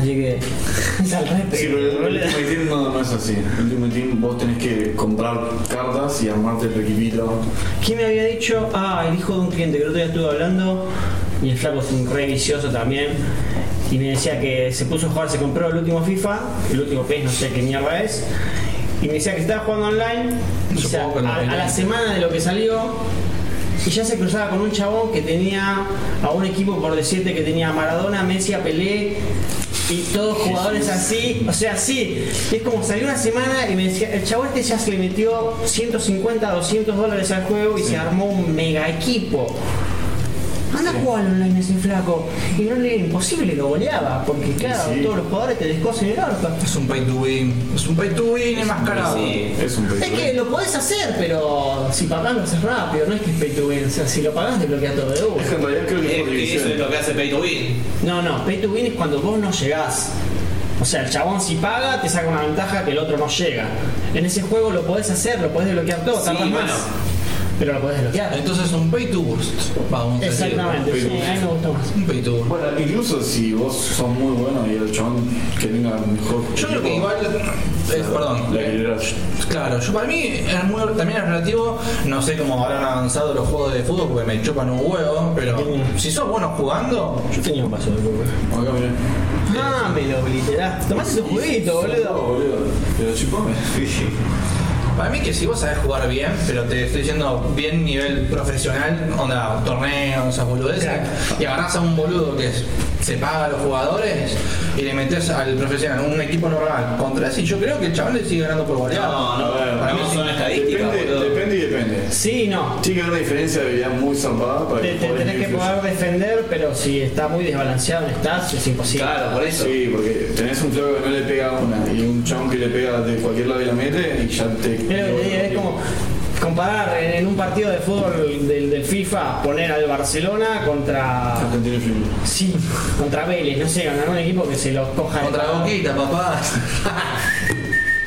S1: Así que es al revés.
S2: Sí, pero el Ultimate Team no, no es así. El Ultimate Team vos tenés que comprar cartas y armarte tu equipito.
S1: ¿Quién me había dicho? Ah, el hijo de un cliente que el otro día estuve hablando y el flaco es un re vicioso también. Y me decía que se puso a jugar, se compró el último FIFA, el último PES, no sé qué mierda es. Y me decía que estaba jugando online. y
S3: Supongo
S1: sa-
S3: que no
S1: a, a
S3: tenía.
S1: la semana de lo que salió, y ya se cruzaba con un chabón que tenía a un equipo, por decirte, que tenía a Maradona, Messi, a Pelé y todos jugadores así. O sea, sí. Es como salió una semana y me decía, el chabón este ya se le metió 150, 200 dólares al juego y se armó un mega equipo. Anda a jugar al online ese flaco. Y no le era imposible, lo goleaba. Porque claro, todos los jugadores te descosen el orto.
S3: Es un pay to win. Es un pay to win enmascarado.
S5: Sí.
S2: Es un
S1: Es
S2: peligro.
S1: que lo podés hacer, pero si pagás lo haces rápido, no es que es pay to win. O sea, si lo pagás desbloquea todo de uno.
S2: Es que en realidad creo
S5: Es
S2: que es por
S5: que Eh, eso es
S2: división.
S5: lo que hace Pay to Win.
S1: No, no, pay to win es cuando vos no llegás. O sea, el chabón si paga te saca una ventaja que el otro no llega. En ese juego lo podés hacer, lo podés desbloquear todo,
S5: Sí,
S1: tardás
S5: bueno.
S1: más. Pero lo podés desbloquear.
S3: Entonces es un pay to boost. Vamos a decir.
S1: Exactamente,
S2: pay to
S1: sí,
S2: win.
S1: a mí me gustó más.
S3: Un pay to boost.
S2: Bueno, incluso si vos sos muy bueno y el chabón que tenga mejor.
S3: Yo creo que
S2: equipo,
S3: igual. eh, perdón.
S2: La que era.
S3: Claro, yo para mí es muy, también es relativo, no sé cómo habrán avanzado los juegos de fútbol porque me chupan un huevo, pero si sos bueno jugando,
S1: Yo tenía un vaso de fútbol.
S2: Acá mirá.
S1: Ah, me lo obliteraste. Tomás ese juguito,
S2: No,
S1: boludo.
S2: boludo. Pero chupame.
S3: para mí que si vos sabés jugar bien, pero te estoy diciendo bien nivel profesional, onda, torneos, esas boludeces, y agarrás a un boludo que es- se paga a los jugadores y le metes al profesional, un equipo normal, contra ese, y yo creo que el chaval le sigue ganando por goleada.
S5: No, no,
S2: A ver,
S5: para mí
S2: no,
S5: son estadísticas,
S2: Depende,
S5: boludo.
S2: depende y depende.
S1: Sí, no.
S2: Tiene que haber una diferencia de habilidad muy zampada para
S1: Te, te
S2: poder
S1: tenés que
S2: influir.
S1: poder defender, pero si está muy desbalanceado en stats es imposible.
S5: Claro, por eso.
S2: Sí, porque tenés un flaco que no le pega una y un chabón que le pega de cualquier lado y la mete y ya te.
S1: Es lo que te digo, es como comparar en, en un partido de fútbol del, del FIFA, poner al Barcelona contra.
S2: Argentino Junior.
S1: Sí, contra Vélez, no sé, ganar un equipo que se los coja de-
S3: Contra Boquita, papá.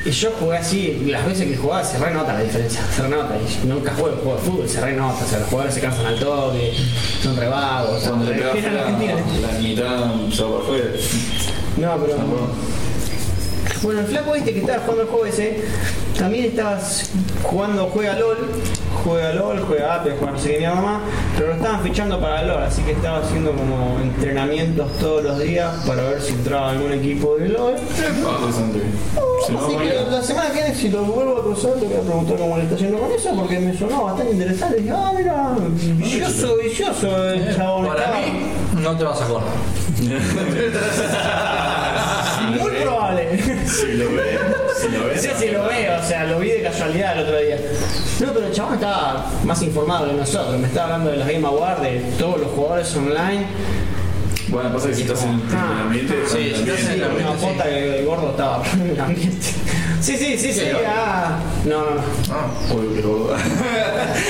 S1: Y yo jugué así, y las veces que jugaba se renota la diferencia, se renota. Y nunca jugué un juego de fútbol, se renota. O sea, los jugadores se cansan al toque, son rebagos.
S2: Cuando le pegas
S1: Era
S2: la,
S1: Argentina.
S2: la mitad se va para afuera.
S1: No, pero. Bueno, el flaco este que estaba jugando el juego ese, también estabas jugando, juega LOL, juega LOL, juega Apple, juega no sé qué mierda más, pero lo estaban fichando para LOL, así que estaba haciendo como entrenamientos todos los días para ver si entraba algún equipo de LOL.
S2: Interesante. Se va
S1: Así que
S2: para
S1: la semana que viene, si lo vuelvo a cruzar, te voy a preguntar cómo le está yendo con eso, porque me sonó bastante interesante. Dije, ah, mira, Eh, vicioso, vicioso el chabón.
S3: Para
S1: estaba-
S3: mí, no te vas a acordar.
S1: Muy probable.
S2: Si Ah, lo ves, si lo
S1: No
S2: ves.
S1: sé si lo veo, o sea, lo vi de casualidad el otro día. No, pero el chabón estaba más informado que nosotros. Me estaba hablando de los Game Awards, de todos los jugadores online.
S2: Bueno, pasa que si estás en el ambiente.
S3: Ah. Sí,
S2: en el
S3: si estás en
S2: ambiente.
S3: el ambiente,
S1: Una
S3: sí.
S1: foto que el gordo estaba en el ambiente. Sí, sí, sí, sí.
S3: ¿no?
S1: ah, no, no, no.
S3: Ah,
S2: Obvio que lo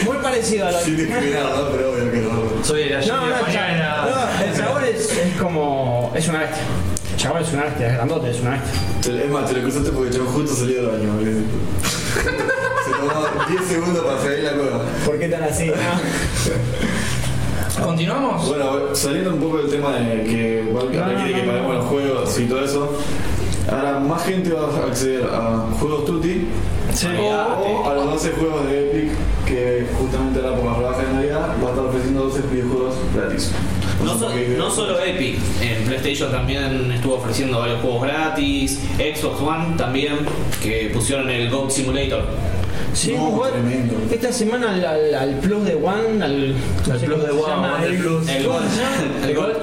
S1: Muy parecido a lo
S2: Sin discriminar, ¿no? Pero obvio que lo
S3: soy de la
S1: No, no,
S3: lluvia
S1: el
S3: mañana.
S1: chabón, no, el chabón es, es como. Es una bestia. El chabón es una bestia, es grandote, es una bestia.
S2: Te- Es más, te lo cruzaste porque el chabón justo salió del baño, boludo. Se tomó 10 segundos para salir la cueva.
S1: ¿Por qué tan así?
S3: ¿Continuamos?
S2: Bueno, saliendo un poco del tema de que Valve requiere que paguemos los juegos y todo eso, ahora más gente va a acceder a juegos Tutti o,
S1: Oh,
S2: o Oh, a los 12 juegos de Epic que justamente ahora por las rebajas de Navidad va a estar ofreciendo 12 videojuegos gratis.
S5: No, so- no solo Epic, en PlayStation también estuvo ofreciendo varios juegos gratis, Xbox One también, que pusieron el Goat Simulator.
S1: Sí,
S2: No,
S1: jugué-
S2: tremendo.
S1: Esta semana al, al- al Plus de One, al, no sé
S3: Plus
S1: cómo
S3: de
S1: se
S3: One,
S1: llama,
S3: al
S1: el-
S3: Plus.
S5: El
S1: ¿cómo
S5: Gold.
S1: se llama?
S5: El Gold.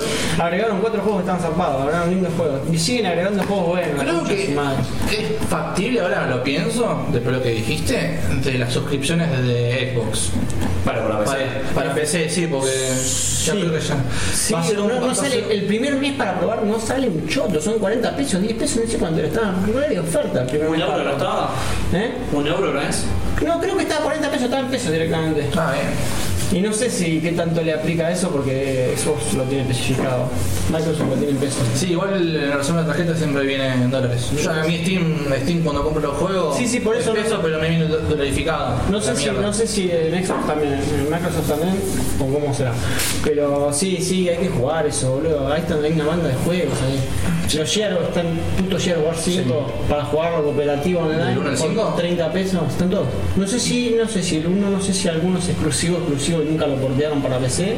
S1: Agregaron cuatro juegos que están zapados, agregaron lindos juegos. Y siguen agregando juegos buenos.
S3: Creo
S1: muchas
S3: que
S1: más.
S3: es factible, ahora lo pienso, después de lo que dijiste, de las suscripciones de Xbox.
S5: Para, para PC.
S3: Para, para PC, sí, porque ya creo que ya.
S1: Sí,
S3: va a ser un,
S1: no, no
S3: va a ser-
S1: sale, el primer mes para probar no sale un choto, son 40 pesos, 10 pesos, no sé cuánto, estaban re de oferta el primer
S5: ¿Un
S1: mes
S5: euro
S1: para-
S5: no estaba?
S1: ¿Eh?
S5: ¿Un euro no es?
S1: No, creo que estaba 40 pesos, estaba en pesos directamente.
S3: Ah, bien.
S1: Y no sé si qué tanto le aplica eso porque Xbox lo tiene especificado. Microsoft lo tiene en pesos.
S3: Sí, igual el resumen de la tarjeta siempre viene en dólares. Yo a mi Steam, Steam cuando compro los juegos.
S1: Sí, sí, por eso
S3: es
S1: no-
S3: peso, pero me viene do- dolarificado.
S1: No
S3: La
S1: sé, si,
S3: mierda.
S1: no sé si en Xbox también, en Microsoft también, o cómo será. Pero sí, sí, hay que jugar eso, boludo. Ahí están, hay una banda de juegos ahí. Los Yergo, están puto Yergo War 5 para jugarlo cooperativo online.
S3: ¿Del uno al
S1: por
S3: cinco?
S1: 30 pesos, están todos. No sé si, no sé si el uno, no sé si alguno es exclusivo, exclusivo y nunca lo portearon para PC.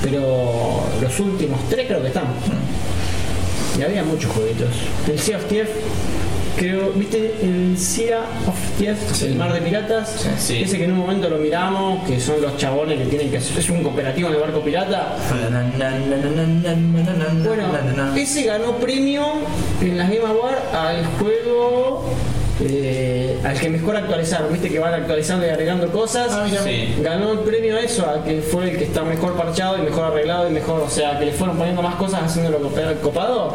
S1: Pero los últimos tres creo que están. Y había muchos jueguitos. El Sea of Thieves creo, ¿viste el Sea of Thieves?
S3: Sí.
S1: El mar de piratas.
S5: Sí.
S1: Ese que en un momento lo miramos, que son los chabones que tienen que hacer. Es un cooperativo en el barco pirata. Bueno, ese ganó premio en las Game Awards al juego. eh, al que mejor actualizaron, viste que van actualizando y agregando cosas.
S3: Ah,
S5: Sí.
S1: Ganó el premio a eso, a que fue el que está mejor parchado y mejor arreglado y mejor, o sea, que le fueron poniendo más cosas haciéndolo copa- copado.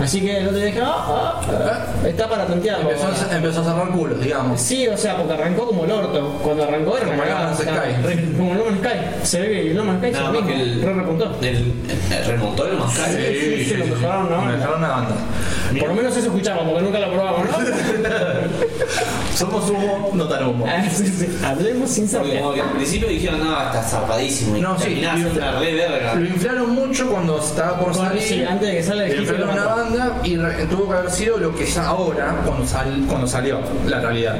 S1: Así que el otro día dije, ah, ah, ah, está para tantearlo.
S3: Empezó a, empezó a cerrar culos, digamos.
S1: Sí, o sea, porque arrancó como el orto. Cuando arrancó era
S3: Como
S1: una
S3: el No
S1: cagada,
S3: Man's
S1: o sea,
S3: Sky.
S1: re- Como el No Man's Sky. Se ve que el No Man's Sky es
S5: Nada
S1: lo
S5: más
S1: mismo.
S5: que el.
S1: Re repuntó.
S5: El, el remontó el más caro.
S1: sí, sí, lo mejoraron una banda.
S3: mejoraron una banda.
S1: Por lo menos eso escuchamos, porque nunca lo probamos, ¿no?
S3: Somos humo, no tan humo.
S1: Ah, sí, sí. Hablemos sin
S5: Porque
S1: saber.
S5: como que al principio dijeron, no, está zarpadísimo. Y
S3: No, sí,
S5: terminás
S3: y-
S5: haciendo una re verga.
S3: Lo inflaron mucho cuando estaba por salir.
S1: Sí, antes de que salga el
S3: Le
S1: hit,
S3: inflaron
S1: lo
S3: una
S1: mató.
S3: banda y re- tuvo que haber sido lo que es ahora cuando, sal- cuando salió, la realidad.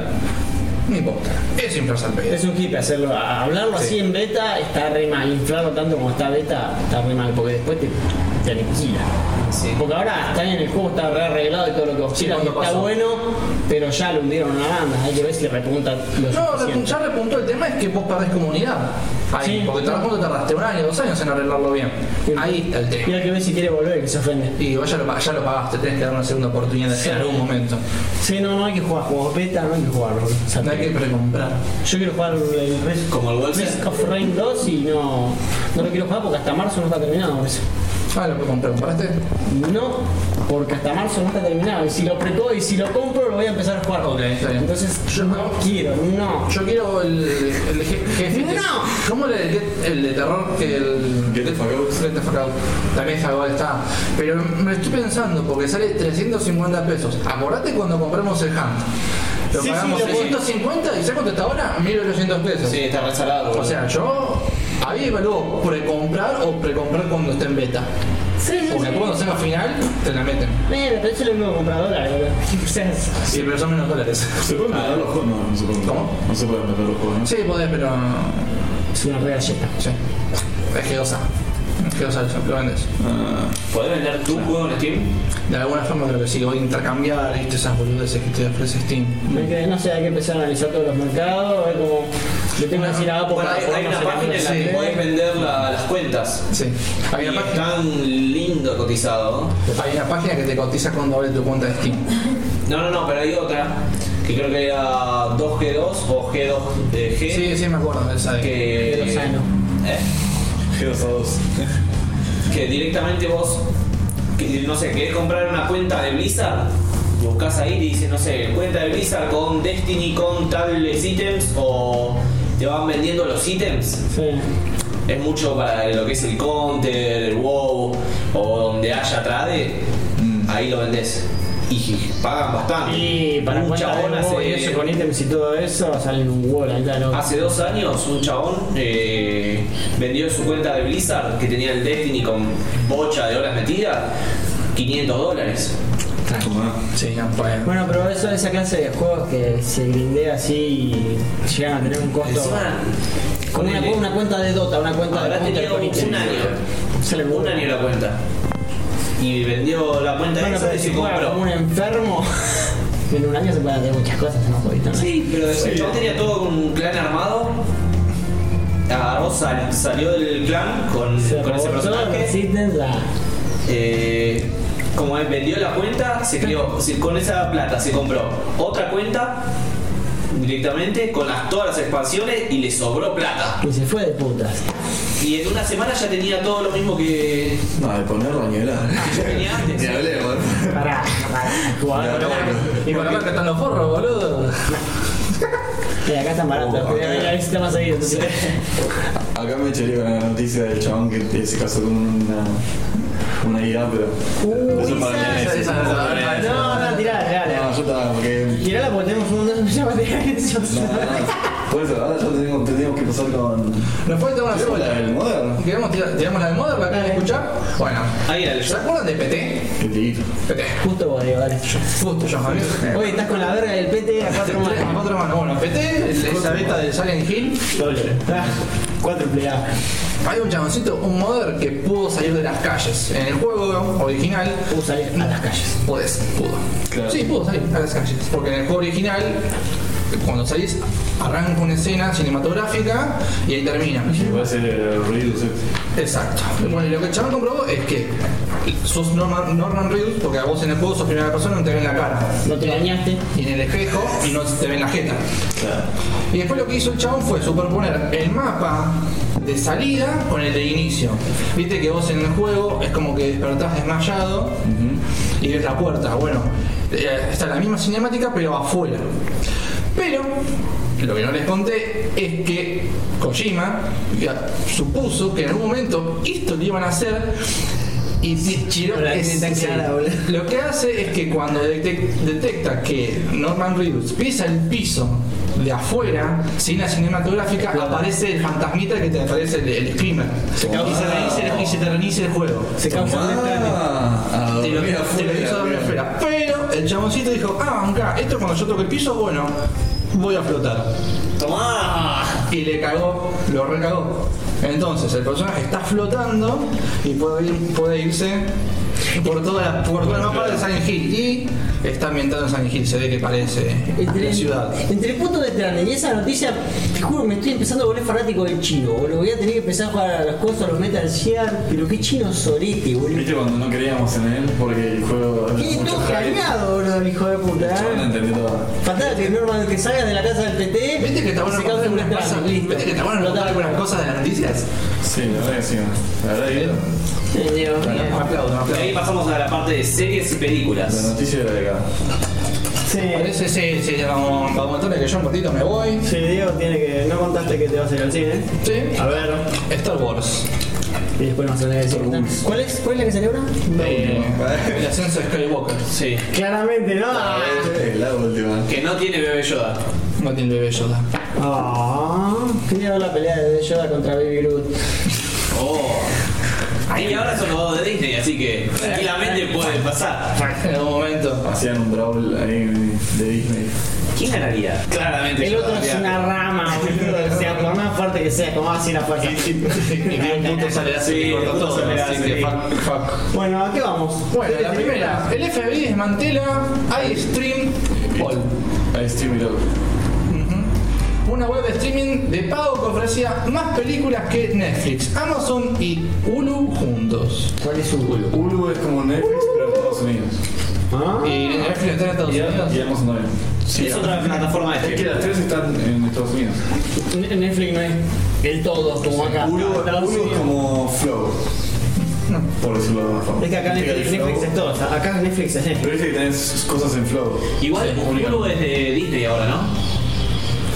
S3: No importa. Es inflarse al pedo.
S1: Es un hippie hacerlo, a- hablarlo
S3: Sí.
S1: así en beta está re mal, inflarlo tanto como está beta está re mal, porque después te, te aniquila.
S5: Sí.
S1: Porque ahora está bien el juego, está re arreglado y todo lo que vos
S3: Sí,
S1: quieras,
S3: cuando
S1: está
S3: pasó.
S1: bueno, pero ya lo hundieron una banda, hay que ver si repunta lo
S3: No,
S1: suficiente.
S3: repun- ya repuntó el tema es que vos perdés comunidad. Ahí,
S1: Sí.
S3: porque te das cuenta tardaste un año, dos años en arreglarlo bien.
S1: Bien.
S3: Ahí está el
S1: Y
S3: tema.
S1: hay que ver si quiere volver, que se ofende.
S3: Y vos ya lo, pa- ya lo pagaste, tenés que dar una segunda oportunidad
S1: Sí.
S3: en algún momento.
S1: Sí, no, no hay que jugar juegos beta, no hay que jugarlo. O sea,
S3: No hay que precomprar.
S1: Yo quiero jugar el Risk,
S5: Como el Wolfenstein.
S1: Risk of Rain 2 y no, no lo quiero jugar porque hasta marzo no está terminado, me parece.
S3: Ah, lo precomprar, ¿compraste?
S1: No, porque hasta marzo no está terminado. Y si lo preco y si lo compro, lo voy a empezar a jugar.
S3: Ok, está bien.
S1: Entonces,
S3: Yo
S1: yo no
S3: no.
S1: quiero, no.
S3: Yo quiero el, el je- jefe. que-
S1: ¡No!
S3: ¿Cómo le, el, el de terror que el.
S2: Get the fuck out.
S3: Get the fuck out. También está igual, está. Pero me estoy pensando, porque sale 350 pesos. Acordate cuando compramos el Hunt. Lo
S1: Sí, sí,
S3: pagamos
S1: lo
S3: 350 y ¿sabes cuánto está ahora? 1800 pesos.
S5: Sí, está re salado.
S3: O sea, yo. Ahí evalúo precomprar o precomprar cuando esté en beta.
S1: Sí, sí,
S3: Porque
S1: sí.
S3: cuando sea final, te la meten.
S1: Bueno, pero eso es lo mismo que comprar dólares, boludo. O sea, es-
S3: Sí, pero son menos dólares.
S2: ¿Se pueden meter los juegos? No, no se pueden.
S3: ¿Cómo?
S2: No se pueden meter los juegos, ¿no?
S3: Sí, podés, pero.
S1: es una re galleta.
S3: Sí. Es geosa. Es geosa, lo vendes.
S2: Ah,
S5: ¿Podés vender tu juego en Steam?
S3: De alguna forma creo que sí, o intercambiar ¿viste? esas boludeces que te ofrece Steam.
S1: Hay que- No sé, hay que empezar a analizar todos los mercados, a ver cómo le tengo que decir a Apple
S5: Bueno, hay,
S1: para
S5: hay una
S1: ponernos en
S5: página en la que
S3: sí.
S5: podés vender la- las cuentas.
S3: Sí. Hay
S5: Y
S3: una,
S5: es
S3: página,
S5: tan lindo cotizado.
S3: hay una página que te cotiza cuando abre tu cuenta de Steam.
S5: No, no, no, pero hay otra que creo que era 2G2 o G2G.
S3: Sí, sí, me acuerdo de esa. de-
S5: que,
S1: De Lozano.
S5: eh,
S2: G2 a 2.
S5: que directamente vos, que, no sé, querés comprar una cuenta de Blizzard, buscas ahí y te dice, no sé, cuenta de Blizzard con Destiny, con tales ítems o te van vendiendo los ítems.
S1: Sí.
S5: Es mucho para lo que es el counter, el wow o donde haya trade, ahí lo vendés. Y pagan bastante.
S1: Y para
S5: un
S1: cuenta
S5: chabón
S1: de
S5: hace,
S1: juego y eso con ítems y todo eso, sale un huevo, la neta, loco.
S5: Hace dos años un chabón eh, vendió su cuenta de Blizzard que tenía el Destiny con bocha de horas metidas 500 dólares.
S3: Sí, no, pues.
S1: Bueno, pero eso esa clase de juegos que se grindea así y llegan a tener un costo.
S5: Encima,
S1: Con una,
S5: ponele,
S1: una cuenta de Dota, una cuenta
S5: habrá
S1: de Counter
S5: tenido
S1: con ítems.
S5: un año.
S1: Se le
S5: Un
S1: ocurre.
S5: año la cuenta. Y vendió la cuenta
S1: Bueno,
S5: esa
S1: pero
S5: y
S1: si
S5: se
S1: juega como un
S5: compró.
S1: enfermo, en un año se pueden hacer muchas cosas en un jueguito, ¿no?
S5: Sí, pero el chabón tenía todo con un clan armado. Agarró, sal- salió del clan con,
S1: Se
S5: con ese
S1: robó todos
S5: personaje.
S1: los ítems, la-
S5: Eh, como vendió la cuenta, se creó, se- con esa plata se compró otra cuenta directamente con las, todas las expansiones y le sobró plata.
S1: y se fue de putas.
S5: Y en una semana ya tenía todo lo mismo que
S2: No, de ponerlo ni hablar.
S5: tenía
S2: Ni
S5: antes.
S2: hablé, boludo.
S1: Pará, pará, jugador.
S3: Y por acá que están los forros, boludo.
S1: Eh, acá están baratos,
S2: Oh,
S1: podría
S2: acá.
S1: venir a visitar más seguido. entonces-
S2: Acá me eché con la noticia del chabón que se casó con una. Una IA, pero.
S1: Uh,
S2: Eso para
S1: esa-
S2: mí es-
S3: esa- esa-
S1: No, no, tirá, tirá.
S2: No, yo estaba porque.
S1: Tirala porque tenemos un montón de llamadas de atención.
S2: No, no, no. Por eso, ahora ya tenemos, tenemos que empezar con.
S3: Nos falta una
S2: Tiramos
S3: sola.
S2: la del Modern.
S3: Queremos tirar- Tiramos la del Modern, la acaban de escuchar. Bueno,
S5: Ahí era el
S3: ¿se acuerdan de PT?
S2: El tigre.
S3: PT.
S8: Justo vos, Diego, dale.
S3: Justo, yo, amigo.
S8: Hoy estás con la verga del PT a cuatro
S3: Tres-
S8: manos.
S3: Cuatro manos. Bueno, PT, el- esa beta del Silent Hill.
S7: Cuatro empleados.
S3: Hay un chaboncito, un modder que pudo salir de las calles. En el juego original.
S7: Puedo salir a las calles.
S3: Podés, pudo. Sí, pudo salir a las calles. Porque en el juego original, cuando salís, arranca una escena cinematográfica y ahí termina.
S2: Va a ser el ruido sexy.
S3: Exacto. Bueno, y lo que el chaval comprobó es que sos Norman, Norman Reedus, porque a vos en el juego sos primera persona, no te ven la cara.
S8: No te bañaste.
S3: Y en el espejo y no te ven la jeta. Y después lo que hizo el chabón fue superponer el mapa de salida con el de inicio. Viste que vos en el juego es como que despertás desmayado y ves la puerta. Bueno, eh, está la misma cinemática pero afuera. Pero lo que no les conté es que Kojima ya, supuso que en algún momento esto lo iban a hacer y si- Chiro-
S8: no la
S3: es-
S8: tiene tan
S3: sí.
S8: clara, boludo.
S3: lo que hace es que cuando detec- detecta que Norman Reedus pisa el piso de afuera, sin la cinematográfica, aparece el fantasmita que te aparece el, el screamer. y, se reinicia el- y se te reinicia el juego.
S8: Se causa un desplante.
S2: Ah,
S3: Te lo, te lo hizo dormir afuera. Pero el chaboncito dijo, ah, acá, esto cuando yo toque el piso, bueno, voy a flotar.
S5: ¡Tomá!
S3: Y le cagó, lo recagó. Entonces el personaje está flotando y puede, ir- puede irse por toda la, por todo el mapa de Silent Hill. Y está ambientado en Silent Hill, se ve que parece
S8: Entre,
S3: la ciudad.
S8: entre el punto de trane y esa noticia, te juro, me estoy empezando a volver fanático del chino, boludo. Voy a tener que empezar a jugar a las cosas, a los Metal Gear, pero qué chino sorete, boludo.
S2: Viste cuando no creíamos en él porque el juego era
S8: Qué
S2: mucho
S8: todo
S2: hype.
S8: cagado, boludo, el hijo de puta.
S2: Yo no
S8: ¿eh?
S2: entendí todo.
S8: Faltaba que Norman que salga de la casa del PT.
S3: ¿Viste que está bueno
S8: se
S3: contar
S8: causa un
S3: algunas cosas?
S8: desplante, listo.
S3: ¿Viste que está bueno contar algunas cosas de las noticias?
S2: Sí, la verdad que sí. La verdad que
S8: Eh, Diego,
S3: Bueno, me aplaudo, me
S5: Y
S3: aplaudo.
S5: ahí pasamos a la parte de series y
S2: la
S5: películas.
S2: noticia de la década.
S1: Sí,
S3: Parece, sí, sí, vamos, vamos a contarle que yo un ratito me voy.
S1: sí, Diego tiene que. No contaste que te vas a ir al cine.
S3: Sí.
S1: A ver,
S3: Star Wars.
S1: y después nos tenés que decir.
S8: ¿Cuál es, ¿Cuál es la que celebra?
S3: Eh, el ascenso de Skywalker.
S5: Sí.
S1: Claramente no.
S2: Este es la última.
S5: Que no tiene bebé Yoda.
S3: No tiene el bebé Yoda.
S1: Ah,
S8: Quería ver la pelea de Yoda contra Baby Groot.
S5: Oh. Ahí ahora son los dos de Disney, así que tranquilamente puede pasar.
S3: En algún momento.
S2: Hacían un brawl ahí de Disney.
S5: ¿Quién ganaría? Claramente.
S1: el otro
S5: Yoda.
S1: es una rama, boludo. O sea, por más fuerte que sea, como así la fuerza.
S3: Y de un punto sale así
S5: Sí,
S3: y corta
S5: un punto
S3: todo.
S5: sale
S3: Así
S5: así.
S3: que fuck, fuck.
S1: Bueno, ¿a qué vamos?
S3: Bueno, la primera. El FBI desmantela iStream All.
S2: Ahí Steve Miró.
S3: Una web de streaming de pago que ofrecía más películas que Netflix, Amazon y Hulu juntos.
S8: ¿Cuál es su
S2: Hulu. Hulu es como Netflix, pero en Estados Unidos.
S1: ¿Ah?
S3: Y Netflix está en Estados Unidos.
S2: Y Amazon también.
S5: Es otra plataforma de
S2: Es que
S5: streaming.
S2: las tres están en Estados Unidos.
S8: Netflix no es el todo, como acá.
S2: Hulu,
S8: Estados
S2: Hulu es
S8: Unidos.
S2: como Flow. Por decirlo de alguna forma.
S1: Es que acá
S2: Viste
S1: Netflix,
S2: hay Flow,
S1: Netflix es todo. o sea, Acá Netflix es Netflix.
S2: Pero viste que tenés cosas en Flow.
S5: Igual Hulu es de Disney ahora, ¿no?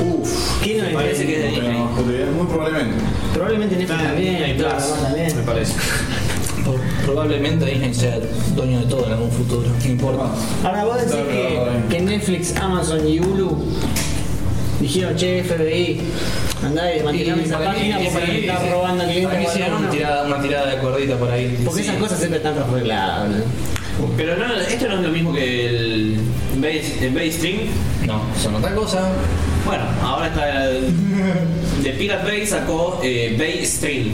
S2: Uff.
S1: ¿Quién no es
S5: Parece que
S1: Netflix?
S5: es de Disney.
S2: Muy probablemente.
S1: Probablemente Netflix
S5: Está en Disney
S1: también.
S5: Plus,
S1: Ah, claro, también.
S5: me parece.
S3: Por- Probablemente Disney sea dueño de todo en algún futuro. No importa.
S8: Ahora vos decís
S2: Está
S8: que,
S2: grabado ahí.
S8: que Netflix, Amazon y Hulu dijeron, che, FBI, andá y desmantelame esa página porque para que estás robando clientes.
S3: Para mí hicieron
S8: cuadrados,
S3: una
S8: ¿no?
S3: tirada, una tirada de cuerdita por ahí.
S8: Porque esas cosas siempre están arregladas, ¿no?
S5: Pero no, esto no es lo mismo que el base, el base stream.
S3: No, son otra cosa.
S5: Bueno, ahora está el, de Pirate Bay sacó eh, Bay Stream,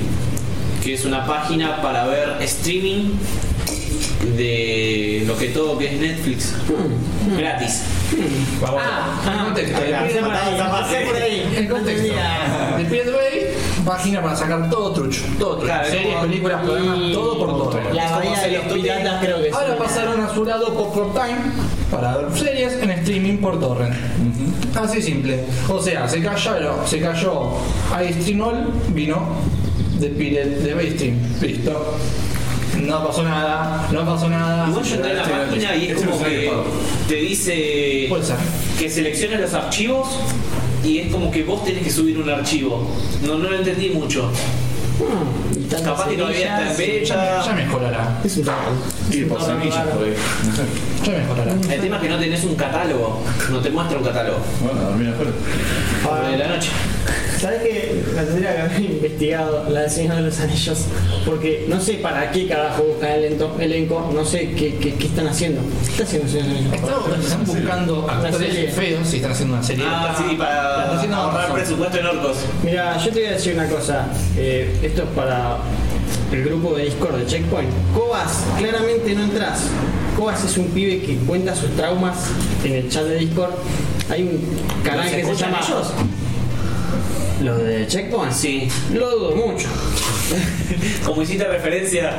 S5: que es una página para ver streaming de lo que todo que es Netflix gratis.
S3: Vamos. Ah, contexto.
S1: Acá,
S3: El
S1: se ha matado esa
S8: Pasé por
S1: parte.
S8: ahí.
S3: el contexto. De Pirate Bay, página para sacar todo trucho. Todo trucho.
S5: Claro,
S3: Series,
S5: como-
S3: películas, programas, todo por todo.
S8: La bahía de los piratas creo que
S3: Ahora pasaron a su lado Popcorn Time para ver series en streaming por torrent. Así simple. O sea, se callaron, se cayó iStream All, vino de, Pirate- de Baystream. Listo. No pasó nada, no pasó nada.
S5: Igual yo entré en la página y es como que te dice
S3: Puede ser.
S5: que selecciones los archivos y es como que vos tenés que subir un archivo. No, no lo entendí mucho.
S8: Y tantas
S5: Capaz que todavía está en
S8: semillas.
S5: beta.
S3: Ya mejorará,
S8: Es un raro.
S2: Y por semillas por ahí.
S3: ya mejorará.
S5: El tema es que no Ah. tenés un catálogo, no te muestra un catálogo.
S2: Bueno, a dormir afuera.
S5: Por lo de la noche.
S1: ¿Sabes qué? La tendría que haber investigado, la del Señor de los Anillos. Porque no sé para qué carajo busca el ento- elenco, no sé qué, qué, qué están haciendo. ¿Qué está haciendo el Señor de los Anillos?
S3: Están, están buscando
S1: serie.
S3: actores feos y están haciendo una serie.
S5: Ah,
S3: Está-
S5: sí,
S3: la
S5: para
S3: está haciendo
S5: ahorrar
S3: Amazon.
S5: presupuesto en orcos.
S1: Mira, yo te voy a decir una cosa. eh, esto es para el grupo de Discord de Checkpoint. Cobas, claramente no entras. Cobas es un pibe que cuenta sus traumas en el chat de Discord. Hay un canal
S5: ¿Los
S1: que se
S5: escuchan
S1: llama.
S5: ellos?
S1: ¿Los de Checkpoint?
S5: Sí.
S1: Lo dudo mucho.
S5: Como hiciste referencia,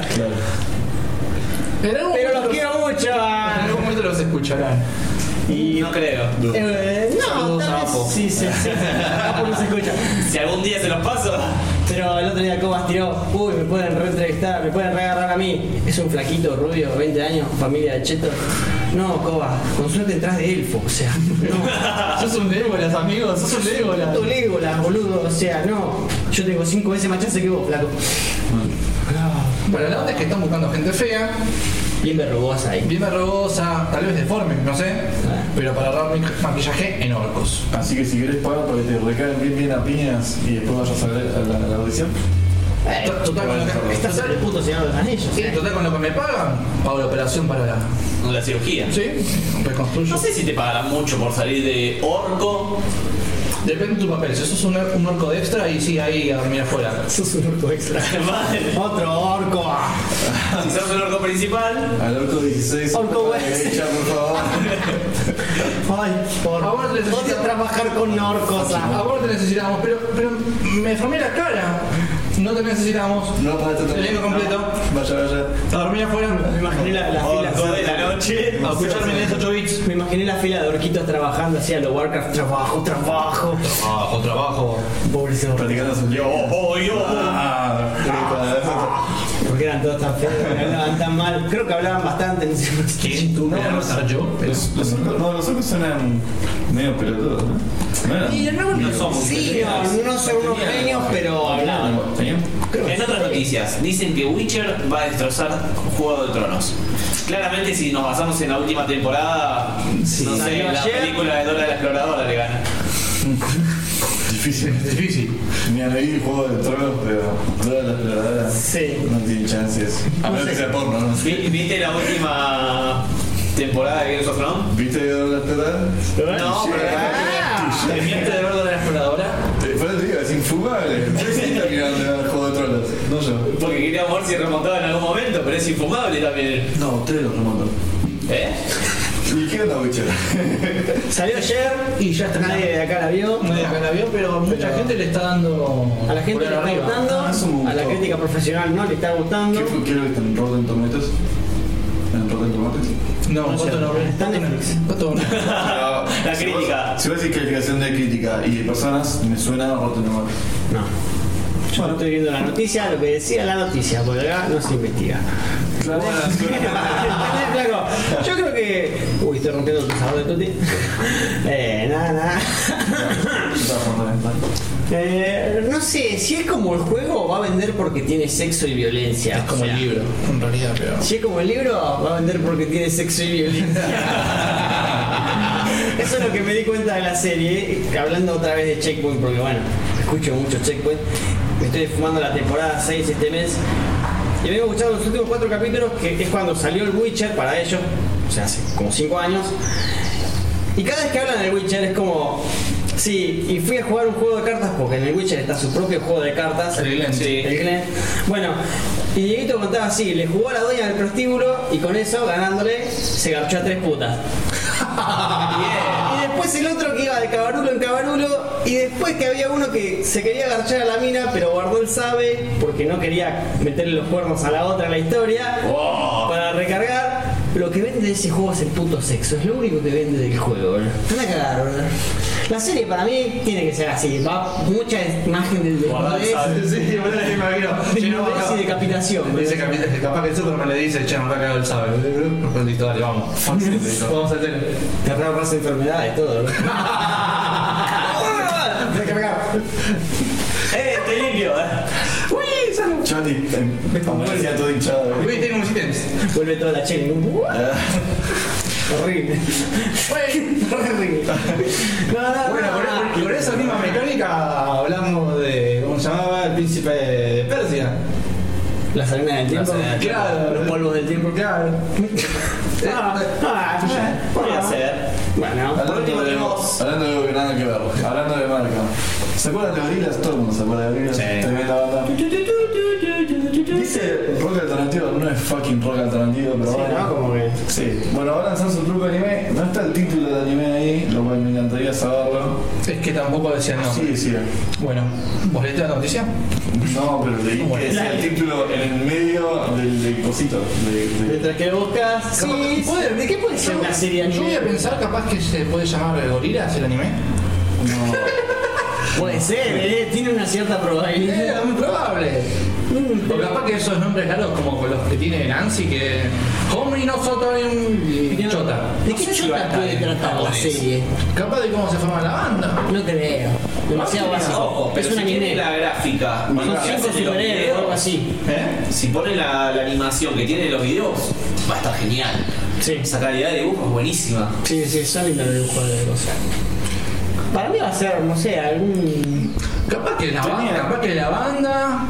S3: En algún
S1: Pero
S3: momento
S1: los quiero mucho.
S3: En algún momento los escucharán.
S5: y no creo.
S1: Eh, no,
S5: Saludos
S1: tal
S5: a
S1: vez
S5: Apo.
S1: sí, sí, sí. Apo no se escucha.
S5: Si algún día se los paso.
S1: Pero el otro día Cobas tiró, uy, me pueden reentrevistar, me pueden reagarrar a mí. Es un flaquito rubio, 20 años, familia de cheto. No, Cobas, con suerte entras de elfo, o sea,
S5: Ah.
S3: Sos un débolas, amigos, sos un
S1: no.
S3: débolas.
S1: Tu Legolas, boludo, o sea, no. Yo tengo 5 veces más chance que vos, flaco. Ah.
S3: Bueno, la onda es que están buscando gente fea,
S1: Bien verrugosa ahí.
S3: bien verrugosa, tal vez deforme, no sé, pero para ahorrar mi- maquillaje en orcos.
S2: Así que si querés pagar para que te recaen bien bien a piñas y después vayas a ver a la, a la audición.
S1: Eh,
S3: To- Total, con lo que,
S1: Estás sobre el puto señor de los anillos. eh.
S3: sí, total, con lo que me pagan, pago la operación para la.
S5: La cirugía.
S3: ¿Sí? Reconstruyo.
S5: No sé si te pagarán mucho por salir de orco.
S3: Depende de tu papel, si sos un, or- un orco de extra y sí, ahí a dormir afuera.
S1: Sos un orco extra.
S5: Vale.
S1: Otro orco.
S5: Si sos el orco principal,
S2: Al orco 16,
S1: Orco
S2: a la
S1: West.
S2: derecha, por favor.
S1: Ay, por
S3: Ahora
S1: favor,
S3: necesito-
S1: odio trabajar con orcos. ah.
S3: A vos te necesitamos, pero, pero me formé la cara. No te necesitamos.
S2: No, para tanto.
S3: El elenco completo.
S2: Vaya, vaya.
S3: A dormir
S1: Me
S3: afuera.
S1: imaginé la, la fila.
S5: orco de la noche.
S3: A escucharme en estos 8 bits.
S1: Me imaginé la fila de orquitos trabajando así a lo Warcraft, trabajo, trabajo.
S3: Trabajo, trabajo.
S1: Pobres orcos,
S2: Practicando su yo.
S5: Oh, yo.
S2: Ah,
S1: porque eran todos tan feos, hablaban tan mal. Creo que hablaban bastante, no sé.
S3: ¿Quién tú? ¿Me vas a matar yo? Pero-
S2: los, los orcos, no, los orcos suenan medio pelotudos, ¿no? No eran-
S5: No somos
S1: Sí,
S5: genios.
S1: no, no son unos genios, pero hablaban.
S2: Ah, Tenían-
S5: En otras noticias, dicen que Witcher va a destrozar Juego de Tronos. Claramente, si nos basamos en la última temporada, no sé,
S1: Salió
S5: la
S1: ayer.
S5: película de Dora la Exploradora le gana.
S2: Difícil.
S3: Es difícil.
S2: Ni a leer el juego de tronos, pero todas las verdaderas
S1: Sí.
S2: no tienen chances. A menos que sea porno, ¿no?
S5: Vi- ¿Viste la última temporada de Games of Thrones?
S2: ¿Viste de las verdaderas?
S5: No, pero la terminaste de ver Dora la Exploradora
S2: Eh, Por eso te digo, es infumable. Yo sí terminaron de ver el juego de tronos, no yo.
S5: porque queríamos ver si remontaba en algún momento, pero es infumable también.
S2: No, ustedes los remontan.
S5: ¿Eh?
S2: ¿Y qué onda, Witcher?
S1: Salió ayer
S3: Y ya está.
S1: nadie de acá la vio.
S3: No acá la vio, pero mucha gente le está dando.
S1: A la gente
S3: por
S1: le está
S3: arriba.
S1: gustando,
S2: Ah, eso me
S1: a la
S2: gustó.
S1: crítica profesional no le está gustando.
S2: ¿Qué fue que viste en Rotten Tomatoes? ¿En Rotten Tomatoes?
S3: No, ¿cuánto no
S1: Está en Netflix.
S3: ¿Cuánto no?
S5: La crítica.
S2: Si vos decís calificación de crítica y de personas, me suena a Rotten Tomatoes.
S1: No. Yo no estoy viendo la noticia, lo que decía la noticia, porque acá no se investiga.
S2: Claro.
S1: ¿Entendés, flaco? Yo creo que. Uy, estoy rompiendo tu sabor de tutti. Eh, nada, nada. Eh, no sé, si es como el juego, va a vender porque tiene sexo y violencia.
S3: Es como
S1: O sea,
S3: el libro, en realidad, pero.
S1: Si es como el libro, va a vender porque tiene sexo y violencia. Eso es lo que me di cuenta de la serie, eh, hablando otra vez de Checkpoint, porque bueno, escucho mucho Checkpoint. Me estoy fumando la temporada 6 este mes. Y vengo escuchando los últimos cuatro capítulos, que es cuando salió el Witcher para ellos, o sea, hace como 5 años. Y cada vez que hablan del Witcher es como. Sí, y fui a jugar un juego de cartas porque en el Witcher está su propio juego de cartas.
S3: El Glen, sí.
S1: El Glen. Bueno, y Dieguito contaba así: le jugó a la dueña del prostíbulo y con eso, ganándole, se garchó a tres putas. Y después el otro que iba de cabarulo en cabarulo y después que había uno que se quería garchar a la mina pero guardó el sabe porque no quería meterle los cuernos a la otra en la historia
S5: Oh.
S1: para recargar. Lo que vende de ese juego es el puto sexo, es lo único que vende del juego, boludo. Van a cagar, boludo. La serie para mí tiene que ser así, va mucha imagen del
S5: Guardar el
S1: desnudez,
S5: sabe.
S3: Sí, yo me imagino. Che, no,
S1: desnudez y
S3: acá-
S1: decapitación. boludo.
S3: Dice que capaz que el Superman le dice, che, no te ha cagado el sabe. Listo, dale, vamos. Vamos al tele.
S1: Te más enfermedades, todo, boludo. Recargar.
S5: ¡Eh, estoy limpio! eh.
S3: ¡Uy! ¡Salud!
S2: Charlie, eh, aparecía todo hinchado. eh.
S3: Uy, tengo mis ítems.
S1: Vuelve toda la chela. Horrible. Horrible. No, no,
S3: Bueno, por, por- por esa misma mecánica hablamos de. ¿Cómo se llamaba? El príncipe de Persia.
S1: Las arenas del tiempo.
S3: Claro,
S1: Los polvos del tiempo.
S3: Claro.
S1: Ah, ah, ya.
S5: Podría ser.
S1: Bueno,
S2: Hablando
S5: Por último
S2: de-
S5: tenemos-
S2: Hablando de algo que nada que ver, hablando de marca. ¿Se acuerdan de Gorillaz? Todo el mundo se acuerda de Gorillaz. Tremenda banda. Dice rock alternativo, no es fucking rock alternativo, pero
S10: Sí,
S2: bueno.
S10: ¿no? Como que.
S2: Sí, bueno, va a lanzar su propio anime. No está el título del anime ahí, lo cual me encantaría saberlo.
S3: Es que tampoco decían no.
S2: Sí, decía.
S3: Bueno, ¿vos leíste la noticia?
S2: No, pero leí que decía el título en el medio del, del cosito. de- de-
S1: mientras que buscas. Sí,
S3: ¿Puede- ¿De qué puede
S1: ser una serie
S3: Yo
S1: anime.
S3: voy a pensar capaz que se puede llamar eh, Gorilas el anime.
S1: puede ser, eh, tiene una cierta
S3: Eh,
S1: probabilidad.
S3: muy probable. O capaz que esos nombres raros como con los que tiene Nancy, que. Hombre y nosotros y
S1: Tiene-
S3: Chota.
S1: ¿De
S3: No
S1: qué
S3: sé si va a
S1: chota
S3: estar
S1: puede
S3: en
S1: tratar la
S3: japonés.
S1: serie?
S3: Capaz de cómo se forma la banda.
S1: No creo. Demasiado
S5: Ojo,
S1: básico.
S5: pero
S1: Es una
S5: si tiene
S1: anime.
S5: la gráfica.
S1: Son
S5: que
S1: cinco
S5: hacen los
S1: superhéroes o algo
S5: videos,
S1: así.
S3: ¿Eh?
S5: Si pone la, la animación que tiene los videos, va a estar genial.
S1: Sí.
S5: Esa calidad de dibujo es buenísima.
S1: Sí, sí, son los dibujos de cosas. Para mí va a ser, no sé, algún.
S3: Capaz que la
S2: Tenía.
S3: banda, capaz que la banda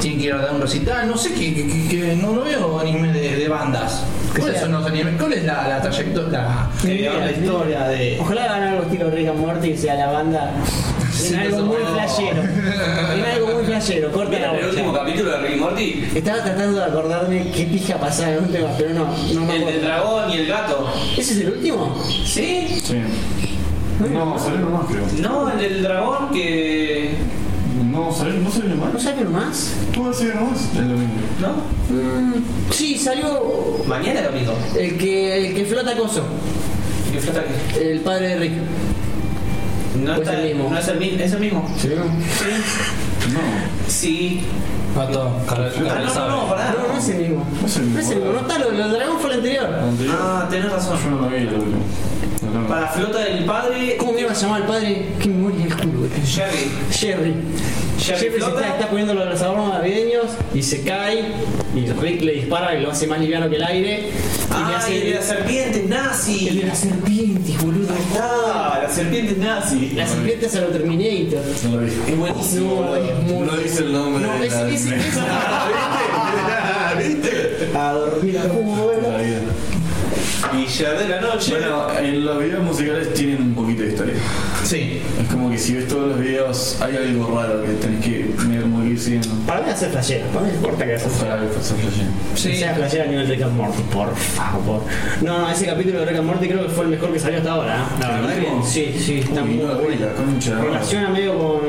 S3: tiene que ir a dar un recital, no sé que, que- que- que no lo veo anime de, de bandas. ¿Cuáles son los animes? ¿Cuál es la, la trayectoria?
S1: Ni
S3: eh,
S1: idea,
S3: la
S1: ni
S3: historia de.
S1: Ojalá hagan algo estilo Rick and Morty y sea la banda.
S3: Sí,
S1: en algo
S3: no,
S1: muy
S3: no.
S1: flashero. En algo muy flashero, corta la
S5: Mira, en el último
S1: bocha.
S5: capítulo de Rick y Morty,
S1: Estaba tratando de acordarme qué pija pasaba en un tema, pero no, no me
S5: el del
S1: acuerdo.
S5: dragón y el gato.
S1: ¿Ese es el último?
S5: ¿Sí?
S2: Sí. No, salió nomás, creo.
S5: No, el del dragón que.
S2: No, salió, no salió
S1: ¿No
S2: nomás.
S1: salió más?
S2: ¿Tú has sido nomás? El domingo.
S5: ¿No?
S1: Mm, sí, salió
S5: Mañana es domingo.
S1: el que, el que flota coso,
S5: ¿Qué flota que-
S1: el padre de Rick.
S5: No,
S1: Pues
S5: está,
S1: el mismo.
S5: no es el mismo. Es el mismo.
S2: No.
S5: Sí.
S3: Pato,
S5: Ah, no, no, no, pará.
S1: No, no es el mismo.
S2: No es el mismo.
S1: No es el mismo, no está, lo, lo dragón fue el anterior.
S2: Anterior.
S5: Ah, tenés razón.
S2: Yo no lo vi, lo último. No tengo-
S5: Para flota del padre.
S1: ¿Cómo me iba a llamar el padre? Qué memoria el culo. que tengo.
S5: Jerry.
S1: Jerry.
S5: Jerry
S1: Jerry se
S5: flota.
S1: está, está poniendo los adornos navideños y se cae y Rick le dispara y lo hace más liviano que el aire. Y le
S5: Ah,
S1: hace
S5: y el de la serpiente nazi.
S1: el de las serpientes, boludo.
S5: Ahí está, Ah, la serpiente nazi.
S1: Las serpientes a lo Terminator.
S2: No lo vi.
S5: Es buenísimo.
S1: No,
S5: boludo.
S1: es muy-
S2: No dice el nombre
S1: No,
S2: de
S1: es,
S2: la-
S1: es, es-
S2: ¿Viste?
S1: A dormir a juego.
S2: La vida.
S5: Villa de la noche.
S2: Bueno, en los videos musicales tienen un poquito de historia.
S3: Sí.
S2: Es como que si ves todos los videos hay algo raro que tenés que medio como que ir siguiendo.
S10: Para mí va a ser flashero, para mí no importa que va a ser
S2: Ojalá que pasó flasheo.
S10: Que
S3: Sí.
S10: sea flashero a nivel Rick and Morty, por favor.
S1: No, no, ese capítulo de Rick and Morty creo que fue el mejor que salió hasta ahora. ¿eh? La verdad
S2: ¿Último?
S1: que sí, sí, está
S2: Uy,
S1: muy
S2: no, uy,
S1: bueno.
S2: la concha de la madre.
S1: Relaciona medio con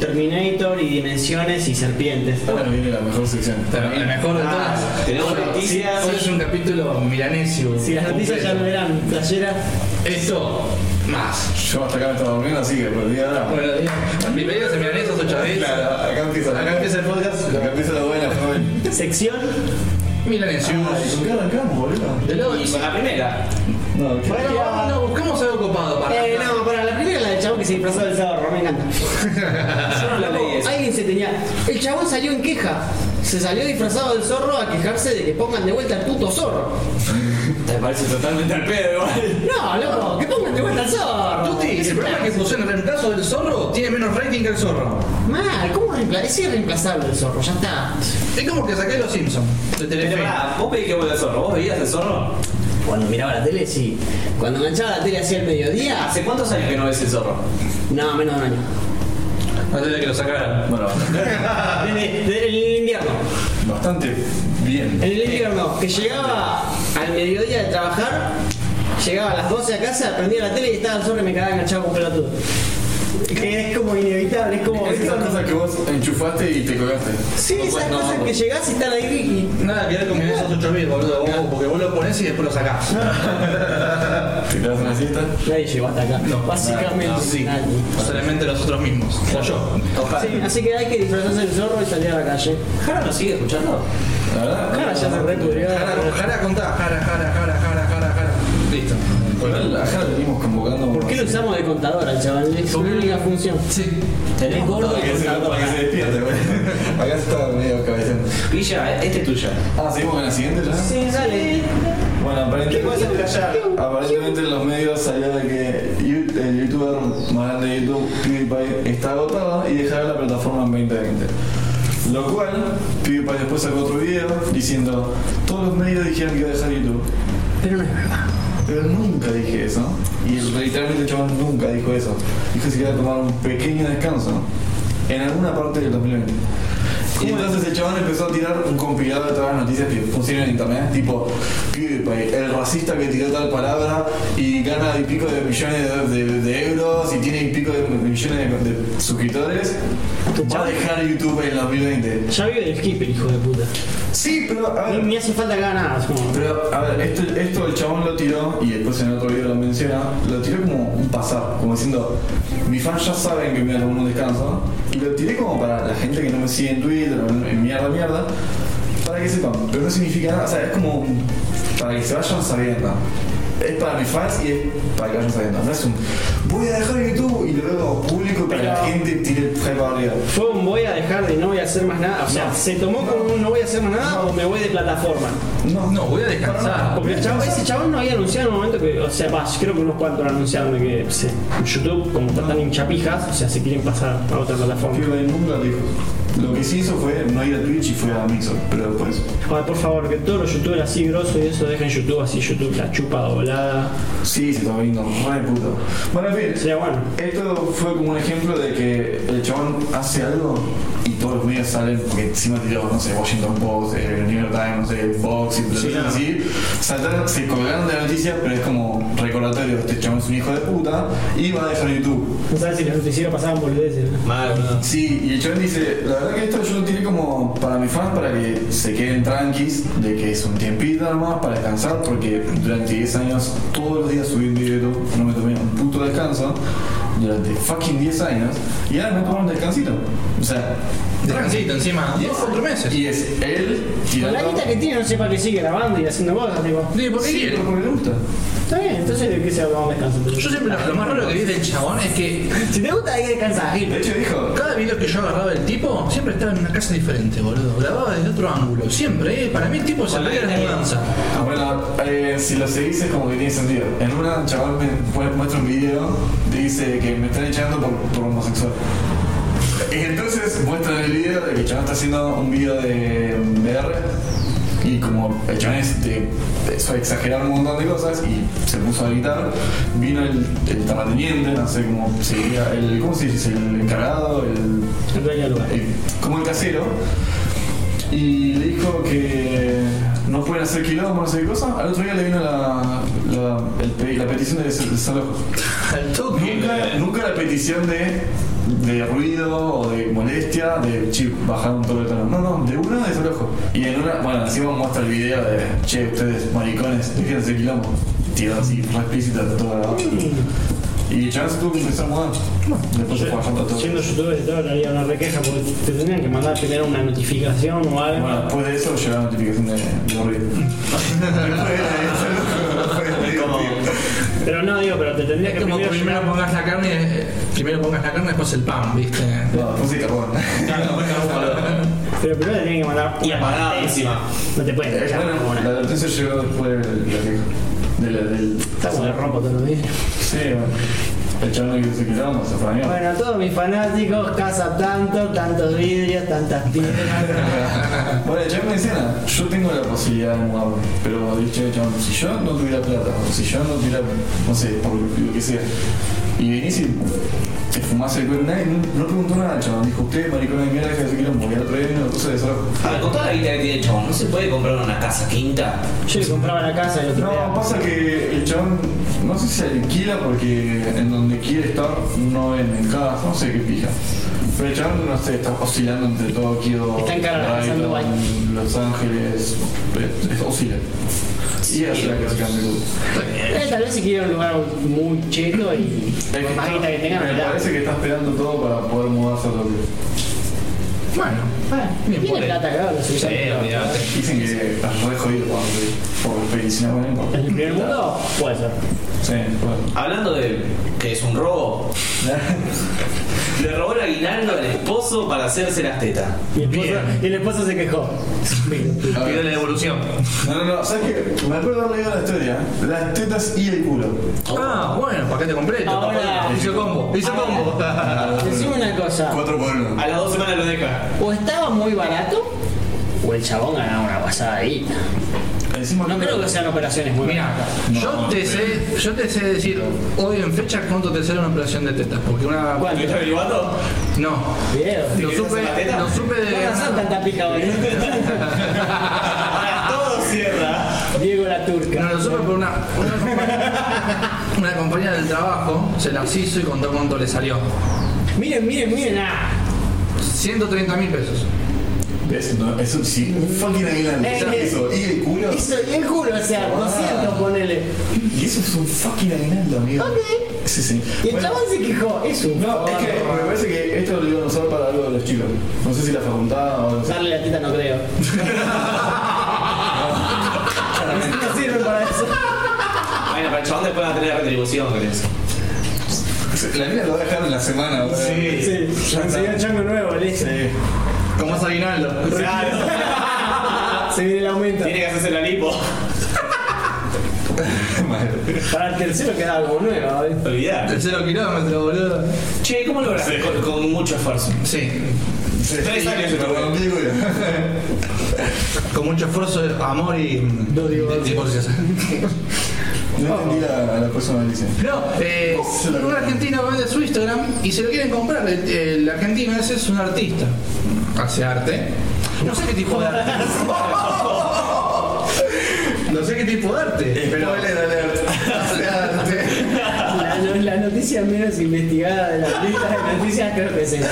S1: Terminator y Dimensiones y Serpientes.
S2: Ahora viene la mejor sección.
S3: Pero el mejor de
S1: Ah,
S3: todas.
S5: tenemos
S3: Hoy-
S5: noticias.
S3: Hoy es un capítulo milanesio.
S1: Si las noticias ya
S3: completo.
S1: no eran playeras,
S3: Eso, más.
S2: Yo hasta acá me estaba durmiendo, así que perdí ahora.
S3: Bueno, digo, bienvenidos a Milanesos 8
S2: Claro, acá empieza la
S3: Acá empieza el podcast.
S2: Acá empieza la buena, joven.
S1: sección.
S3: Milanesios.
S2: ¿Qué arrancamos, boludo?
S3: De lado
S5: Y con la primera.
S2: No, ¿qué?
S3: no, no, buscamos algo copado para.
S1: Eh, no, para la primera la del chabón que se disfrazó del zorro, me encanta.
S5: Ah,
S3: Ah,
S5: Yo no la leí esa.
S1: Alguien se tenía. El chabón salió en queja. Se salió disfrazado del zorro a quejarse de que pongan de vuelta al puto zorro.
S5: Te parece totalmente al pedo igual.
S1: No, loco, que pongan de vuelta al zorro.
S3: Tuti,
S1: Es
S3: el problema es que funciona el reemplazo del zorro tiene menos rating que el zorro.
S1: Mal, ¿cómo reemplazar? Es irreemplazable el zorro, ya está.
S3: Es como que saqué los Simpsons de
S5: Pero
S3: Telefe.
S5: pará, vos pedís que vuelva el zorro. ¿Vos veías el zorro?
S1: Cuando miraba la tele, sí. Cuando enganchaba la tele hacia el mediodía,
S5: ¿Hace cuántos años que no ves el zorro?
S1: no, menos de un año.
S3: Antes de que lo sacaran.
S2: Bueno,
S1: Desde, desde Ah, el invierno.
S2: bastante bien.
S1: En el invierno, que llegaba al mediodía de trabajar, llegaba a las 12 a casa, prendía la tele y estaba el zorro y me quedaba enganchado con pelotudo. Que es como inevitable, es como.
S2: Es esas cosas que vos enchufaste y te colgaste.
S1: Sí, esas
S5: No,
S1: cosas que
S5: pues-
S1: llegás y están ahí.
S3: Nada que ver con esos 8 bits, boludo. vos- Porque vos lo ponés y después lo sacás.
S2: Te quedas en la siesta.
S1: y- Nadie llegó hasta acá.
S3: No,
S1: Básicamente,
S3: no, sí.
S1: nadie.
S3: Solamente nosotros mismos. O yo.
S5: Ojalá.
S1: Sí, así que hay que disfrazarse del zorro y salir a la calle.
S5: ¿Jara nos sigue escuchando?
S2: La verdad.
S1: Jara Ah, ya se repudrió.
S3: Jara, jara contá. Jara, jara, jara, jara, jara, jara. Listo.
S2: Igual la Jara la venimos convocando.
S1: ¿Por qué lo usamos de contador al chaval? Es su única función.
S3: Sí.
S1: Tenés gordo
S2: Para
S1: y
S2: que se,
S1: contador.
S2: para que se despierte, güey. Acá está medio cabeceando.
S5: Villa, esta es tuya.
S2: Ah, seguimos con la siguiente ya.
S5: Sí, dale.
S2: Bueno, aparentemente, aparentemente en los medios salió de que Yu- el youtuber más grande de YouTube, PewDiePie, está agotado y dejará la plataforma en 2020. Lo cual, PewDiePie después sacó otro video diciendo, todos los medios dijeron que iba a dejar YouTube.
S1: Pero no es verdad.
S2: Pero nunca dije eso. Y literalmente el chaval nunca dijo eso. Dijo que iba a tomar un pequeño descanso. En alguna parte del 2020. Y entonces el chaval empezó a tirar un compilado de todas las noticias que funcionan en internet, tipo PewDiePie, el racista que tiró tal palabra y gana y pico de millones de, de- de euros y tiene y pico de millones de, de suscriptores, va a dejar YouTube en el 2020.
S1: Ya vive del skip el hijo de puta.
S2: Sí, pero a
S1: Ni,
S2: ver,
S1: ni hace falta que haga nada. es como-
S2: pero, a ver, esto, esto el chabón lo tiró, y después en otro video lo menciona, lo tiró como un pasar, como diciendo, mis fans ya saben que me voy a tomar un descanso, y lo tiré como para la gente que no me sigue en Twitter, o en mierda, mierda, para que sepan, pero no significa nada, o sea, es como un- para que se vayan sabiendo. Es para mis fans y es para que vayan sabiendo. No es un voy a dejar YouTube y lo veo como público para que la
S1: Pero-
S2: gente tire el hype para arriba.
S1: Fue un voy a dejar de no voy a hacer más nada. O sea,
S2: No.
S1: se tomó como un no voy a hacer más nada o me voy de plataforma.
S2: No,
S3: No, voy a descansar.
S1: Porque el chabón- ese chabón no había anunciado en un momento que, o sea, bah, creo que unos cuantos lo anunciaron de que se- YouTube, como están tan hinchapijas, o sea, se quieren pasar a otra plataforma.
S2: Pierre nunca dijo. Lo que sí hizo fue no ir a Twitch y fue a Mixer, pero después.
S1: Ay, por favor, que todos los youtubers así grosos y eso dejen YouTube así, YouTube la chupa doblada.
S2: Sí, se estaba viendo re puto. Bueno, en fin,
S1: Sería bueno.
S2: esto fue como un ejemplo de que el chabón hace algo y todos los medios salen, porque encima tiró, no sé, Washington Post, eh, New York Times, no sé, Fox y todo
S1: Sí, claro.
S2: así. Saltaron, se colgaron de la noticia, pero es como recordatorio: este chabón es un hijo de puta y va a dejar YouTube.
S1: No sabes si los noticieros pasaban boludeces. ¿no?
S5: Mal, boludo.
S2: Sí, y el chabón dice, la verdad que esto yo lo tiré como para mis fans, para que se queden tranquis, de que es un tiempito nomás para descansar, porque durante 10 años, todos los días subí un video, de YouTube, no me tomé un puto descanso, durante fucking 10 años, y ahora me tomo un descansito. O sea,
S3: Descansito encima,
S2: y
S3: dos o tres meses.
S2: es,
S3: Sí,
S2: y es él
S1: Con
S2: tirando...
S1: la guita que tiene, no sé para qué sigue grabando y haciendo cosas, digo.
S3: porque
S2: Sí,
S3: quiere.
S2: pero porque le gusta.
S1: Está bien, entonces de qué se va a descansar.
S3: Yo siempre lo, lo más raro que vi del chabón es que
S1: Si te gusta, hay que descansar.
S2: De hecho dijo,
S3: cada video que yo agarraba del tipo siempre estaba en una casa diferente, boludo. Grababa desde otro ángulo, siempre. eh. Para mí el tipo se
S5: Con la
S3: pega la
S5: guita que-
S3: mudanza.
S2: Ah, Bueno, eh, si lo seguís es como que tiene sentido. En una, un chaval me pone- muestra un video, dice que me están echando por, por homosexual. Y entonces muestra el video de que el chaval está haciendo un video de VR y como el chaval es de, de- sabe exagerar un montón de cosas y se puso a gritar, vino el, el terrateniente, no sé cómo se diría, el, ¿cómo se dice? El encargado, el
S1: El dueño del lugar.
S2: eh, como el casero y le dijo que no pueden hacer quilombo, no sé qué cosa. Al otro día le vino la, la, el pe- la petición de des- desalojo.
S3: Al toque.
S2: Nunca, nunca la petición de, de ruido o de molestia, de chip, bajar un tono de tono. No, no, de una desalojo. Y en una, bueno, encima muestra el video de che, ustedes maricones, dejen de hacer quilombo. Tirado así, re explícita toda la Y el chaval se tuvo que empezar a mudar. Después se fue bajando todo.
S1: Siendo youtuber y todo, le haría una requeja porque te tendrían que mandar primero una notificación o algo.
S2: Bueno, después de eso llegó la notificación de, de ruido.
S1: Pero no, digo, pero te tendrías
S3: Es
S1: que
S3: como que
S1: primero
S3: primero
S1: llegar-
S3: pongas la carne, eh, primero pongas la carne, después el pan, ¿viste?
S2: No, pues sí, carbón.
S1: Pero primero te tienen que mandar
S5: Y
S1: una
S5: apagado
S1: advertencia.
S5: encima.
S1: No te pueden
S2: Eh,
S1: dejar como
S2: bueno, La
S1: una.
S2: advertencia llegó después del. del- del- del-
S1: Está como el rompo todos los días.
S2: Sí, bueno. el chaval que se quitaba, se fue a la mierda.
S1: Bueno, a todos mis fanáticos, casa tanto, tantos vidrios, tantas piedras.
S2: Bueno, el chaval me decía, yo tengo la posibilidad de mudarme, pero dije, chaval, si yo no tuviera plata, o si yo no tuviera, no sé, por lo que sea, y venís y te fumás el cuerpo, nadie, no, no preguntó nada, chaval, dijo, usted, maricón de mierda, deja de hacer quilombo, y al otro día vino, puso de sorbo.
S5: A ver, con toda la guita que tiene el chabón, ¿no se puede comprar una casa quinta?
S1: Yo le compraba la casa y otro
S2: No,
S1: día.
S2: pasa que el chabón no sé si se alquila porque en donde quiere estar no en en casa, no sé qué pija. Pero el chabón, no sé, está oscilando entre Tokio,
S1: Está en Canadá, está en Dubái.
S2: Los Ángeles, eh, es- oscila. Y hace la clásica de club.
S1: Eh, tal vez si quiere un lugar muy cheto y
S2: Es
S1: con más guita que tenga,
S2: me
S1: me da.
S2: parece que está esperando todo para poder mudarse a Tokio.
S3: Bueno,
S1: Bueno,
S3: Bien por
S1: Tiene
S3: él.
S1: plata, claro, se usa.
S5: Eh,
S2: Dicen que estás re jodido cuando te- por felicidad con él.
S1: ¿En el primer mundo? Puede ser.
S2: Sí, bueno.
S5: Hablando de que es un robo, Le robó el aguinaldo al esposo para hacerse las tetas.
S11: Y el, esposo,
S3: Bien.
S11: y el esposo se quejó.
S3: Pide la devolución.
S2: No, no, no, ¿sabes qué? Me acuerdo de haber leído la historia. ¿eh? Las tetas y el culo.
S3: Ah, bueno, paquete completo.
S1: Ahora-
S3: papá. Hizo combo, hizo combo.
S1: Decime una cosa.
S2: Cuatro por uno.
S5: A las dos semanas lo deja.
S1: O estaba muy barato, o el chabón ganaba una pasada ahí.
S2: Ah, Encima
S1: No creo que sean operaciones muy
S3: Mira,
S1: baratas.
S3: yo, te sé, yo te sé decir hoy en fecha cuánto te sale una operación de tetas. Porque una.
S1: ¿Cuánto?
S5: ¿Estuviste averiguando?
S3: No.
S1: Video.
S3: Lo
S5: querés
S3: supe,
S5: hacer la teta?
S3: lo supe
S1: No
S3: de.
S1: lanzan tanta pica hoy.
S5: Para todo cierra.
S1: Diego la turca.
S3: No, lo supe por una, una, compañera, una compañera del trabajo se las hizo y contó cuánto le salió.
S1: Miren, miren, miren. Ah,
S3: 130 mil pesos.
S2: ¿Ves? No, eso sí, un fucking aguinaldo.
S1: Eh,
S2: ¿Sabes
S1: eh.
S2: eso? ¿Y el culo?
S1: hizo bien culo, o sea, 200 ponele.
S2: Y eso es un fucking aguinaldo, amigo.
S1: Ok.
S2: Sí, sí.
S1: Y el
S2: Bueno,
S1: chabón se quejó. Es un
S2: No, es que me parece que esto lo iban a usar para algo de los chicos. No sé si la facultad o...
S1: Darle la teta no creo. no sirve para eso.
S5: Bueno, pero el chabón después va a tener retribución, crees.
S2: La mina lo va a dejar en la semana, boludo.
S12: Sí, consiguió un chango nuevo, listo.
S3: ¿Cómo es Aguinaldo?
S1: Ah,
S12: Se viene el aumento.
S5: Tiene que hacerse la lipo.
S12: Para el tercero queda algo nuevo, ¿eh?
S5: Olvidar.
S3: El cero kilómetro, boludo.
S5: Che, ¿cómo lo haces? Con, con mucho esfuerzo.
S3: Sí.
S5: Tres años se
S2: Pero
S5: tardó.
S2: contigo, ya.
S3: Con mucho esfuerzo, amor y.
S1: Dos divorcios.
S3: divorcios.
S2: No entendí la, la persona que dice.
S3: No, eh, un argentino vende su Instagram y se lo quieren comprar. El, el argentino ese es un artista. Hace arte. No sé qué tipo de arte. No sé qué tipo de arte, pero.
S1: La, no- la noticia menos investigada de las listas de noticias creo que es esa.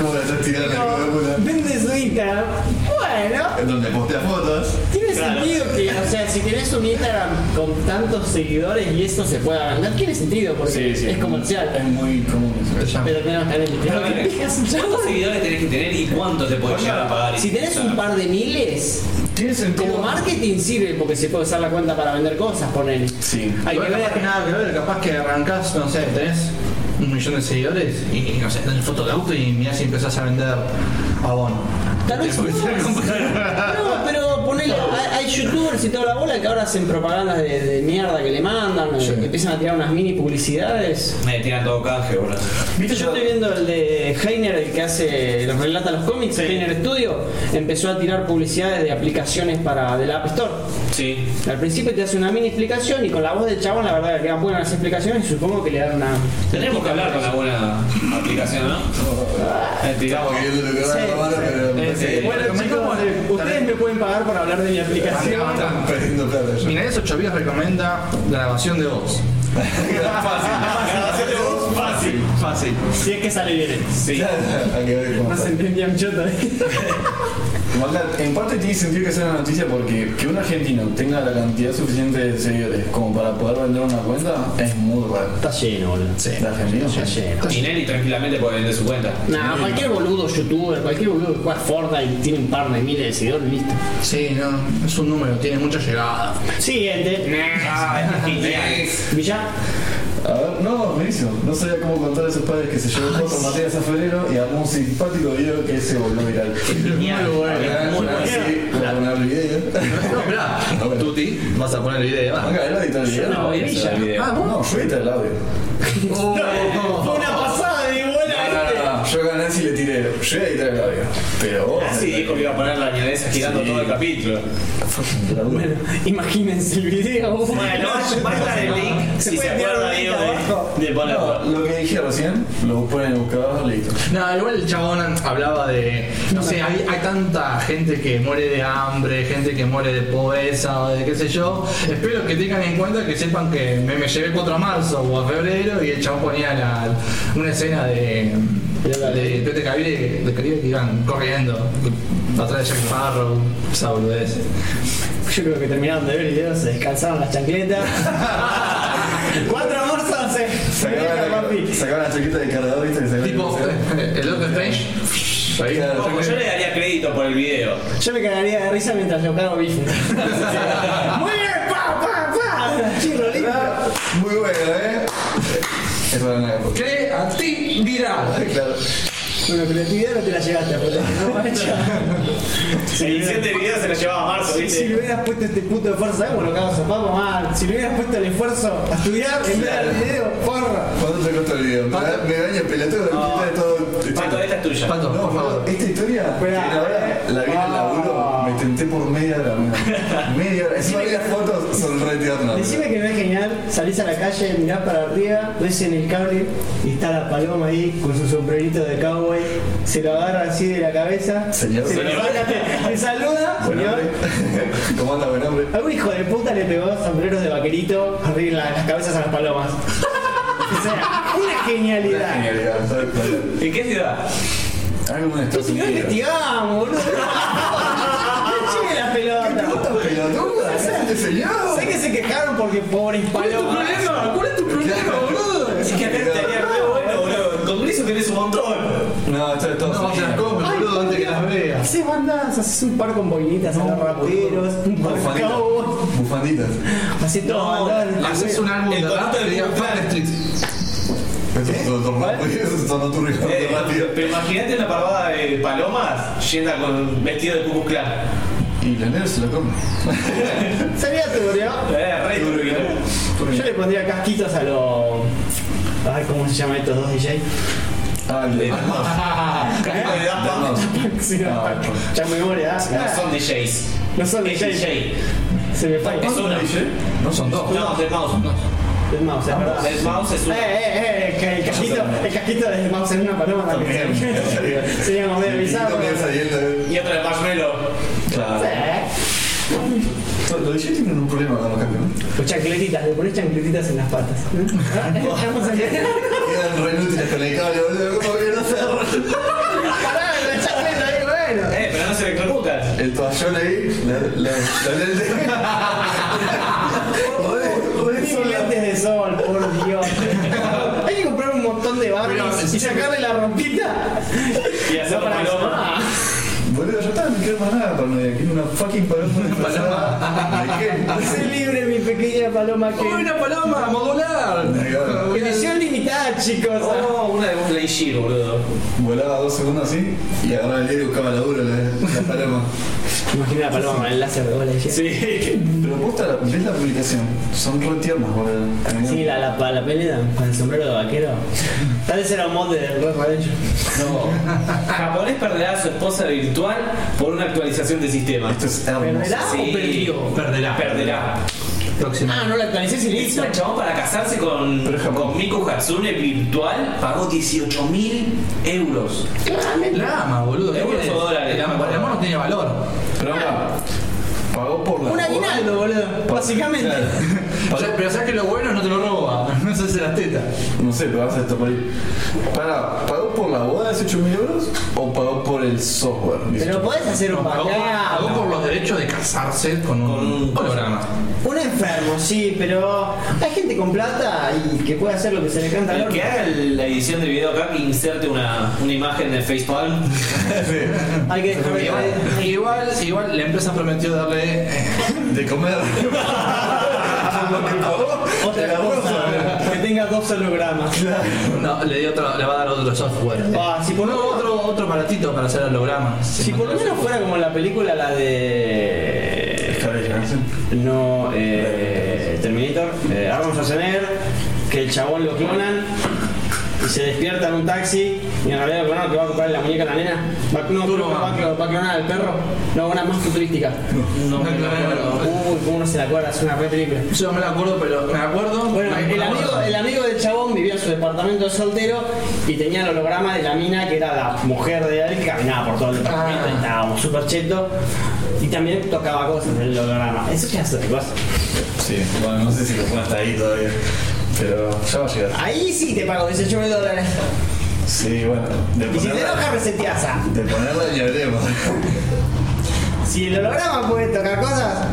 S2: ¿Cómo la estás tirando, hijo de puta?
S1: Vende su Instagram. Bueno.
S2: En donde postea fotos.
S1: Tiene
S5: Claro.
S1: sentido que, o sea, si tenés un Instagram con tantos seguidores y eso se pueda vender, tiene sentido porque es comercial.
S2: Es muy común eso.
S1: Pero tenemos que tener
S5: Pero, a ver, ¿Cuántos seguidores tenés que tener y cuánto te puedes llegar a pagar?
S1: Si tenés un par de miles,
S2: ¿Tiene
S1: como
S2: sentido?
S1: marketing sirve porque se puede usar la cuenta para vender cosas, ponele.
S2: Sí.
S1: Hay que
S3: Igual capaz
S1: ver.
S3: que nada que ver, capaz que arrancás, no sé, tenés un millón de seguidores y no sé, tenés fotos de auto y mirás y empezás a vender abono.
S1: Tal vez No, pero ponele, hay, hay youtubers y toda la bola que ahora hacen propagandas de, de mierda que le mandan, eh, que empiezan a tirar unas mini publicidades.
S5: Me tiran todo canje, boludo.
S1: Viste, yo estoy viendo el de Heiner, el que hace, los relata los cómics, Heiner Studio, empezó a tirar publicidades de aplicaciones para de la App Store.
S5: Sí.
S1: Al principio te hace una mini explicación y con la voz del chabón la verdad que quedan buenas las explicaciones y supongo que le dan una...
S5: Tenemos que hablar con alguna aplicación, ¿no?
S2: Estamos queriendo lo que van a robar, pero me parece que
S1: Bueno, chicos, ustedes me pueden pagar por hablar de mi aplicación.
S3: Ah,
S2: están perdiendo plata ya.
S3: Mira, esos chavías recomienda la grabación de voz.
S5: Grabación de voz, fácil.
S3: Fácil.
S12: Si es que sale bien.
S5: Sí.
S2: Hay que ver cómo
S12: No se
S2: pasa.
S12: entendía un choto. ¿eh?
S2: Igualdad, en parte tiene sentido que sea una noticia porque que un argentino tenga la cantidad suficiente de seguidores como para poder vender una cuenta es muy raro.
S12: Está lleno, boludo.
S2: Sí. ¿De argentinos?
S12: Está lleno.
S5: Minelli tranquilamente puede vender su cuenta.
S1: Nah, cualquier boludo youtuber, cualquier boludo que juega Fortnite tiene un par de miles de seguidores, listo.
S3: Sí, no, es un número, tiene mucha llegada.
S12: Siguiente.
S5: Ah, es genial.
S12: Villa.
S2: A ver, no, buenísimo. No sabía cómo contar a esos padres que se llevó cuatro materias a febrero y a un simpático video que se volvió viral.
S5: Genial.
S2: Ahora,
S5: Muy
S2: ahora
S5: bueno.
S2: ¿eh? sí, voy a poner el video.
S3: No, mirá,
S2: Ah, bueno.
S3: Tuti, vas a poner el video. va.
S2: Acá, él va a editar el video.
S5: no voy a editar el video.
S2: Ah, ¿vos? No, yo edito el audio.
S3: Oh,
S12: Fue una pasada de bola.
S2: No, no, no, Yo con Nancy le tiré. Yo voy a editar el audio. Pero vos.
S5: Así Ah, dijo que iba a poner la añadeza girando
S2: Sí.
S5: todo el capítulo.
S2: Bueno,
S1: Imagínense el video.
S5: Bueno, va a estar el link si se
S12: puede enviar
S5: acuerda
S12: un link
S5: Diego
S12: abajo?
S5: de, de ponerlo.
S2: No, lo que dije recién, lo ponen en el buscador, listo.
S3: No, igual el chabón hablaba de. No sé, hay, hay tanta gente que muere de hambre, gente que muere de pobreza o de qué sé yo. Espero que tengan en cuenta que sepan que me, me llevé 4 a marzo o a febrero y el chabón ponía la- una escena de. de Tete Cavire de Caribe que iban corriendo atrás de Jack Farrow, esa boludez.
S12: Yo creo que terminaron de ver el video, se descansaron las chancletas. Cuatro morsas se. se vieron, papi.
S2: Sacaban la chaqueta del cargador, viste, que sacaban
S3: Tipo, eh. el Doctor Strange. ahí.
S2: Claro.
S5: Ojo, yo le daría crédito por el video.
S12: Yo me cagaría de risa mientras lo cago bife. Muy bien, pa, pa, pa. Chirro lindo.
S2: Muy bueno, eh. Eso era una época.
S3: ¿Qué? A ti dirá.
S2: Claro.
S1: Bueno, creatividad no te la llevaste, pues. pero no
S5: Si el 17 video se lo llevaba a marzo,
S1: Si
S5: ¿viste?
S1: le hubieras puesto este punto de fuerza, ¿sabes cómo lo cago zapato, mal? Si le hubieras puesto el esfuerzo a estudiar en vez del video, porra.
S2: ¿Cuándo te corto el video? Me da- me daña el pelotudo, me quita de todo.
S5: Pato, esta es tuya.
S3: Pato,
S2: No,
S3: por
S2: boludo,
S3: favor.
S2: esta historia,
S1: Espera.
S2: que la verdad, la vi en el laburo, me tenté por media hora, mira. Media hora, encima vi las fotos, son re tiernas.
S1: Decime que no es genial, salís a la calle, mirás para arriba, ves en el cable y está la paloma ahí con su sombrerito de cowboy, se lo agarra así de la cabeza,
S2: Señor,
S1: se lo
S2: señor.
S1: agarra, te saluda,
S2: Buen
S1: señor.
S2: hombre. ¿Cómo anda, buen hombre?
S1: Algún hijo de puta le pegó sombreros de vaquerito arriba en la- las cabezas a las palomas. O sea, una
S2: Una
S1: genialidad.
S2: genialidad, tal cual.
S5: ¿En qué ciudad?
S2: Algo como un Estados
S1: Si no
S2: Unidos.
S1: investigamos, boludo. Chile la pelota.
S2: pelotuda? ¿Qué hace este señor?
S1: Sé que se quejaron porque pobres palomas.
S3: Ah, ¿Cuál es tu problema, boludo?
S5: Es que acá estaría re bueno, boludo. Con Griso tenés un montón.
S2: No, esto es todo.
S3: No, se las come, boludo, antes que las veas.
S1: Haces bandas, haces un par con boinitas a los raperos, un par con
S2: Bufanditas.
S1: cowboys.
S2: Bufanditas.
S1: Haces todo bandas.
S3: Haces un álbum
S5: El
S3: de rap
S5: contrato
S3: que
S5: de
S3: diga
S5: Google
S3: Fuck
S5: Plan.
S3: Street.
S2: Esos son los
S3: ¿Eh?
S2: rápidos, esos son los turbios, los
S5: Eh,
S2: rápidos.
S5: Pero imagínate una parvada de palomas llena con vestido de Cucu Clan.
S2: Y los negros se lo comen.
S1: Sería turbio.
S5: Eh, re turbio.
S1: Yo le pondría casquitos a los. Ay, ¿cómo se llaman estos dos DJ?
S2: Ah, el de-
S5: Casco de Daft Punk.
S1: Sí, no,
S2: Ah,
S1: Ya me memoria.
S5: No
S1: ah,
S5: son DJs.
S1: No son
S5: Es
S1: DJ.
S5: DJ.
S1: Se me falla.
S5: Es una.
S2: No son dos.
S5: No, Dead Mouse.
S1: El mouse, es verdad.
S5: Dead Mouse es
S1: Eh,
S5: una.
S1: eh, eh, que el casquito, el casquito de mouse en una paloma también. Sería como medio bizarro.
S2: Lo piensa y él lo-
S5: Y otra de Marshmallow.
S2: Claro.
S1: ¿eh?
S2: Los DJs tienen un problema con los camiones.
S1: O chancletitas, le pones chancletitas en las patas. Vamos a
S2: Quedan re inútiles con el cable, boludo. ¿Cómo que no se arranca?
S1: Pará, la chancleta ahí, bueno.
S5: Eh, pero no se electrocutas.
S2: El toallón ahí, la, la, la lente. Joder, joder,
S1: Ni
S2: son las-
S1: lentes de sol, por Dios. Hay que comprar un montón de barbies y sacarle la rompita.
S5: Y hacer la paloma.
S2: Boludo, ya está, no quiero más nada para nadie. Quiero una fucking paloma disfrazada. ¿De
S1: Sé
S2: qué?
S1: libre mi pequeña paloma
S3: ¡Uy,
S1: que.
S3: una paloma! ¡Modular!
S2: Negado.
S1: Edición limitada, chicos.
S5: Oh, una de Buzz Lightyear, boludo.
S2: Volaba dos segundos así y agarraba el aire y buscaba laburo la, la paloma.
S1: Imagina la paloma con el láser de bola. Sí,
S5: Sí.
S2: Pero posta, la- ves la publicación, son re tiernas, boludo.
S1: sí la, la, la pelea con el sombrero de vaquero. Tal vez era un mod de Red Redemption.
S5: No. Japonés perderá a su esposa virtual por una actualización de sistema.
S2: Esto es hermoso.
S1: ¿Perderá o perdió?
S3: Perderá.
S5: Perderá.
S1: Ah, no la actualicé sin
S5: Encima el chabón para casarse con,
S2: Pero es Japón.
S5: con Miku Hatsune virtual pagó 18 mil euros.
S3: Lama, boludo.
S5: Euros
S3: ¿qué querés?
S5: o dólares.
S3: El ama- el amor no tiene valor.
S2: Pero ahora, pagó por la
S1: Un aguinaldo, boludo. Básicamente.
S2: Claro.
S3: O sea, pero sabes que lo bueno no te lo roba. No se hace las tetas.
S2: No sé, pero vas a estar por ahí. Para, ¿pagó por la boda 18 mil euros o pagó por el software?
S1: Pero podés hacer un
S3: Pagó, pagó por
S1: bacán.
S3: los derechos de casarse con un, holograma.
S1: Un enfermo, sí, pero hay gente con plata y que puede hacer lo que se le canta al
S5: El
S1: orto.
S5: que haga el- la edición del video acá que inserte una, una imagen de Facepalm.
S1: Hay que
S3: Igual,
S1: dejarle.
S3: igual, igual la empresa prometió darle. eh,
S2: De comer. Lo que pagó,
S1: Otra
S2: la bolsa,
S1: cosa, que tenga dos hologramas.
S3: No, le, dio otro, le va a dar otro software.
S1: Ah, si por
S3: No,
S1: lo
S3: otro, otro aparatito para hacer hologramas.
S1: Si por lo menos fuera como la película, la de.
S2: Esta vez, ¿no?
S1: No, eh, Terminator, eh, Arnold Schwarzenegger, que el chabón lo clonan y se despierta en un taxi y en realidad lo clonaron que va a comprar la muñeca a la nena. Va, no,
S3: Turbo
S1: va, a clo- va a clonar al perro. No, una más futurística.
S3: No, no, no, no.
S1: Uy, cómo no se la acuerda, es una re película.
S3: Yo me la acuerdo, pero me acuerdo.
S1: Bueno,
S3: me
S1: el
S3: acuerdo.
S1: amigo, el amigo del chabón vivía en su departamento de soltero y tenía el holograma de la mina que era la mujer de él que caminaba por todo el departamento
S3: Ah.
S1: y estábamos súper cheto. Y también tocaba cosas en el holograma. Eso ya es otra cosa.
S2: Sí, bueno, no sé si lo pone hasta ahí todavía. Pero ya va a llegar.
S1: Ahí sí te pago 18 mil dólares.
S2: Sí, bueno. De
S1: Y si te
S2: ponerla-
S1: enojas, reseteaza.
S2: De ponerla ni hablemos.
S1: Si el holograma puede tocar cosas,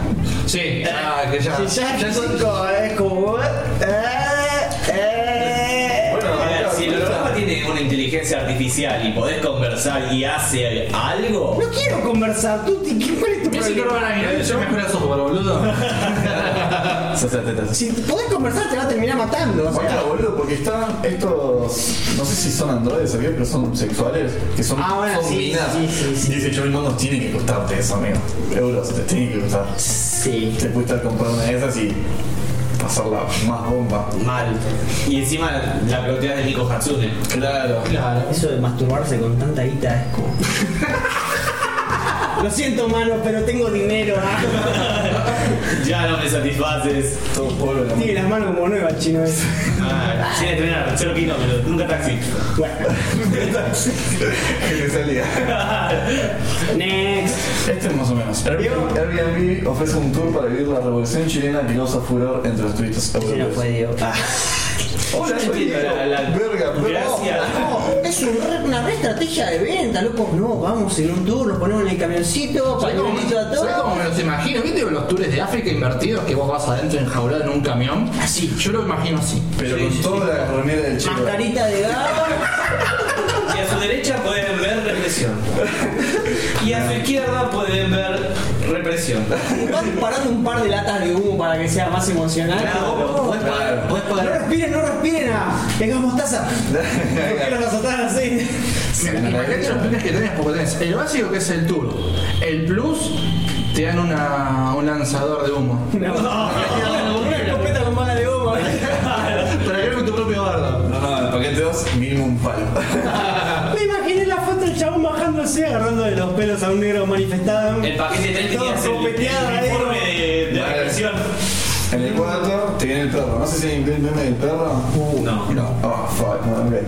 S3: Sí, ya, que ya.
S1: si ya
S3: ya
S1: es
S3: sí.
S1: chico, es como. eh, eh,
S5: Bueno, a ver,
S2: ahora,
S5: si el
S2: ahora.
S5: holograma tiene una inteligencia artificial y podés conversar y hace algo,
S1: No quiero conversar, tú, ¿cuál es tu
S3: Mira si no
S1: problema?
S3: van a mirar, yo me espera software, boludo.
S2: Sos atletas.
S1: Si podés conversar, te va a terminar matando. O sea.
S2: Guarda, boludo, porque están estos. No sé si son androides o qué, pero son sexuales. Que son,
S1: Ah, bueno,
S2: son
S1: sí,
S2: minas.
S1: sí, sí, sí.
S2: 18 mil monos tienen que costarte eso, amigo. Euros, te tienen que costar.
S1: Sí.
S2: Te puede estar comprando una de esas y pasarla más bomba.
S5: Mal. Y encima la peloteas de Nico Hatsune.
S2: Claro.
S1: Claro, Ah, eso de masturbarse con tanta guita es como. Lo siento, mano, pero tengo dinero. ah.
S5: Ya no me satisfaces.
S2: Todo polvo de la
S1: Tiene las manos como nuevas, chino. ese.
S5: Ah, sin entrenar, cero kilómetros, nunca taxi.
S1: Bueno,
S2: Que le salía.
S1: next.
S2: Este es más o menos. Airbnb, Airbnb ofrece un tour para vivir la revolución chilena que causa furor entre los turistas
S1: Ese no
S2: europeos.
S1: fue Diego.
S5: Ah.
S2: Hola, soy
S5: Entiendo,
S2: Diego.
S5: la- la-
S2: Verga, pero-
S5: Gracias.
S1: No, es un re- una re estrategia de venta, loco. No, vamos en un tour, lo ponemos en el camioncito,
S3: ¿Sabes cómo,
S1: pañuelito a
S3: sabés
S1: todo.
S3: cómo me los imagino? ¿Viste los tours de África invertidos que vos vas adentro enjaulado en un camión? Así. Yo lo imagino así.
S2: Pero con toda la remera del chico.
S1: Mascarita de gato.
S5: Y a su derecha pueden ver represión. Y a su izquierda pueden ver represión.
S1: Vas disparando un par de latas de humo para que sea más emocionante.
S5: Claro, podés pagar, podés
S1: No
S5: pagar.
S1: respiren, no respiren a. Tengas mostaza. ¿Por qué los azotaron así?
S3: Imagínate los planes que tenés porque tenés el básico que es el tour. El plus te dan una, un lanzador de humo.
S1: No, una escopeta con bala de humo.
S3: Para que con tu propio bardo.
S2: No, no, el paquete 2, mínimo un palo.
S1: Me imaginé la foto del chabón bajándose, agarrando de los pelos a un negro manifestado.
S5: El paquete 3
S1: Todo
S5: tenías el, el
S1: copeteado ahí.
S5: uniforme de, de
S2: Vale.
S5: represión.
S2: En el cuarto te viene el perro. No sé si hay un meme del perro.
S1: Uh,
S5: No.
S2: No. Ah, fuck. No, ok. Bueno,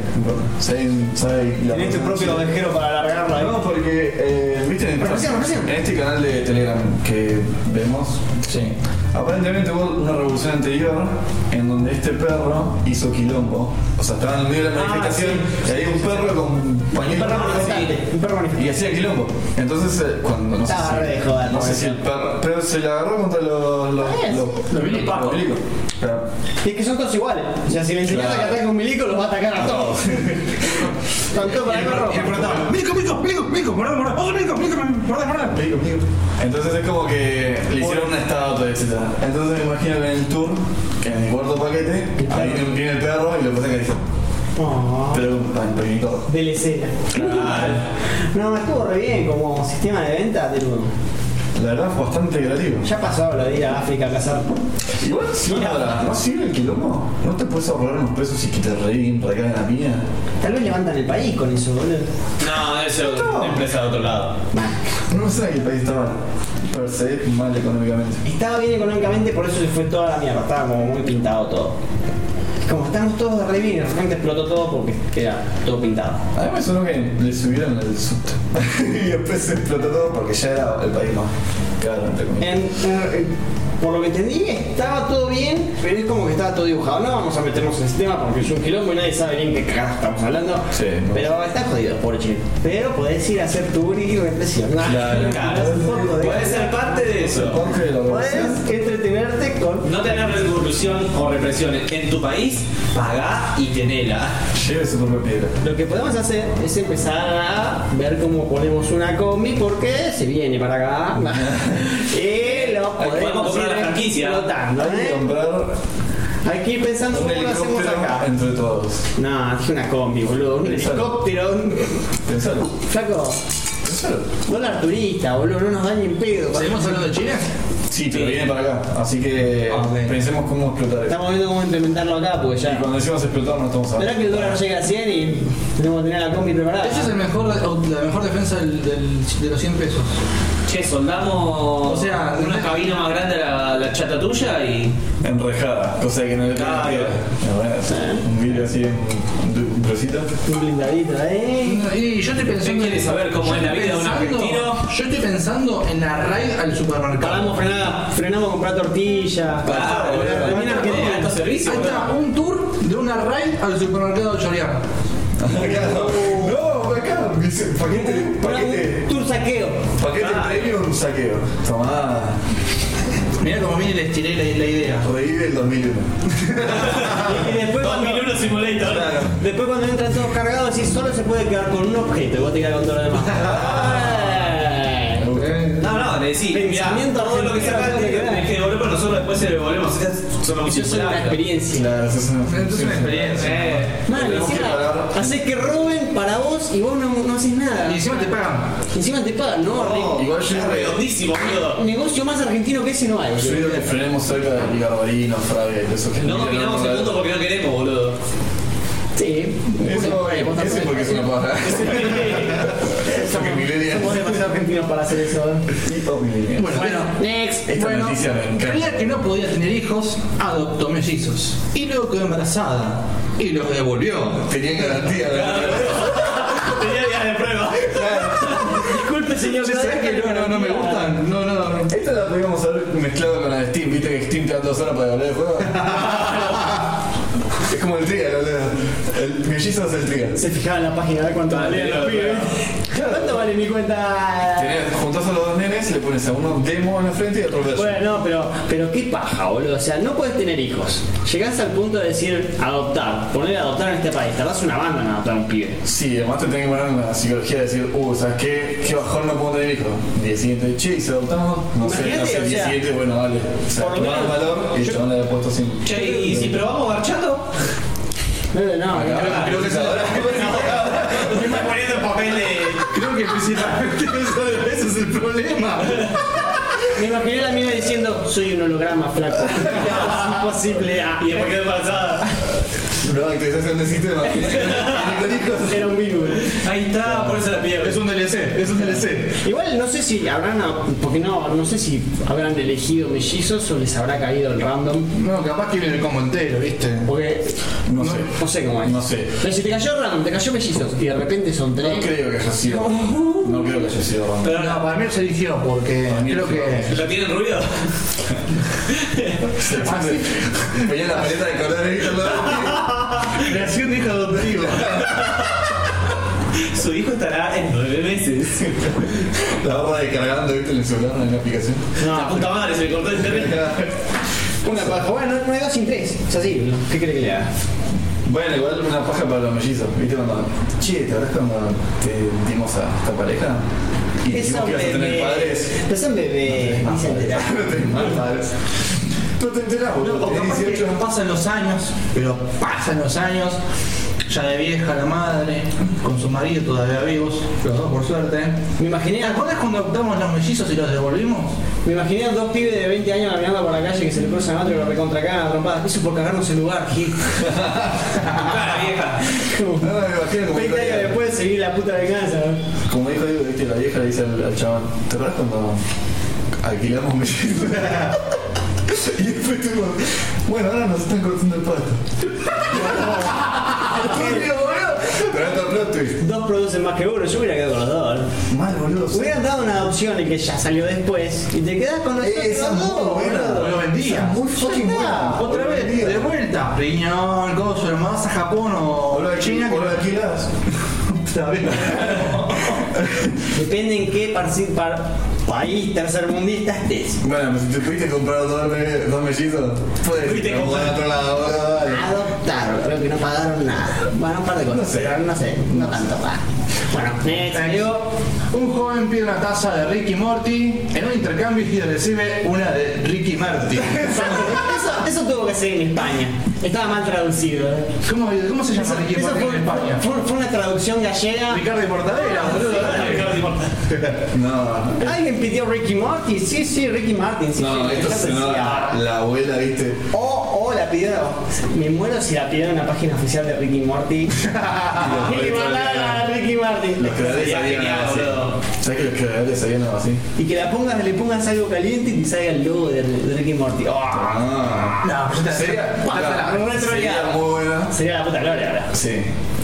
S2: Si hay un. Si hay la
S1: Tenés tu este propio
S2: persona-
S1: ovejero para alargarlo ahí.
S2: No, porque. Eh, ¿Viste en,
S1: Represión, represión.
S2: en este canal de Telegram que vemos?
S3: Sí.
S2: Aparentemente hubo una revolución anterior en donde este perro hizo quilombo. O sea, estaba en el medio de la
S1: Ah,
S2: manifestación y había un perro con pañuelo.
S1: manifestante. Un perro manifestante.
S2: Y hacía quilombo. Entonces, eh, cuando no sé
S1: Estaba re de
S2: si,
S1: joda,
S2: no sé
S1: ¿no?
S2: si el perro, pero se le agarró contra los los
S1: Ah,
S2: los
S3: Los
S2: los
S3: milicos.
S2: milicos. Claro.
S1: Y es que son todos iguales. O sea, si le enseñás a
S2: Claro.
S1: que ataque un milico, los va a atacar a todos. Tanto para el perro.
S3: Mico, mico, mico, mico, mordá, mordá. Oh, mico, mico, mordá, mordá.
S2: Milicos, milicos. Entonces es como que le hicieron una estatua, etc. Entonces me imagino que en el tour, que en el cuarto paquete, ahí viene- viene el perro y lo pasan que dice,
S1: Oh,
S2: pero tan pequeñito.
S1: DLC. No, estuvo re bien como sistema de venta. tipo,
S2: La verdad fue bastante creativo.
S1: Ya pasaba lo de ir a África a cazar.
S2: Igual si no, la- no sirve el quilombo, no te puedes ahorrar unos pesos y que te reín, recaen la mía.
S1: Tal vez levantan el país con eso, boludo.
S5: No, debe ser
S2: No.
S5: una empresa de otro lado.
S2: No sé que el país estaba per se mal económicamente.
S1: Estaba bien económicamente, por eso se fue toda la mierda. Estaba como muy pintado todo. Y Como estamos todos re bien, y de repente explotó todo porque queda todo pintado.
S2: A mí me sonó que le subieron el subte. y después se explotó todo porque ya era el país más caro, entre comillas.
S1: En- en- por lo que entendí, estaba todo bien, pero es como que estaba todo dibujado. No vamos a meternos en ese tema porque es un quilombo y nadie sabe bien qué carajo estamos hablando.
S2: Sí, no.
S1: Pero está jodido, pobre chile. Pero podés ir a hacer tour y reflexionar.
S2: Claro.
S1: Claro, un poco de-
S5: Puedes ser parte de
S2: El
S5: eso.
S2: parque de la
S1: Podés
S2: revolución.
S1: entretenerte con.
S5: No tener revolución o represión en tu país, pagá y tenela.
S2: Lleve su propia piedra.
S1: Lo que podemos hacer es empezar a ver cómo ponemos una combi porque se viene para acá. y lo
S5: podemos
S1: podemos ir
S5: comprar la franquicia.
S1: explotando,
S2: Hay que
S1: ¿eh?
S2: comprar
S1: Hay que ir pensando
S2: un
S1: cómo lo hacemos acá.
S2: helicóptero entre todos.
S1: No, es una combi, boludo. Un
S2: Pensalo.
S1: helicóptero. un-
S2: Pensalo,
S1: Flaco,
S2: pensalo.
S1: dólar turista, boludo. No nos dan ni en pedo.
S3: ¿Seguimos hablando de Chile?
S2: Sí, Ah, pero viene para acá, así que
S1: Ok.
S2: pensemos cómo explotar eso.
S1: Estamos viendo cómo implementarlo acá porque
S2: Y
S1: ya.
S2: cuando decimos explotar no estamos hablando.
S1: Verá que el dólar llega a 100 y tenemos que tener la combi preparada.
S3: Esa es el mejor, la mejor defensa del- del- de los 100 pesos.
S5: Che, soldamos
S3: O sea,
S5: una cabina más grande a la, la chata tuya y.
S2: Enrejada, cosa que no le tengo
S5: Claro.
S2: piedra. Bueno, es Un vidrio así, un, du- un trocito.
S1: Un blindadito, ¿eh?
S3: Y yo estoy pensando.
S5: quiere saber cómo
S3: yo
S5: es la
S3: estoy
S5: vida de un
S3: pensando-
S5: argentino?
S3: Yo estoy pensando en la raid al supermercado.
S1: Paramos, frenada, frenamos a comprar tortilla.
S5: Ah, boludo,
S1: Termina
S5: boludo,
S1: Argentina.
S5: alto servicio.
S3: Ahí está, un tour de una raid al supermercado de Choriano.
S2: no, acá, dice, paquete,
S1: Pará, un
S2: paquete,
S1: tour saqueo.
S2: paquete premium saqueo. Tomá,
S3: Mirá como viene les tiré la, la idea.
S2: revive el 2001.
S1: Y después cuando,
S5: 2001 Simulator.
S1: después cuando entran todos cargados, y solo se puede quedar con un objeto. y Vos te quedas con todo lo demás.
S2: Me gusta.
S5: No, no, de decir, mira,
S8: Pensamiento
S5: todo lo que
S8: argentino,
S5: saca
S8: ¿dónde
S5: tiene que
S8: queda?
S5: tenés que devolver, pero nosotros después se lo devolvemos. Esas son
S8: Eso es una experiencia.
S2: Claro, eso es una-
S3: Entonces una experiencia.
S5: Eh,
S8: Mal,
S2: Tenemos que
S8: encima
S2: pagar.
S8: haces que roben para vos y vos no, no haces nada.
S3: Y encima te pagan.
S8: Encima te pagan, no,
S5: no,
S2: Igual yo-
S5: es redondísimo, boludo.
S8: re- Negocio más argentino que ese no hay.
S2: Yo digo que frenemos cerca de Garbarino, Fraga y eso que
S5: No opinamos el mundo porque no queremos, boludo.
S8: Sí,
S2: Eso, eso porque es una paja. Eso que milenial.
S1: Somos demasiado argentinos para hacer eso, ¿eh?
S3: Bueno,
S8: Next.
S2: Esta
S3: bueno,
S2: noticia me encanta.
S3: creía que no podía tener hijos, adoptó mellizos. Y luego quedó embarazada. Y los devolvió.
S2: Tenían garantía.
S5: Tenía días de prueba.
S8: Disculpe, señor.
S3: ¿Sabes que no, no, no me gustan? No, no, no.
S2: Esta la podíamos haber mezclado con la de Steam, viste que Steam te da dos horas para devolver el juego. es como el trial, boludo. El mellizo es el trial.
S1: Se fijaba en la página a ver cuánto valían los pibes. ¿Cuánto vale mi cuenta?
S2: Tenés- Juntás a los dos nenes, le pones a uno demo en la frente y a otro verso.
S8: Bueno, no, pero, pero qué paja, boludo. O sea, no puedes tener hijos. Llegás al punto de decir adoptar, poner a adoptar en este país. Tardás una banda en adoptar a un pibe.
S2: Sí, además te tenés que poner en la psicología de decir, uh, ¿sabes qué? ¿Qué bajón no puedo tener hijos? Día siguiente, che, ¿y se adoptamos? No sé, no
S1: Imagínate,
S2: sé,
S1: o
S2: día
S1: sea,
S2: siguiente, bueno, dale. O sea,
S1: por lo
S2: tomar el
S1: menos-
S2: valor y el chabón le había puesto sin.
S5: Che, y si probamos garchato,
S8: No, no, no.
S2: Acá,
S3: creo que es ahora.
S5: me estás poniendo en papel de.
S3: Creo que principalmente eso, eso es el problema.
S8: Me imaginé la mina diciendo, soy un holograma, flaco. es imposible. Ah,
S5: Y después quedó embarazada.
S2: Una actualización de sistema. Con hijos.
S8: era un virus.
S5: Ahí está, por eso la pierde.
S3: un DLC, es un DLC.
S8: Igual no sé si habrán, porque no, no sé si habrán elegido mellizos o les habrá caído el random.
S3: No, capaz que viene como entero, ¿viste?
S8: Porque
S2: No sé.
S8: no sé cómo es.
S2: No sé.
S8: Pero si te cayó random, te cayó mellizos y de repente son tres.
S2: No creo que haya sido. No creo que haya sido random.
S5: Pero
S3: No,
S5: no,
S3: para mí se eligió porque
S2: Para mí
S3: creo que.
S5: ¿lo tienen ruido?
S2: Veía la paleta de colores y
S3: Creación de hija adoptiva.
S5: Su hijo estará en nueve meses.
S2: La barra de cargando, viste, en el celular, en la aplicación.
S5: La Ah, puta madre, se me cortó el internet.
S8: Una paja. Bueno, no, no hay dos sin tres. Es así. ¿Qué crees que le haga?
S2: Bueno, igual una paja para los mellizos, viste, cuando. Che, ¿te acordás cuando te dimos a esta pareja? Y dijimos que ibas a tener padres.
S8: No son bebés.
S2: No,
S8: ni se enteran.
S2: no tenés más padres. No te enterás,
S3: No,
S2: boludo.
S3: o
S2: Tenés
S3: capaz que
S2: 18
S3: pasan los años, pero pasan los años, ya de vieja la madre, con su marido todavía vivos, los dos por suerte.
S8: Me imaginé,
S3: ¿Te
S8: a-
S3: acuerdas cuando adoptamos los mellizos y los devolvimos?
S8: me imaginé a dos pibes de 20 años caminando por la calle que se le cruzan a otro y lo recontra cagan a trompadas. Eso por cagarnos el lugar, Gil.
S5: Cara vieja.
S2: No, me imagino como dijo
S8: 20 años
S2: Diego.
S8: después de seguir la puta venganza. ¿no?
S2: Como dijo Diego, viste, la vieja le dice al, al chabón, ¿te acordás cuando alquilamos mellizos? y después tuvo, bueno, ahora nos están cortando el pato. Turbio, boludo. Pero esto es plot twist.
S1: Dos producen más que uno, yo hubiera quedado con los dos. ¿no?
S2: Mal, boludo. sí.
S1: Hubieran dado una adopción y que ya salió después y te quedas con los
S2: Eh, esa es
S1: otros
S2: muy
S1: dos,
S2: buena.
S1: boludo.
S3: Lo vendía.
S2: Muy fucking buena.
S3: Otra vez, de vuelta. Riñón, coso, lo mandás a Japón
S2: O lo
S3: o China.
S2: alquilas. O lo alquilás.
S1: Depende en qué parci- par- país tercermundista estés.
S2: Bueno, si te fuiste a comprar dos, me- dos mellizos, puedes
S5: Fuiste
S2: ir Pues, a
S5: comprar.
S2: otro lado, boludo, dale.
S1: Adoptaron, creo que no pagaron nada. Bueno, un par de cosas,
S2: No sé.
S1: pero no sé, no tanto. va. Bueno, next.
S3: Salió un joven pide una taza de Ricky Morty en un intercambio y recibe una de Ricky Marty.
S1: Eso, eso tuvo que ser en España.
S8: Estaba mal traducido. ¿eh?
S3: ¿Cómo, cómo se llama Ricky
S1: Eso
S3: Marty en
S1: fue,
S3: España?
S1: fue- fue una traducción gallega.
S3: Ricardo y Mortadela, boludo.
S2: No,
S1: ¿Alguien pidió Ricky Martin? Sí, sí, Ricky Martin. Sí,
S2: no,
S1: sí,
S2: esto
S1: yo
S2: se
S1: decía.
S2: la, la abuela, viste.
S1: O, o la pidieron. Me muero si la pidieron en la página oficial de Ricky Morty. Ricky Martin, Ricky Martin.
S2: Los creadores
S5: Sería
S2: sabían
S5: genial,
S2: algo
S5: boludo.
S2: así. ¿Sabes que los creadores sabían algo así?
S1: Y que la pongas, le pongas algo caliente y te salga el logo de, de Ricky Morty. Oh,
S2: Ah.
S3: No, yo te
S2: ¿Sería?
S1: Pásala,
S2: Mirá,
S1: re
S2: Sería
S1: troleada.
S2: muy buena.
S1: sería la puta gloria ahora.
S2: Sí,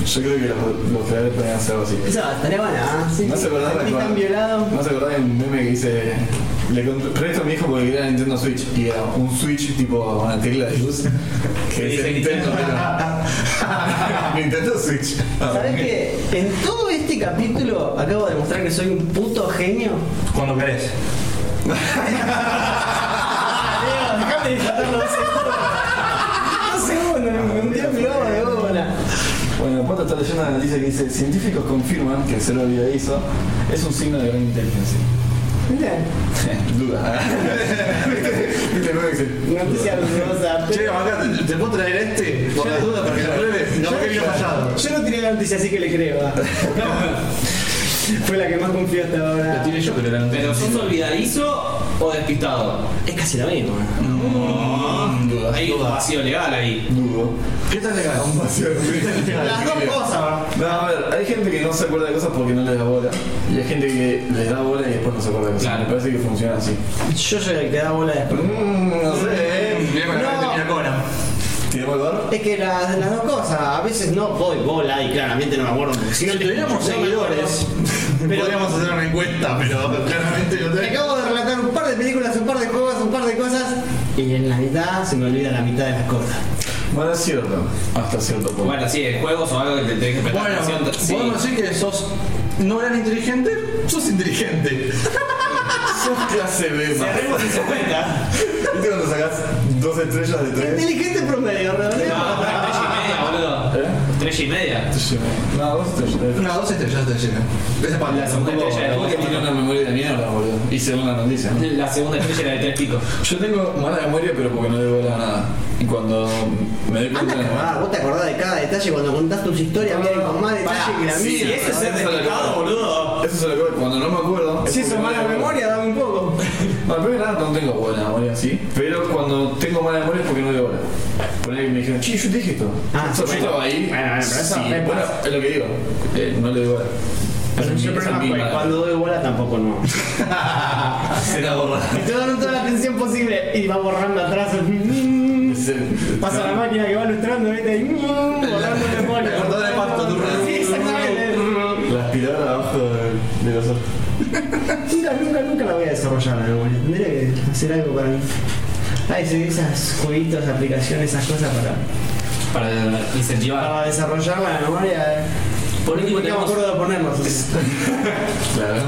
S2: yo creo que los, los creadores podían hacer algo así.
S1: Esa estaría buena, ¿eh? Sí,
S2: No se acordás de
S1: Están violados.
S2: No se acordás de un meme que dice. Le compré presto a mi hijo porque quería Nintendo Switch. Y era un Switch tipo una tecla de luz. Que dice Nintendo, pero. Nintendo Switch. Ah,
S1: ¿Sabes qué? En todo este capítulo acabo de demostrar que soy un puto genio.
S5: Cuando querés.
S1: Ah, Dios, dejame disfrutarlo dos segundos. Dos segundos, me hundí un globo de bola.
S2: Bueno, Pato está leyendo una noticia que dice: Científicos confirman que el cerebro hizo es un signo de gran inteligencia.
S1: Bien.
S2: Duda. Viste, no dice.
S1: Noticia dudosa.
S3: Che, acá te, te puedo traer este por las dudas para que lo pruebes. No, que vino fallado.
S1: Yo no tiré la noticia, así que le creo. ah. Fue la que más confío hasta ahora.
S3: La tiré yo, pero la noté.
S5: ¿Pero sos olvidadizo o despistado?
S1: Es casi la misma.
S3: Mm, dudas.
S5: Hay un vacío legal ahí.
S2: Dudo. ¿Qué tal le ganó un vacío?
S7: Las dos cosas.
S2: No, a ver, hay gente que no se acuerda de cosas porque no les da bola. Y hay gente que les da bola y después no se acuerda de cosas.
S5: Claro.
S2: Me parece que funciona así.
S1: Yo soy el que da bola después.
S2: Mmm, no sé,
S5: Mm,
S2: ¿eh?
S3: Mira con la cara de Piracona.
S2: ¿Tiremos el bar?
S1: Es que las, las dos cosas, a veces no doy bola y claramente no me acuerdo. porque
S3: Si
S1: no tengo
S3: tuviéramos
S1: muchos
S3: seguidores, podríamos hacer una encuesta, pero claramente no
S1: Me
S3: tenemos.
S1: acabo de relatar un par de películas, un par de juegos, un par de cosas. Y en la mitad se me olvida la mitad de las cosas.
S2: Bueno, es cierto. Hasta cierto punto.
S5: Bueno, sí, de juegos o algo que te tenés que prestar
S3: Bueno,
S5: atención. Sí.
S3: podemos decir que sos. No eras inteligente, sos inteligente.
S2: sos clase B, man.
S5: Cerremos esa cuenta.
S2: ¿Viste cuando sacás dos estrellas de tres?
S1: Inteligente promedio, ¿no?
S5: No, tres y media, boludo.
S2: ¿Eh?
S5: Tres y media.
S2: No, dos estrellas de tres.
S3: No, dos estrellas te llegan. Esa para
S5: La segunda estrella de
S2: Porque tiene
S5: tres.
S2: una memoria de mierda, boludo. Y según la noticia, ¿no?
S5: La segunda estrella era de tres picos.
S2: Yo tengo mala memoria, pero porque no le bola a nada. Y cuando me doy
S1: Anda
S2: cuenta.
S1: a cagar, ah, vos te acordás de cada detalle cuando contás tus historias, vienen con más detalle que la
S2: sí,
S1: mía.
S2: ese es ser despejado,
S5: boludo.
S2: Eso se lo que voy, cuando no me acuerdo.
S1: Si eso es mala memoria, dame un poco.
S2: No, primero que nada, no tengo buena memoria, sí. Pero cuando tengo mala memoria es porque no le bola. Por ahí me dijeron, che, yo te dije esto.
S1: Ah,
S2: O sea,
S1: bueno.
S2: yo estaba ahí.
S1: Bueno, bueno, pero eso
S2: sí,
S1: me
S2: bueno,
S1: pasa.
S2: es lo que digo. Eh, no le doy bola.
S1: Pero
S2: Esa
S1: yo
S2: es
S1: el
S2: mi- esa es mi
S1: problema fue
S2: mala-
S1: cuando doy bola tampoco no.
S2: Será borrar.
S1: Estoy dando toda la atención posible y va borrando atrás. Mm, Pasa la máquina que va lustrando, vete y mm, borrando memoria.
S3: cortadora de pasto, tú.
S1: Sí, exactamente.
S2: La aspiradora abajo de, de los ojos.
S1: Nunca, nunca, nunca la voy a desarrollar la memoria. Tendría que hacer algo para mí. Ay, sí, esas jueguitos, aplicaciones, esas cosas para,
S5: Para incentivar.
S1: para desarrollar la memoria. eh.
S5: Por último,
S1: Nunca me
S5: tenemos,
S1: acuerdo de ponerlos.
S2: Claro.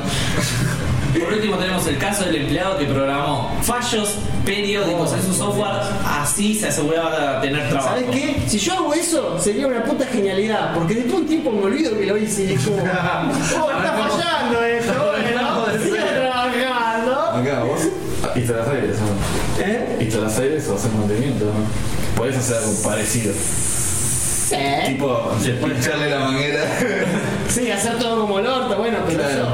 S5: por último tenemos el caso del empleado que programó fallos periódicos en su software. Así se aseguraba de tener trabajo.
S1: Oh, ¿Sabes qué? Si yo hago eso, sería una puta genialidad, porque después de un tiempo me olvido que lo hice y es como. ¡Oh, está fallando esto!
S3: No,
S1: Bueno,
S3: en
S1: sigo
S3: serio.
S1: trabajando.
S2: Acá vos. Y te las aires, ¿no?
S1: ¿Eh?
S2: Y te las aires o haces mantenimiento, ¿no? Podés hacer algo parecido.
S1: Sí.
S2: Tipo, echarle la manguera.
S1: Sí, hacer todo como el orto, bueno, pero
S2: Claro.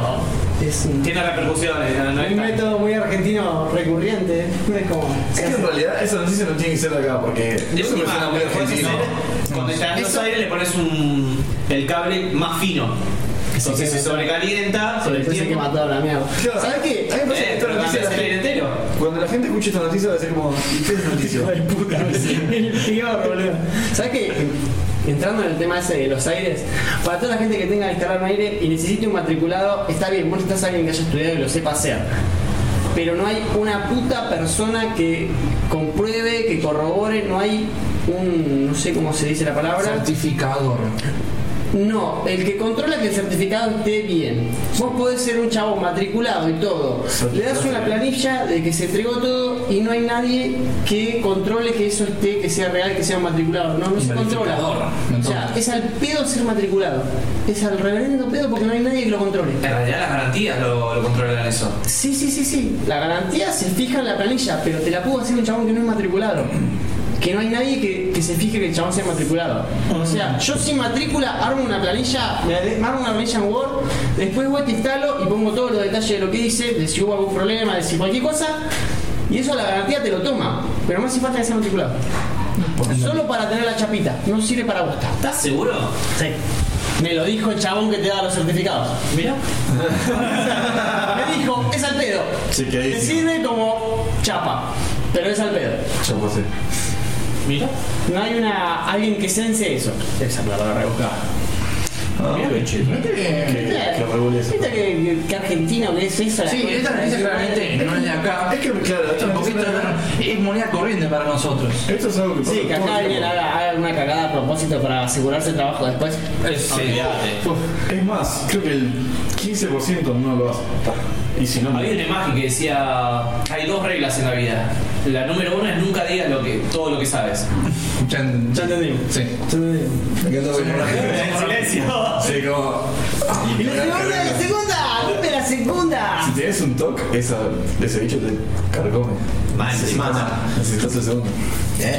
S1: yo. Es un,
S5: Tiene repercusiones. no-
S1: un
S5: no está-
S1: método muy argentino recurrente. No es como.
S2: Es que en realidad esa noticia no tiene que ser de acá porque
S5: De
S2: eso me
S5: última,
S2: suena muy
S5: lo que ¿eh? puedes
S2: argentino.
S5: hacer, cuando estás en los aires le pones un, el cable más fino. Entonces se sobrecalienta, sobre el
S1: Después hay que
S5: tiempo.
S1: matar a la mierda.
S2: Claro.
S1: ¿Sabes qué? A mí me parece que
S5: Eh,
S1: esto
S5: pero
S1: lo
S5: también
S1: dice
S5: es
S1: la
S5: el aire
S1: gente.
S5: entero.
S2: Cuando la gente escuche esta noticia va a decir como, ¿y qué es noticia?
S1: Hijo de puta, el peor, boludo. ¿Sabes qué? Entrando en el tema ese de los aires, para toda la gente que tenga que instalar un aire y necesite un matriculado, está bien, vos necesitas a alguien que haya estudiado y lo sepa hacer. Pero no hay una puta persona que compruebe, que corrobore, no hay un, no sé cómo se dice la palabra.
S3: Certificador.
S1: No, el que controla que el certificado esté bien. Vos podés ser un chavo matriculado y todo. Le das una planilla de que se entregó todo y no hay nadie que controle que eso esté, que sea real, que sea un matriculado. No, no se controla. O sea, es al pedo ser matriculado. Es al reverendo pedo porque no hay nadie que lo controle.
S5: En realidad las garantías lo, lo controlan eso.
S1: Sí, sí, sí, sí. La garantía se fija en la planilla, pero te la pudo hacer un chabón que no es matriculado. Que no hay nadie que, que se fije que el chabón sea matriculado. O sea, yo sin matrícula armo una planilla, me de- me armo una planilla en Word, después voy, te instalo y pongo todos los detalles de lo que hice, de si hubo algún problema, de si cualquier cosa, y eso la garantía te lo toma. Pero no hace falta que sea matriculado. Solo para tener la chapita, no sirve para bosta.
S5: ¿Estás seguro?
S1: Sí. Me lo dijo el chabón que te da los certificados. Mira. me dijo, es al pedo.
S2: Chequeadísimo.
S1: Te sirve como chapa, pero es al pedo.
S2: Yo pasé.
S5: Mira.
S1: No hay una alguien que sense eso. Esa palabra rebuscada.
S2: Mira qué chido. Que
S1: eh.
S2: que regule eso.
S1: ¿Viste que, que, que Argentina que es esa?
S3: Sí,
S1: cosa?
S3: esta noticia claramente no es de acá.
S2: Es que, claro, esto
S3: Un poquito de- es moneda corriente para nosotros.
S2: Esto es algo que pasa.
S1: Sí, que acá
S2: todo el
S1: alguien
S2: tiempo.
S1: haga, haga una cagada a propósito para asegurarse el trabajo después.
S5: Es olvidate.
S2: Uf, Es más, creo que el 15% no lo hace. Y si no,
S5: Había una imagen que decía, hay dos reglas en la vida. La número uno es nunca digas lo que, todo lo que sabes.
S3: Chan-
S1: Ya entendimos.
S3: Sí.
S2: encanta
S5: silencio.
S2: Sí, como.
S1: Y la segunda, la segunda, ¿dónde la se fecunda.
S2: Si tienes un toque, esa- ese bicho te carcome.
S5: Vale, sí, mata.
S2: Necesitas el segundo.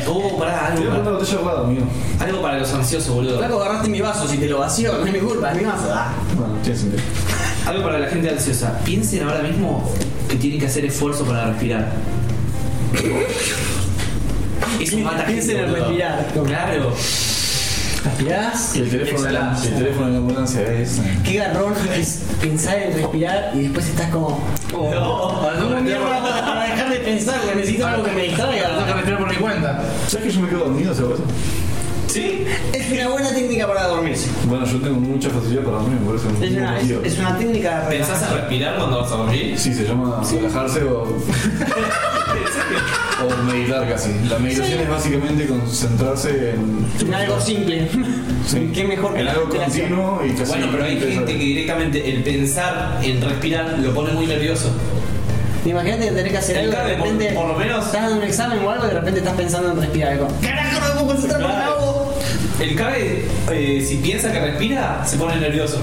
S5: Uh, pará,
S2: Te
S5: algo
S2: voy a poner una
S5: para,
S2: botella al lado, amigo.
S5: algo para los ansiosos, boludo.
S13: Flaco, agarraste mi vaso, si te lo vacío, no es mi culpa, es mi vaso. Ah.
S2: Bueno, tiene sentido.
S5: Algo para la gente ansiosa. Piensen ahora mismo que tienen que hacer esfuerzo para respirar. Eso mata
S13: Piensen
S5: gente,
S13: en
S5: boludo.
S13: respirar.
S5: Claro.
S13: ¿Respirás?
S2: Y el teléfono, de la,
S5: Exhalás.
S2: el teléfono de la ambulancia es. eh,
S13: Qué garrón es pensar en respirar y después estás como. oh,
S14: ahora tengo
S13: ¿cómo
S14: que
S13: mierda
S14: respirar
S13: para, para dejar de pensar? Necesito algo que me
S14: Ahora tengo que
S13: distraiga.
S14: respirar por mi cuenta.
S2: ¿Sabes que yo me quedo dormido sobre eso?
S13: Sí, es una buena técnica para dormirse.
S2: Bueno, yo tengo mucha facilidad para dormir, me parece un
S1: Es
S2: buen
S1: una, es,
S2: motivo.
S1: es una técnica de
S5: ¿Pensás en
S1: relajación.
S5: respirar cuando vas a dormir?
S2: Sí, se llama relajarse o. o meditar casi. La meditación es básicamente concentrarse en.
S1: En algo simple.
S2: sí,
S1: Qué mejor que
S2: en
S1: la
S2: algo
S1: respiración.
S2: continuo y casi.
S5: Bueno, pero hay gente que directamente el pensar en respirar lo pone muy nervioso.
S1: Imagínate que tenés que hacer algo y
S5: El
S1: de
S5: cable, por-
S1: repente.
S5: por lo menos.
S1: Estás en un examen o algo y de repente estás pensando en respirar. algo.
S13: Carajo, no me puedo concentrar con
S5: Claro.
S13: algo.
S5: El cabe, eh, si piensa que respira, se pone nervioso.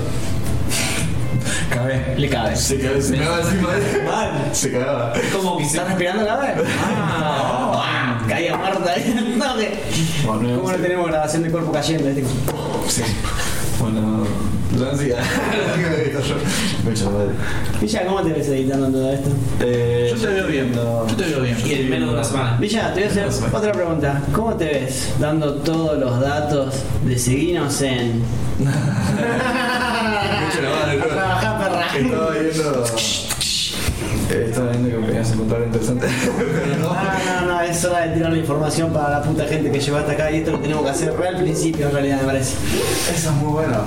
S2: Cabe.
S1: Le cabe.
S2: Se cagaba, se cagaba encima de.
S13: Mal.
S2: Se cagaba.
S5: Es como que se...
S1: ¿Estás respirando la vez?
S5: Ah,
S1: Caía Marta. No, que-
S2: Bueno,
S1: ¿Cómo no
S2: sí.
S1: tenemos grabación de cuerpo cayendo? Este?
S2: Sí. Bueno, la ansiedad. Me echaba madre.
S1: Villa, ¿cómo te ves editando todo esto?
S2: Eh, yo te veo viendo.
S14: Yo te veo bien.
S5: y en menos de una semana.
S1: Villa, te voy a hacer otra pregunta. ¿Cómo te ves dando todos los datos de seguinos en.
S2: A trabajar, perra. Estaba viendo. Estaba viendo que me ibas a encontrar interesante. Pero no.
S1: Ah, No, no, no, es hora de tirar la información para la puta gente que llevaste acá y esto lo tenemos que hacer re al principio en realidad, me parece.
S2: Esa es muy buena.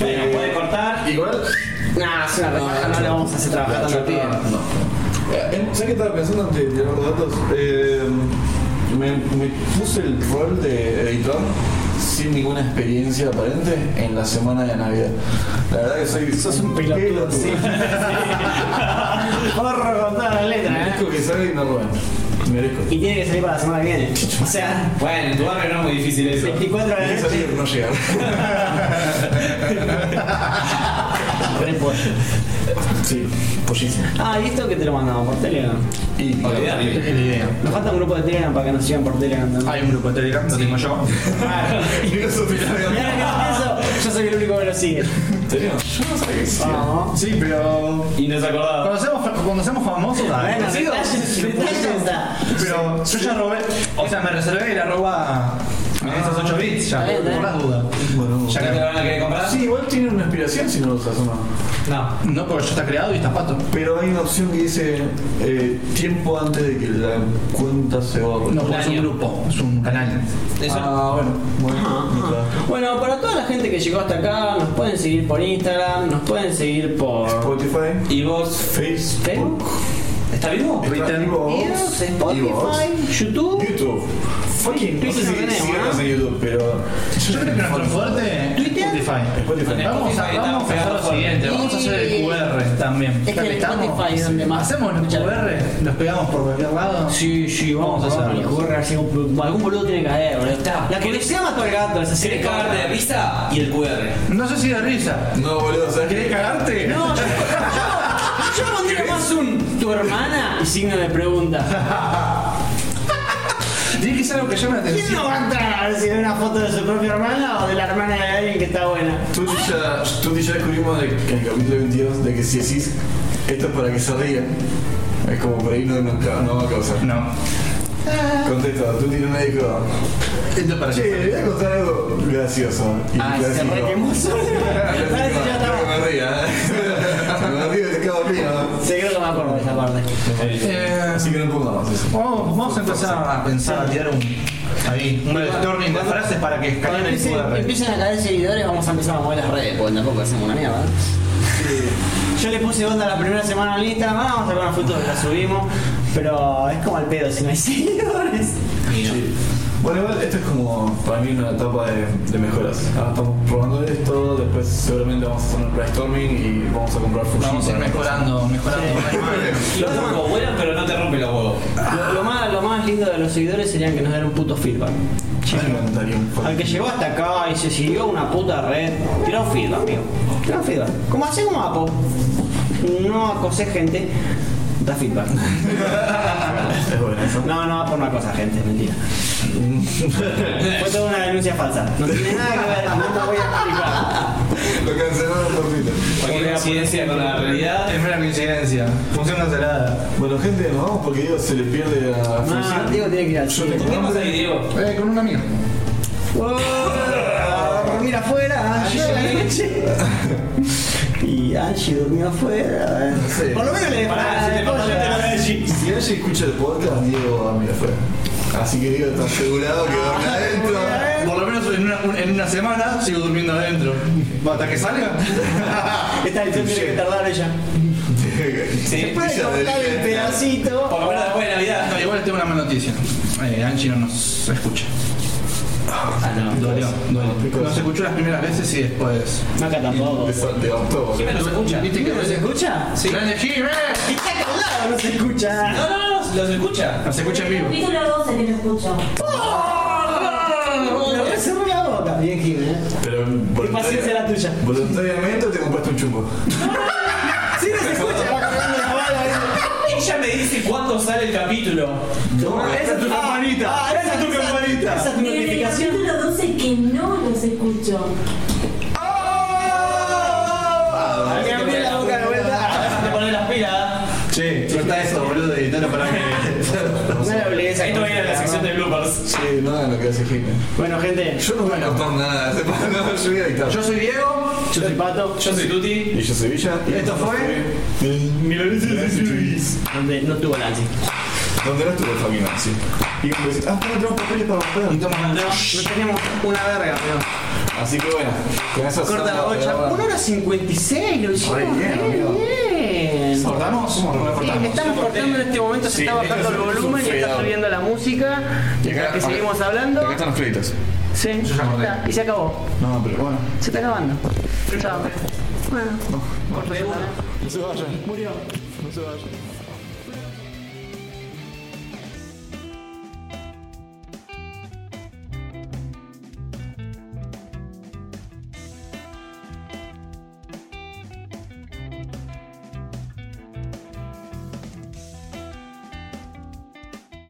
S5: Bueno,
S2: Eh,
S5: puede cortar.
S2: Igual.
S1: No, es una rebaja, no le vamos a hacer trabajar tanto
S2: la
S1: al pibe.
S2: chota- No. Eh, ¿Sabes qué estaba pensando antes de tirar los datos? Eh, me, me puse el rol de editor sin ninguna experiencia aparente en la semana de Navidad. La verdad que soy. Sos un pelotudo. Sí.
S1: Vamos a recortar la letra, ¿eh?
S2: Merezco que salga y no roben. Merezco.
S1: Y tiene que salir para la semana que viene. O sea,
S5: Bueno, en tu barrio no es muy difícil eso.
S1: 24 de la
S2: Tiene que
S1: noche.
S2: salir no llegar.
S1: Re pollo.
S2: Sí, pollísimo.
S1: Ah, y esto que te lo mandamos por Telegram.
S2: Y
S5: Olvidate.
S14: Es la idea.
S1: Nos falta un grupo de Telegram para que nos sigan por Telegram también.
S14: Hay un grupo de Telegram, lo tengo yo.
S1: Y ahora que lo pienso, yo soy el único que lo sigue.
S2: ¿En serio? Yo no sabía que existía.
S1: Vamos.
S3: Sí, pero.
S5: Y no se acordaba.
S3: Cuando seamos, cuando seamos famosos, a ver,
S1: Bueno,
S3: conocidos,
S1: detalles, detalles. ah.
S3: Pero yo ya robé. O sea, me reservé el arroba en esos 8 bits, ya,
S1: Está bien,
S3: por
S1: está
S3: las dudas.
S2: Bueno,
S3: Ya
S5: ¿Ya te lo
S3: que-
S5: van a querer comprar?
S2: sí, igual tiene una aspiración si no lo usas o no.
S5: No.
S3: No, porque ya está creado y está pato.
S2: Pero hay una opción que dice eh, tiempo antes de que la cuenta se borre.
S3: No,
S5: Un
S3: porque es un
S5: año.
S3: grupo, es un canal.
S5: Eso.
S2: Ah, bueno. Bueno, me cagaste.
S1: Bueno, para toda la gente que llegó hasta acá, nos pueden seguir por Instagram, nos pueden seguir por
S2: Spotify,
S5: ¿Y vos?
S2: Facebook,
S1: Facebook,
S5: ¿Está vivo?
S2: Twitter,
S1: Evox,
S2: Evox,
S1: Spotify, YouTube,
S2: YouTube. Fucking, no sé
S1: Twitter no
S2: si
S1: tenemos,
S2: sigamos
S1: ¿no?
S2: en YouTube, pero.
S3: Yo creo que nuestro fuerte es
S1: ¿Twitter?
S3: Spotify.
S2: Spotify.
S3: Vamos a, vamos a hacer lo siguiente, vamos a hacer el QR también.
S1: Es
S3: Ya
S1: que el Spotify es donde más-
S3: Hacemos los QR, los pegamos por cualquier lado.
S1: Sí, sí, vamos,
S3: Vamos a
S1: a hacer
S3: hacerlo.
S1: Algún boludo tiene que haber, boludo.
S5: Está.
S1: La curiosidad mató al gato, es así.
S5: ¿Querés cagarte de risa? Y el QR.
S3: No sé si de risa.
S2: No, boludo, ¿sabes
S3: ¿Querés
S2: qué?
S3: cagarte?
S1: No, yo, yo, yo pondría más un tu hermana y signo de pregunta.
S3: Tiene que ser algo que llame la
S1: ¿Quién
S3: atención.
S1: no va a entrar a ver si ve una foto de su propia hermana o de la hermana de alguien que está buena?
S2: Tú y ya- tú y yo descubrimos de que en el capítulo 22 de que si decís esto es para que se rían, es como por ahí no, no, no va a causar.
S3: No.
S2: Contesta, tú tienes un médico.
S3: Esto es para
S2: Che, le voy a contar algo gracioso. Y
S1: Ah,
S2: clásico. Ah,
S1: se requemó solo. Parece que ya
S2: Clásico,
S1: estaba.
S2: no me ría, eh. No me río, te cago en mí, ¿no?
S1: Sí, creo que me acuerdo de esa parte.
S3: Eh,
S2: Así que no pongamos eso.
S3: Vamos, vamos a empezar a pensar, a tirar un. Ahí, un brainstorming de frases para que escalen el
S1: Empiecen,
S3: QR.
S1: empiecen a caer seguidores, vamos a empezar a mover las redes, porque tampoco hacemos una mierda. Yo le puse onda la primera semana en Instagram, ah, vamos a sacar una foto que la subimos, pero es como el pedo si no hay seguidores.
S2: Sí. Bueno, igual esto es como para mí una etapa de, de mejoras. Ahora estamos probando esto, después seguramente vamos a hacer un brainstorming y vamos a comprar Fuji.
S14: Vamos a ir
S2: para-
S14: mejorando, mejorando.
S5: Los huevos vuelan, pero no te rompen los huevos.
S1: Lo, lo más, lo más lindo de los seguidores serían que nos den un puto feedback.
S2: Ay, me encantaría un poco.
S1: Al que llegó hasta acá y se siguió una puta red, tirá un feedback, amigo. Tirá un feedback. Como hace como Apo. no acoses gente, da feedback.
S7: Es bueno eso.
S1: No, no va por una cosa, gente, mentira. Fue toda una denuncia falsa. No tiene nada que ver, no te voy a explicar.
S2: Lo cancelaron por Twitter.
S5: Cualquier coincidencia con la realidad.
S3: Es mera coincidencia. Función cancelada.
S2: Bueno, gente, nos vamos porque Diego se le pierde a
S1: Ah,
S2: Función.
S1: Diego tiene que ir al cine.
S5: ¿Con qué pasa ahí, Diego?
S3: Eh, con un amigo.
S1: Oh, dormir afuera, Angie a la noche. Y Angie durmió afuera. eh.
S2: Sí.
S1: Por lo menos le
S5: Pará, si te pasó la
S1: Ah, la
S2: Si Angie escucha el podcast, Diego va a mirar afuera. Así que Diego está asegurado que dorme
S1: Ah,
S2: adentro.
S3: Por lo menos en una, un- en una semana sigo durmiendo adentro. Hasta que salga.
S1: Esta edición tiene que tardar ella.
S2: Sí,
S1: Puede cortar el pedacito.
S5: Por lo menos después de Navidad.
S3: No, igual tengo una mala noticia. Eh, Angie no nos escucha.
S5: Ah, no.
S3: Dolió, dolió. Nos escuchó las primeras veces y después.
S1: Acá tampoco.
S2: De auto.
S5: ¿Quién nos escucha?
S3: ¿Viste que a
S1: ¿Nos
S3: veces-
S1: escucha?
S3: Sí. ¡Grande Jimé!
S1: Y está acá al lado, no se escucha.
S5: No, no, no, los escucha.
S3: Nos escucha en vivo.
S15: Capítulo 12 que lo escucho.
S5: Ah,
S1: Me voy a cerrar la boca. Bien, Jim, ¿eh?
S2: Pero
S1: Qué paciencia
S2: voluntaria-
S1: la tuya.
S2: voluntariamente te compraste un chumbo.
S1: Sí, no se escucha. Va cargando la bala. ¿eh?
S5: Ella me dice cuándo sale el capítulo.
S1: Esa es tu campanita. esa es tu campanita. Esa es tu
S15: Desde el
S1: notificación.
S15: capítulo 12 que no los escucho.
S2: Ah,
S1: Me Ah, abrí la boca de vuelta.
S5: Te pones las pilas.
S3: Che, suelta eso, boludo, de editarlo para que.
S1: No le hablé esa
S5: Esto viene en la
S1: cosa.
S5: sección de bloopers.
S2: Sí, nada de lo que hace Jimmy.
S1: Bueno, gente,
S2: Yo no voy a cortar nada, se pone- no, yo voy a editar.
S3: Yo soy Diego.
S1: yo soy Pato.
S5: Yo soy Tuti.
S2: Y yo soy Villa. Y
S3: Esto fue-
S2: Milaneses de Chuis.
S1: Donde no tuvo Nancy.
S2: Donde no estuvo el fucking Nancy. Y un vecino, ah, no tengo papeles para mostrar.
S1: No, no teníamos una verga, pero.
S2: Así que bueno, con esa
S1: Corta la
S2: samba
S1: bocha.
S2: brava-
S1: 1 hora 56, lo hicimos.
S2: Re bien,
S1: re
S2: amigo.
S1: bien.
S3: ¿Cortamos? No, no
S1: Sí,
S3: cortamos.
S1: estamos cortando en este momento, se
S2: Sí,
S1: está bajando
S2: esto
S1: el
S2: es un-
S1: volumen y
S2: es un
S1: está
S2: fade out.
S1: subiendo la música.
S2: Y
S1: Mientras
S2: acá-
S1: que
S2: acá-
S1: seguimos hablando.
S2: Acá están los créditos.
S1: Sí,
S3: Yo ya acordé.
S1: está, y se acabó.
S2: No, pero bueno.
S1: Se está acabando. Chao. Bueno, corto ya.
S2: No se vayan. Murió. No se vayan.